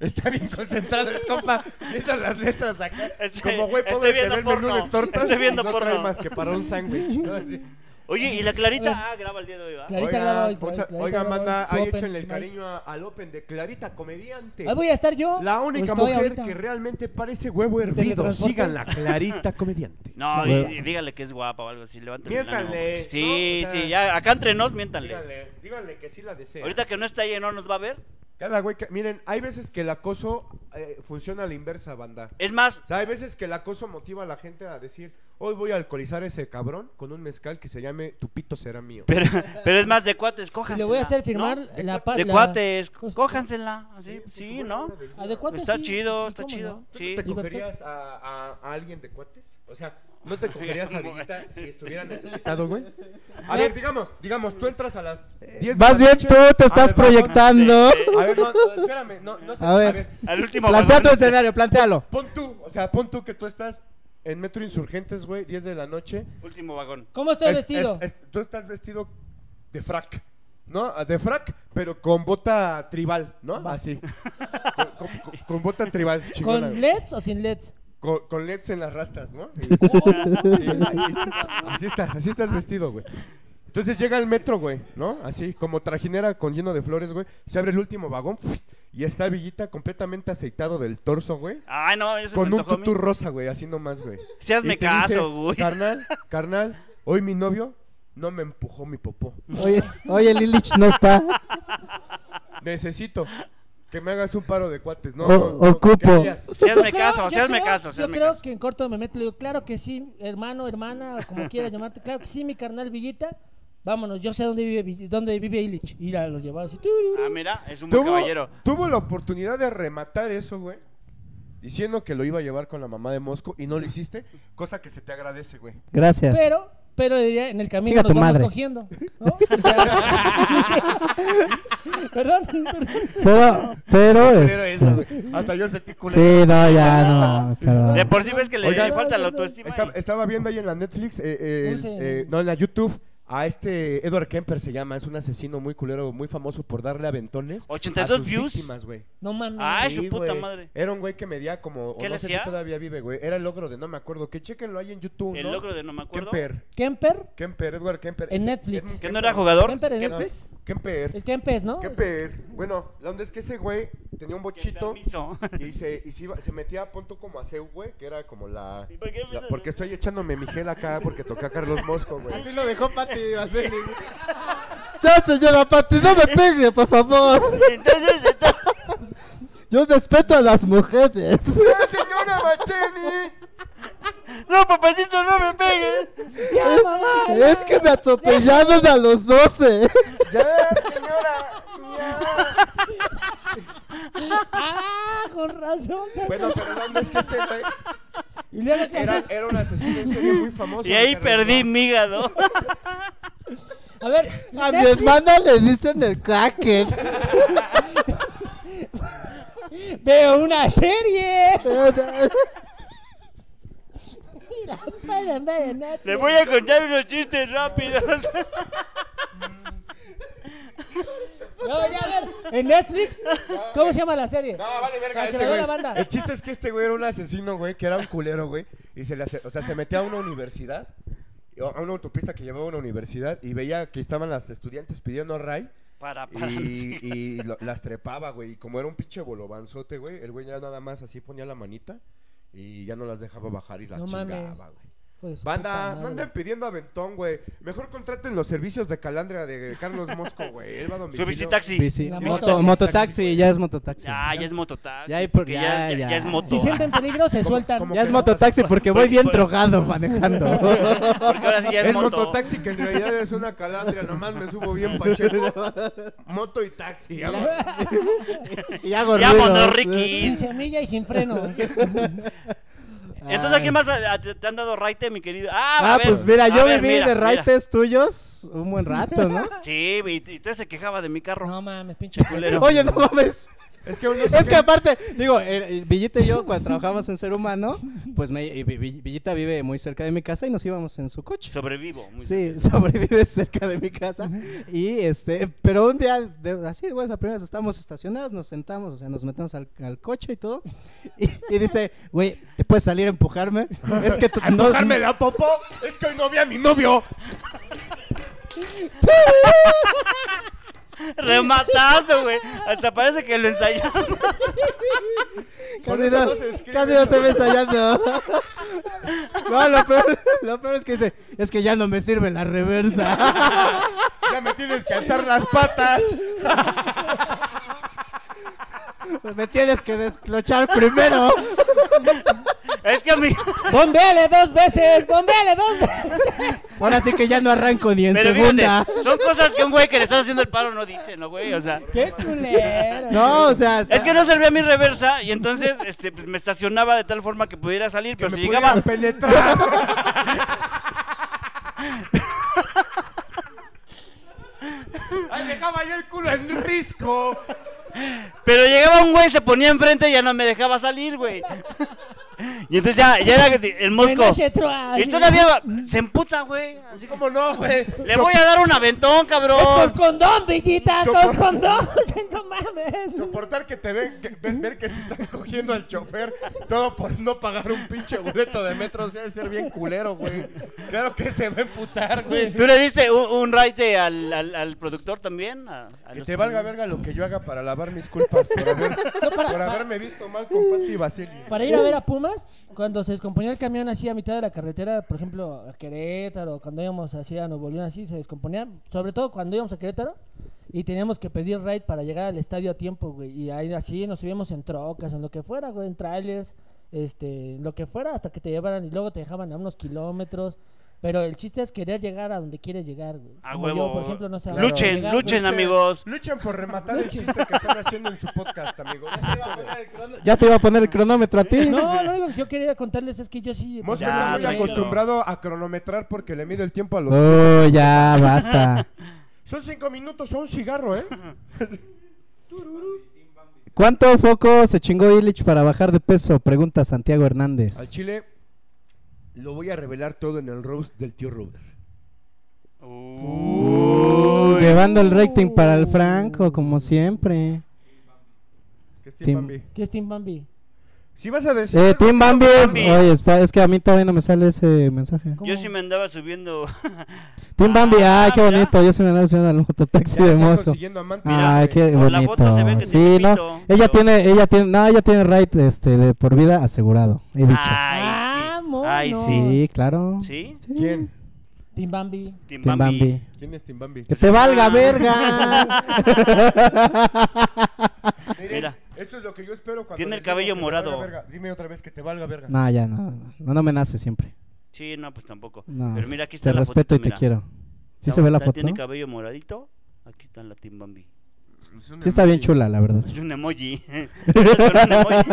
S5: Está bien concentrado el compa. Estas las letras acá.
S2: Estoy-
S5: Como güey
S2: Este, estoy
S5: pobre que
S2: viendo
S5: ve el menú
S2: porno.
S5: de tortas
S2: Estoy viendo
S5: y no
S2: porno.
S5: trae más que para un sándwich. ¿no? Así.
S2: Oye, y la Clarita. Ah, graba el día de hoy, ¿va?
S3: Clarita
S5: Oigan,
S3: graba hoy,
S5: un sa-
S3: Clarita
S5: oigan,
S3: graba hoy
S5: banda,
S3: su
S5: ahí
S3: open
S5: échenle el
S3: mic.
S5: cariño a- al Open de Clarita Comediante.
S3: Ahí voy a estar yo.
S5: La única
S3: Estoy
S5: mujer
S3: ahorita.
S5: que realmente parece huevo hervido.
S3: Teletransporte.
S5: Síganla, Clarita Comediante.
S2: No,
S8: Bueno.
S2: y- y dígale que es guapa o algo así. Levántale.
S5: Miéntanle,
S2: Sí,
S5: ¿no? O sea,
S2: sí, ya. Acá entre nos, miéntanle.
S5: Díganle, díganle que sí la desea.
S2: Ahorita que no está ahí, no nos va a ver.
S5: Cada güey que- miren, hay veces que el acoso eh, funciona a la inversa, banda.
S2: Es más,
S5: O sea, hay veces que el acoso motiva a la gente a decir, hoy voy a alcoholizar a ese cabrón con un mezcal que se llame Tu pito será mío.
S2: pero, pero es más de cuates,
S3: Y
S2: cójansela.
S3: le voy a hacer firmar
S2: ¿no?
S3: la parte.
S2: De cuates, cójansela. Así, sí, ¿no?
S3: Ah, de cuates,
S2: Está
S3: sí,
S2: chido,
S3: sí,
S2: está
S3: cómo
S2: chido.
S3: no.
S2: Sí.
S5: ¿Te
S3: Libertad.
S5: cogerías a, a- a alguien de cuates? O sea, ¿no te cogerías a Villita si estuviera necesitado, güey? A ver, digamos, digamos, tú entras a las 10 de
S8: Vas
S5: la
S8: bien
S5: noche.
S8: tú, te
S5: A
S8: estás
S5: ver, vamos.
S8: proyectando.
S5: A ver, no, no, espérame, no, no sé.
S8: A ver.
S2: Al último
S8: Plantea tu
S2: vagón.
S8: escenario, plantealo.
S5: pon tú, o sea, pon tú que tú estás en Metro Insurgentes, güey, 10 de la noche.
S2: Último vagón.
S3: ¿Cómo estoy
S5: Es-
S3: vestido?
S5: es- es- tú estás vestido de frac, ¿no? Ah, De frac, pero con bota tribal, ¿no? Así. Con, con- con- con bota tribal, chingona.
S3: ¿Con
S5: güey.
S3: LEDs o sin LEDs?
S5: Con, con LEDs en las rastas, ¿no? Y- así estás, así estás vestido, güey. Entonces llega el metro, güey, ¿no? Así, como trajinera con lleno de flores, güey. Se abre el último vagón y está Villita completamente aceitado del torso, güey.
S2: Ay, no, eso
S5: Con
S2: me
S5: un
S2: antojó a mí.
S5: tutú rosa, güey, así nomás, güey.
S2: Sí, hazme
S5: Y te
S2: caso,
S5: dice,
S2: güey.
S5: Carnal, carnal, hoy mi novio no me empujó mi popó.
S8: Oye, oye, Lilich no está.
S5: Necesito que me hagas un paro de cuates, ¿no?
S8: O-
S5: no, no, ¿qué
S8: ocupo.
S5: harías?
S2: Sí, hazme
S3: Yo
S2: caso,
S3: creo-
S2: sí,
S3: yo
S2: hazme
S3: creo-
S2: caso, sí,
S3: Yo
S2: hazme
S3: creo
S2: caso.
S3: que en corto me meto y le digo, claro que sí, hermano, hermana, o como quieras llamarte, claro que sí, mi carnal Villita. Vámonos, yo sé dónde vive, Vill- dónde vive Illich. Y la- lo llevaba así. tururú.
S2: Ah, mira, es un buen
S5: Tuvo,
S2: caballero.
S5: tuvo la oportunidad de rematar eso, güey. Diciendo que lo iba a llevar con la mamá de Mosco y no lo hiciste, cosa que se te agradece, güey.
S8: Gracias.
S3: Pero, pero le diría, en el camino
S8: Chinga
S3: nos
S8: tu
S3: vamos
S8: madre.
S3: cogiendo. ¿no? O sea- perdón, perdón.
S8: Pero, pero
S5: Pero
S8: es.
S5: eso, güey. Hasta yo sentí culero.
S8: Sí, no, ya no, cabrón.
S2: De por sí ves que le
S5: Oigan,
S2: falta la
S3: no, no, no.
S2: autoestima.
S5: Estaba,
S2: y-
S5: estaba viendo ahí en la Netflix, eh, eh, el-
S3: Usen.
S5: eh, no, en la YouTube, a este Edward Kemper se llama, es un asesino muy culero, muy famoso por darle aventones.
S2: 82
S5: a sus
S2: views.
S5: Víctimas, güey.
S3: No mames.
S2: Ay, su
S5: Sí,
S2: puta
S5: güey.
S2: madre.
S5: Era un güey que medía como. o
S2: ¿Qué
S5: no
S2: le
S5: sé
S2: hacía?
S5: si todavía vive, güey. Era el logro de no me acuerdo. Que chequenlo ahí en YouTube.
S2: El
S5: ¿no?
S2: logro de no me acuerdo.
S5: Kemper.
S3: Kemper,
S5: Kemper, Edward Kemper.
S3: En
S5: Ese-
S3: Netflix.
S5: Edmund
S2: ¿Que no era jugador?
S3: Kemper en
S2: ¿Que-
S5: No,
S3: Netflix.
S5: Kemper.
S3: Es Kempes, ¿no?
S5: Kemper. Bueno, la onda es que ese güey tenía un bochito.
S2: Permiso.
S5: Y, se, y se, iba- se metía a punto como a Seu, güey, que era como la...
S2: ¿Y por qué
S5: la-
S2: empezaste?
S5: porque estoy echándome mi gel acá porque toqué a Carlos Mosco, güey.
S8: Así lo dejó Pati Vasily. Ya, señora Pati, no me pegue, por favor.
S2: Entonces, esto-
S8: Yo respeto a las mujeres.
S5: ¡Señora Bacheni!
S2: no, papacito, no me pegues.
S3: Ya, mamá.
S8: Es que me atropellaron a los 12.
S5: ¡Ya, señora! ¡Ya!
S3: Ah, con razón.
S5: Bueno, pero la onda es que este güey
S3: Y le hago que
S5: era,
S3: hacer-
S5: era un asesino en serie muy famoso.
S2: Y ahí
S5: Carlos
S2: perdí
S5: Mosco.
S2: mi hígado.
S3: A ver,
S8: A mi
S3: Netflix,
S8: hermana le dicen el cracker.
S3: veo una serie. Mira, pueden ver en Netflix.
S2: Les voy a contar unos chistes rápidos.
S3: No, ya, a ver, ¿En Netflix? ¿Cómo se llama la serie?
S5: No, vale, verga,
S3: Para que
S5: ese
S3: la vea
S5: güey.
S3: la banda.
S5: El chiste es que este güey era un asesino, güey, que era un culero, güey. Y se le hace- o sea, se metía a una universidad, a una autopista que llevaba a una universidad, y veía que estaban las estudiantes pidiendo ray.
S2: Para, para.
S5: Y, y lo- las trepaba, güey. Y como era un pinche bolobanzote, güey, el güey ya nada más así ponía la manita y ya no las dejaba bajar y las
S3: No mames.
S5: chingaba, güey.
S3: Hijo de su puta
S5: Banda,
S3: madre.
S5: no anden pidiendo aventón, güey. Mejor contraten los servicios de calandria de Carlos Mosco, güey. Él va a
S2: Su
S5: domicilio.
S2: visitaxi.
S4: Bici-
S3: La
S4: moto,
S3: moto.
S4: mototaxi, ya es mototaxi.
S2: Ya, ya es mototaxi.
S4: Ya hay por-
S2: porque ya,
S4: ya,
S2: ya,
S4: ya.
S2: ya es moto.
S3: Si sienten peligro, se sueltan.
S5: cómo?
S4: Ya es mototaxi porque voy bien drogado manejando.
S2: Porque ahora sí ya es,
S5: el
S2: moto.
S5: mototaxi que en realidad es una calandria, nomás me subo bien pacheco. Moto y taxi. ya, güey.
S4: y hago
S2: Ya,
S4: ruidos.
S2: mono Ricky.
S3: Sin semilla y sin freno.
S2: Entonces, ¿a quién más a- a- te te han dado raite, mi querido? Ah, a
S4: Ah,
S2: ver,
S4: pues mira,
S2: a
S4: yo
S2: ver,
S4: viví
S2: mira,
S4: de
S2: mira.
S4: raites tuyos un buen rato, ¿no?
S2: Sí, y, y usted se quejaba de mi carro.
S3: No mames, pinche
S2: Culero.
S4: Oye, no mames.
S5: Es que uno se
S4: Es que aparte, digo, eh, eh, Villita y yo cuando trabajamos en Ser Humano, pues me, eh, Vi- Vi- Villita vive muy cerca de mi casa y nos íbamos en su coche.
S2: Sobrevivo. muy
S4: Sí, sobrevive cerca de mi casa. Y este, pero un día, de- así, güey, a primeras estamos estacionados, nos sentamos, o sea, nos metemos al, al coche y todo. Y, y dice, güey, ¿te puedes salir a empujarme? Es que tú- no-
S5: ¡Dejarme la popó! ¡Es que hoy no vi a mi novio!
S2: Rematazo, güey. Hasta parece que lo ensayamos.
S5: Por
S4: casi,
S5: eso
S4: no,
S5: no se escribe.
S4: casi no se ve ensayando. No, lo peor, lo peor es que dice, es que ya no me sirve la reversa.
S5: ¡Ya me tienes que echar las patas!
S4: Me tienes que desclochar primero.
S2: Es que a mí.
S3: ¡Bombeale dos veces! ¡Bombeale dos veces!
S4: Ahora sí que ya no arranco ni en
S2: Pero
S4: segunda.
S2: fíjate, son cosas que un güey que le estás haciendo el paro no dice, ¿no, güey? O sea.
S3: ¡Qué culero!
S4: No, o sea,
S2: Es que no servía mi reversa y entonces este, pues, me estacionaba de tal forma que pudiera salir, pero
S5: ¡Me
S2: si
S5: llegaba
S2: llegaba,
S5: a penetrar! ¡Ay, dejaba yo el culo en risco!
S2: pero llegaba un güey, se ponía enfrente y ya no me dejaba salir, güey. Y entonces ya, ya era el mosco. Y todavía se emputa, güey. Así como,
S5: ¿Cómo no, güey?
S2: le voy a dar un aventón,
S3: ¡Es con
S2: cabrón.
S3: condón, Villita! ¡Con condón! ¡No mames!
S5: Soportar que te ven, que- ver, ver que se están cogiendo al chofer, todo por no pagar un pinche boleto de metro, o sea, de ser bien culero, güey. Claro que se va a emputar, güey.
S2: ¿Tú le diste un, un raite al, al, al productor también? A- a
S5: Que
S2: los-
S5: te valga verga lo que yo haga para lavar mis culpas por, haber- por haberme visto mal con Pati y Basili.
S3: Para ir a ver a Pumas, cuando se descomponía el camión así a mitad de la carretera, por ejemplo, a Querétaro, cuando íbamos así a Nuevo León, así se descomponía, sobre todo cuando íbamos a Querétaro y teníamos que pedir ride para llegar al estadio a tiempo, güey. Y ahí así nos subíamos en trocas, en lo que fuera, güey, en trailers, este, en lo que fuera, hasta que te llevaran y luego te dejaban a unos kilómetros. Pero el chiste es querer llegar a donde quieres llegar, güey.
S2: A
S3: Como
S2: huevo.
S3: yo, por ejemplo, no sé, a dónde
S2: Luchen,
S3: llegar,
S2: luchen,
S3: güey.
S2: amigos.
S5: Luchan por rematar el chiste que están haciendo en su podcast, amigos.
S4: ya te iba a poner el cronómetro a ti.
S3: No, lo único que yo quería contarles es que yo sí...
S5: Mosco
S3: pues,
S2: Ya,
S5: está muy
S2: tranquilo.
S5: acostumbrado a cronometrar porque le mide el tiempo a los...
S4: Oh, ya, basta.
S5: Son cinco minutos a un cigarro, ¿eh?
S4: ¿Cuánto foco se chingó Illich para bajar de peso? Pregunta Santiago Hernández.
S5: Al chile lo voy a revelar todo en el roast del tío Ruder.
S4: Uh, Llevando el rating para el Franco, como siempre.
S5: Que es
S4: Tim-
S5: Tim Bambi.
S3: ¿Qué es Team Bambi?
S5: Si vas a decir...
S4: Eh, Team Bambi es...
S2: Bambi.
S4: Oye, espa- es que a mí todavía no me sale ese mensaje.
S3: ¿Cómo?
S2: Yo sí me andaba subiendo.
S4: Team Bambi,
S2: Ah,
S4: ay, qué
S2: mira.
S4: bonito. Yo se me andaba subiendo al mototaxi
S5: Ya
S4: de
S5: está
S4: mozo.
S5: consiguiendo amante,
S4: Ay,
S5: ya, güey.
S4: Ah, qué
S2: Por
S4: bonito.
S2: la foto se ve que
S4: sí,
S2: tiene pito,
S4: no. Ella
S2: pero-
S4: tiene, ella tiene, no, ella tiene right, este, de por vida asegurado. He dicho.
S2: Ay, sí. Ay, Ah, sí.
S4: sí, claro.
S2: ¿Sí?
S5: ¿Quién?
S3: Team Bambi.
S2: Tim
S4: Team
S2: Bambi.
S4: Bambi.
S5: ¿Quién es Tim Bambi?
S4: ¡Que te valga, verga!
S2: Mira.
S5: Esto es lo que yo espero cuando...
S2: Tiene el
S5: les digo
S2: cabello
S5: que te
S2: morado.
S5: valga verga. Dime otra vez que te valga verga.
S4: No, ya, no, no, no, no me nace siempre.
S2: Sí, no, pues tampoco.
S4: No,
S2: Pero mira, aquí está
S4: te
S2: la fotito,
S4: respeto y te
S2: mira.
S4: quiero. ¿Sí
S2: Está
S4: se ve la
S2: bonita,
S4: foto?
S2: Tiene cabello moradito. Aquí está la Team Bambi.
S4: Sí está bien chula, la verdad.
S2: Es un emoji. Es solo un emoji.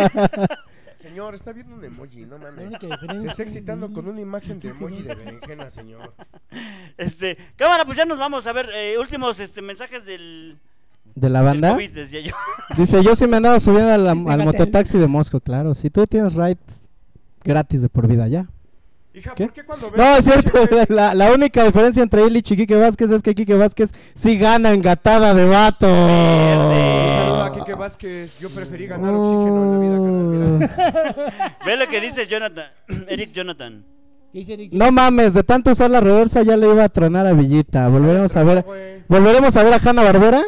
S5: Señor, está viendo un emoji, no
S3: La
S5: mames.
S3: única diferencia
S5: Se
S3: es
S5: está
S3: que-
S5: excitando con una imagen de emoji de berenjena, señor.
S2: Este, cámara, pues ya nos vamos a ver. eh, últimos este, mensajes del,
S4: ¿De la
S2: del
S4: banda?
S2: COVID, decía yo.
S4: Dice, yo sí me andaba subiendo al, al
S3: Déjate.
S4: mototaxi de Mosco, claro. Si tú tienes ride gratis de por vida, ya.
S5: Hija,
S8: ¿Qué?
S5: ¿por qué cuando ves
S8: No, es
S5: un
S8: cierto.
S5: pinche-
S8: La, la única diferencia entre él y Chiquique Vázquez es que Quique Vázquez sí gana en gatada de vato.
S5: Un saludo a Kike Vázquez. Yo preferí ganar oxígeno en la vida, carnal. Mira.
S2: Ve lo que dice Jonathan, Eric Jonathan.
S3: ¿Qué dice Nicky?
S8: No mames, de tanto usar la reversa ya le iba a tronar a Villita. Volveremos a ver.
S5: güey.
S8: ¿Volveremos a ver a Hanna Barbera?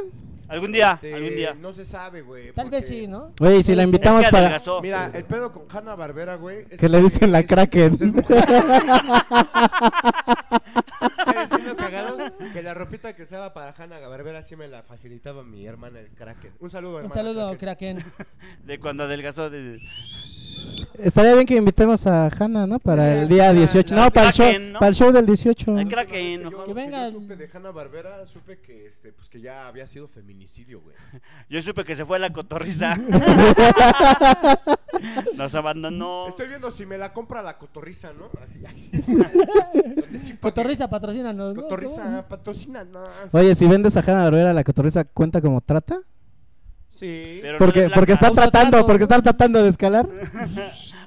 S2: Algún día,
S5: Este,
S2: algún día.
S5: No se sabe, güey.
S3: Tal vez
S5: porque-
S3: sí, ¿no?
S8: Oye, y si la
S3: Puede ser.
S8: invitamos
S2: es que
S8: para.
S2: adelgazó.
S5: Mira, el pedo con Hanna Barbera, güey. es
S8: Que le dicen la
S5: es-
S8: Kraken.
S5: pues es mujer. ¿Sabes qué es lo cagado? Que la ropita que usaba para Hanna Barbera sí me la facilitaba mi hermana el Kraken. Un saludo, hermana.
S3: Un saludo,
S5: Kraken.
S3: Kraken.
S2: De cuando adelgazó. de-
S8: Estaría bien que invitemos a Hanna, ¿no? Para el día
S5: la-
S8: 18.
S5: la-
S8: No, para el show,
S2: Kraken, ¿no?
S8: para el show del 18.
S2: Al Kraken.
S5: Yo-
S2: ojo.
S3: Que venga.
S5: Yo supe de Hanna Barbera, supe que, este, pues, que ya había sido feminicidio, güey.
S2: Yo supe que se fue a la cotorriza. Nos abandonó.
S5: Estoy viendo si me la compra la cotorriza, ¿no? Así, así.
S3: Cotorriza, patrocínanos. ¿no?
S5: Cotorriza, patrocina, no.
S8: Oye, si vendes a Hanna Barbera, la cotorriza cuenta como trata.
S5: Sí.
S2: Pero no
S8: Porque,
S2: es
S8: porque
S2: blanca.
S8: están tratando,
S3: Autotrato.
S8: porque están tratando de escalar.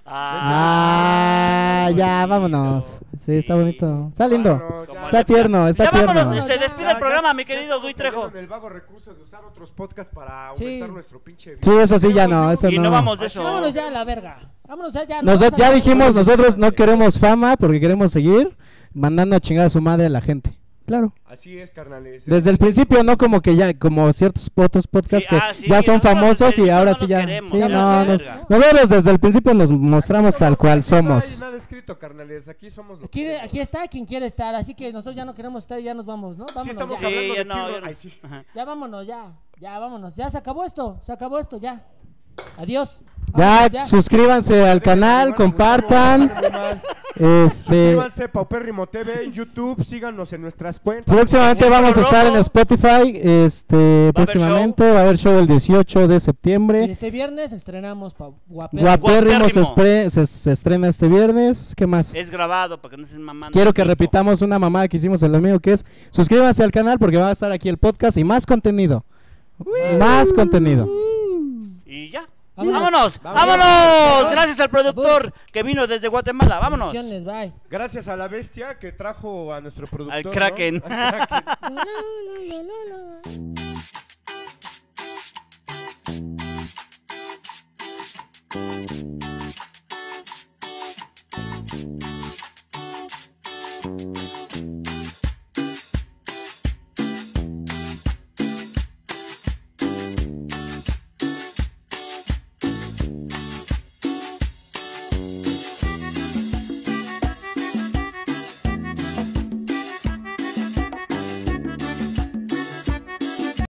S2: Ah,
S8: Ah, ya, vámonos. Sí, está bonito. Está lindo.
S5: Vámonos, ya.
S8: Está tierno, está
S2: ya vámonos.
S8: tierno.
S2: Se despide el programa, mi querido Gui
S5: Gui
S2: Trejo.
S5: el vago recurso de usar otros podcasts para
S3: Sí.
S5: aumentar nuestro pinche...
S8: Sí, eso sí, ya no, eso
S2: Y no
S8: no.
S2: vamos de eso.
S3: Vámonos ya a la verga. Vámonos ya, ya.
S8: Nosotros
S3: Nos
S8: ya dijimos, nosotros no queremos fama porque queremos seguir mandando a chingar a su madre a la gente. Claro.
S5: Así es, carnales.
S8: Desde el principio no como que ya, como ciertos otros podcasts
S2: Sí,
S8: que
S2: ah, sí,
S8: ya son
S2: nosotros
S8: famosos
S2: desde el
S8: y ahora
S2: inicio no los
S8: sí ya.
S2: queremos,
S8: Sí,
S2: ya
S8: no,
S2: vale
S8: nos-
S2: verga.
S8: nosotros desde el principio nos mostramos tal cual
S5: Aquí no hay
S8: somos.
S5: nada escrito, carnales. Aquí somos lo que
S3: Aquí, de-
S5: somos.
S3: aquí está quien quiere estar, así que nosotros ya no queremos estar, ya nos vamos, ¿no? Vámonos
S5: Sí, estamos
S3: ya.
S2: Sí,
S5: hablando
S2: ya
S5: de
S2: no,
S5: tierra.
S2: ya no.
S5: Ay, sí.
S3: Ya vámonos, ya. Ya vámonos. Ya se acabó esto, se acabó esto, ya. Adiós.
S8: Ya,
S3: Vámonos, ya.
S8: suscríbanse al
S5: Muy
S8: canal,
S5: mal, muy
S8: compartan.
S5: mal, muy mal.
S8: Este,
S5: Suscríbanse a Paupérrimo TV en YouTube. Síganos en nuestras cuentas.
S8: próximamente
S2: Semáforo
S8: vamos a estar en
S2: rojo.
S8: Spotify. Este,
S2: haber
S8: próximamente va a haber show el 18 de
S3: Y
S8: septiembre.
S3: este viernes estrenamos pa Guapé.
S8: Guapérrimo se,
S2: Guapérrimo. Eh,
S8: espre- se- se estrena este viernes. ¿Qué más?
S2: Es grabado para que no estén mamando.
S8: Quiero que
S2: Pico.
S8: repitamos una mamada que hicimos el domingo que es suscríbanse al canal porque va a estar aquí el podcast y más contenido. Más contenido.
S2: Y ya.
S3: Vámonos.
S2: Vámonos. Vámonos. Gracias al productor que vino desde Guatemala. Vámonos.
S3: Bendiciones, Bye.
S5: Gracias a la bestia que trajo a nuestro productor.
S2: Al
S5: ¿no?
S2: Kraken.
S5: Al Kraken.
S3: La, la, la, la, la, la.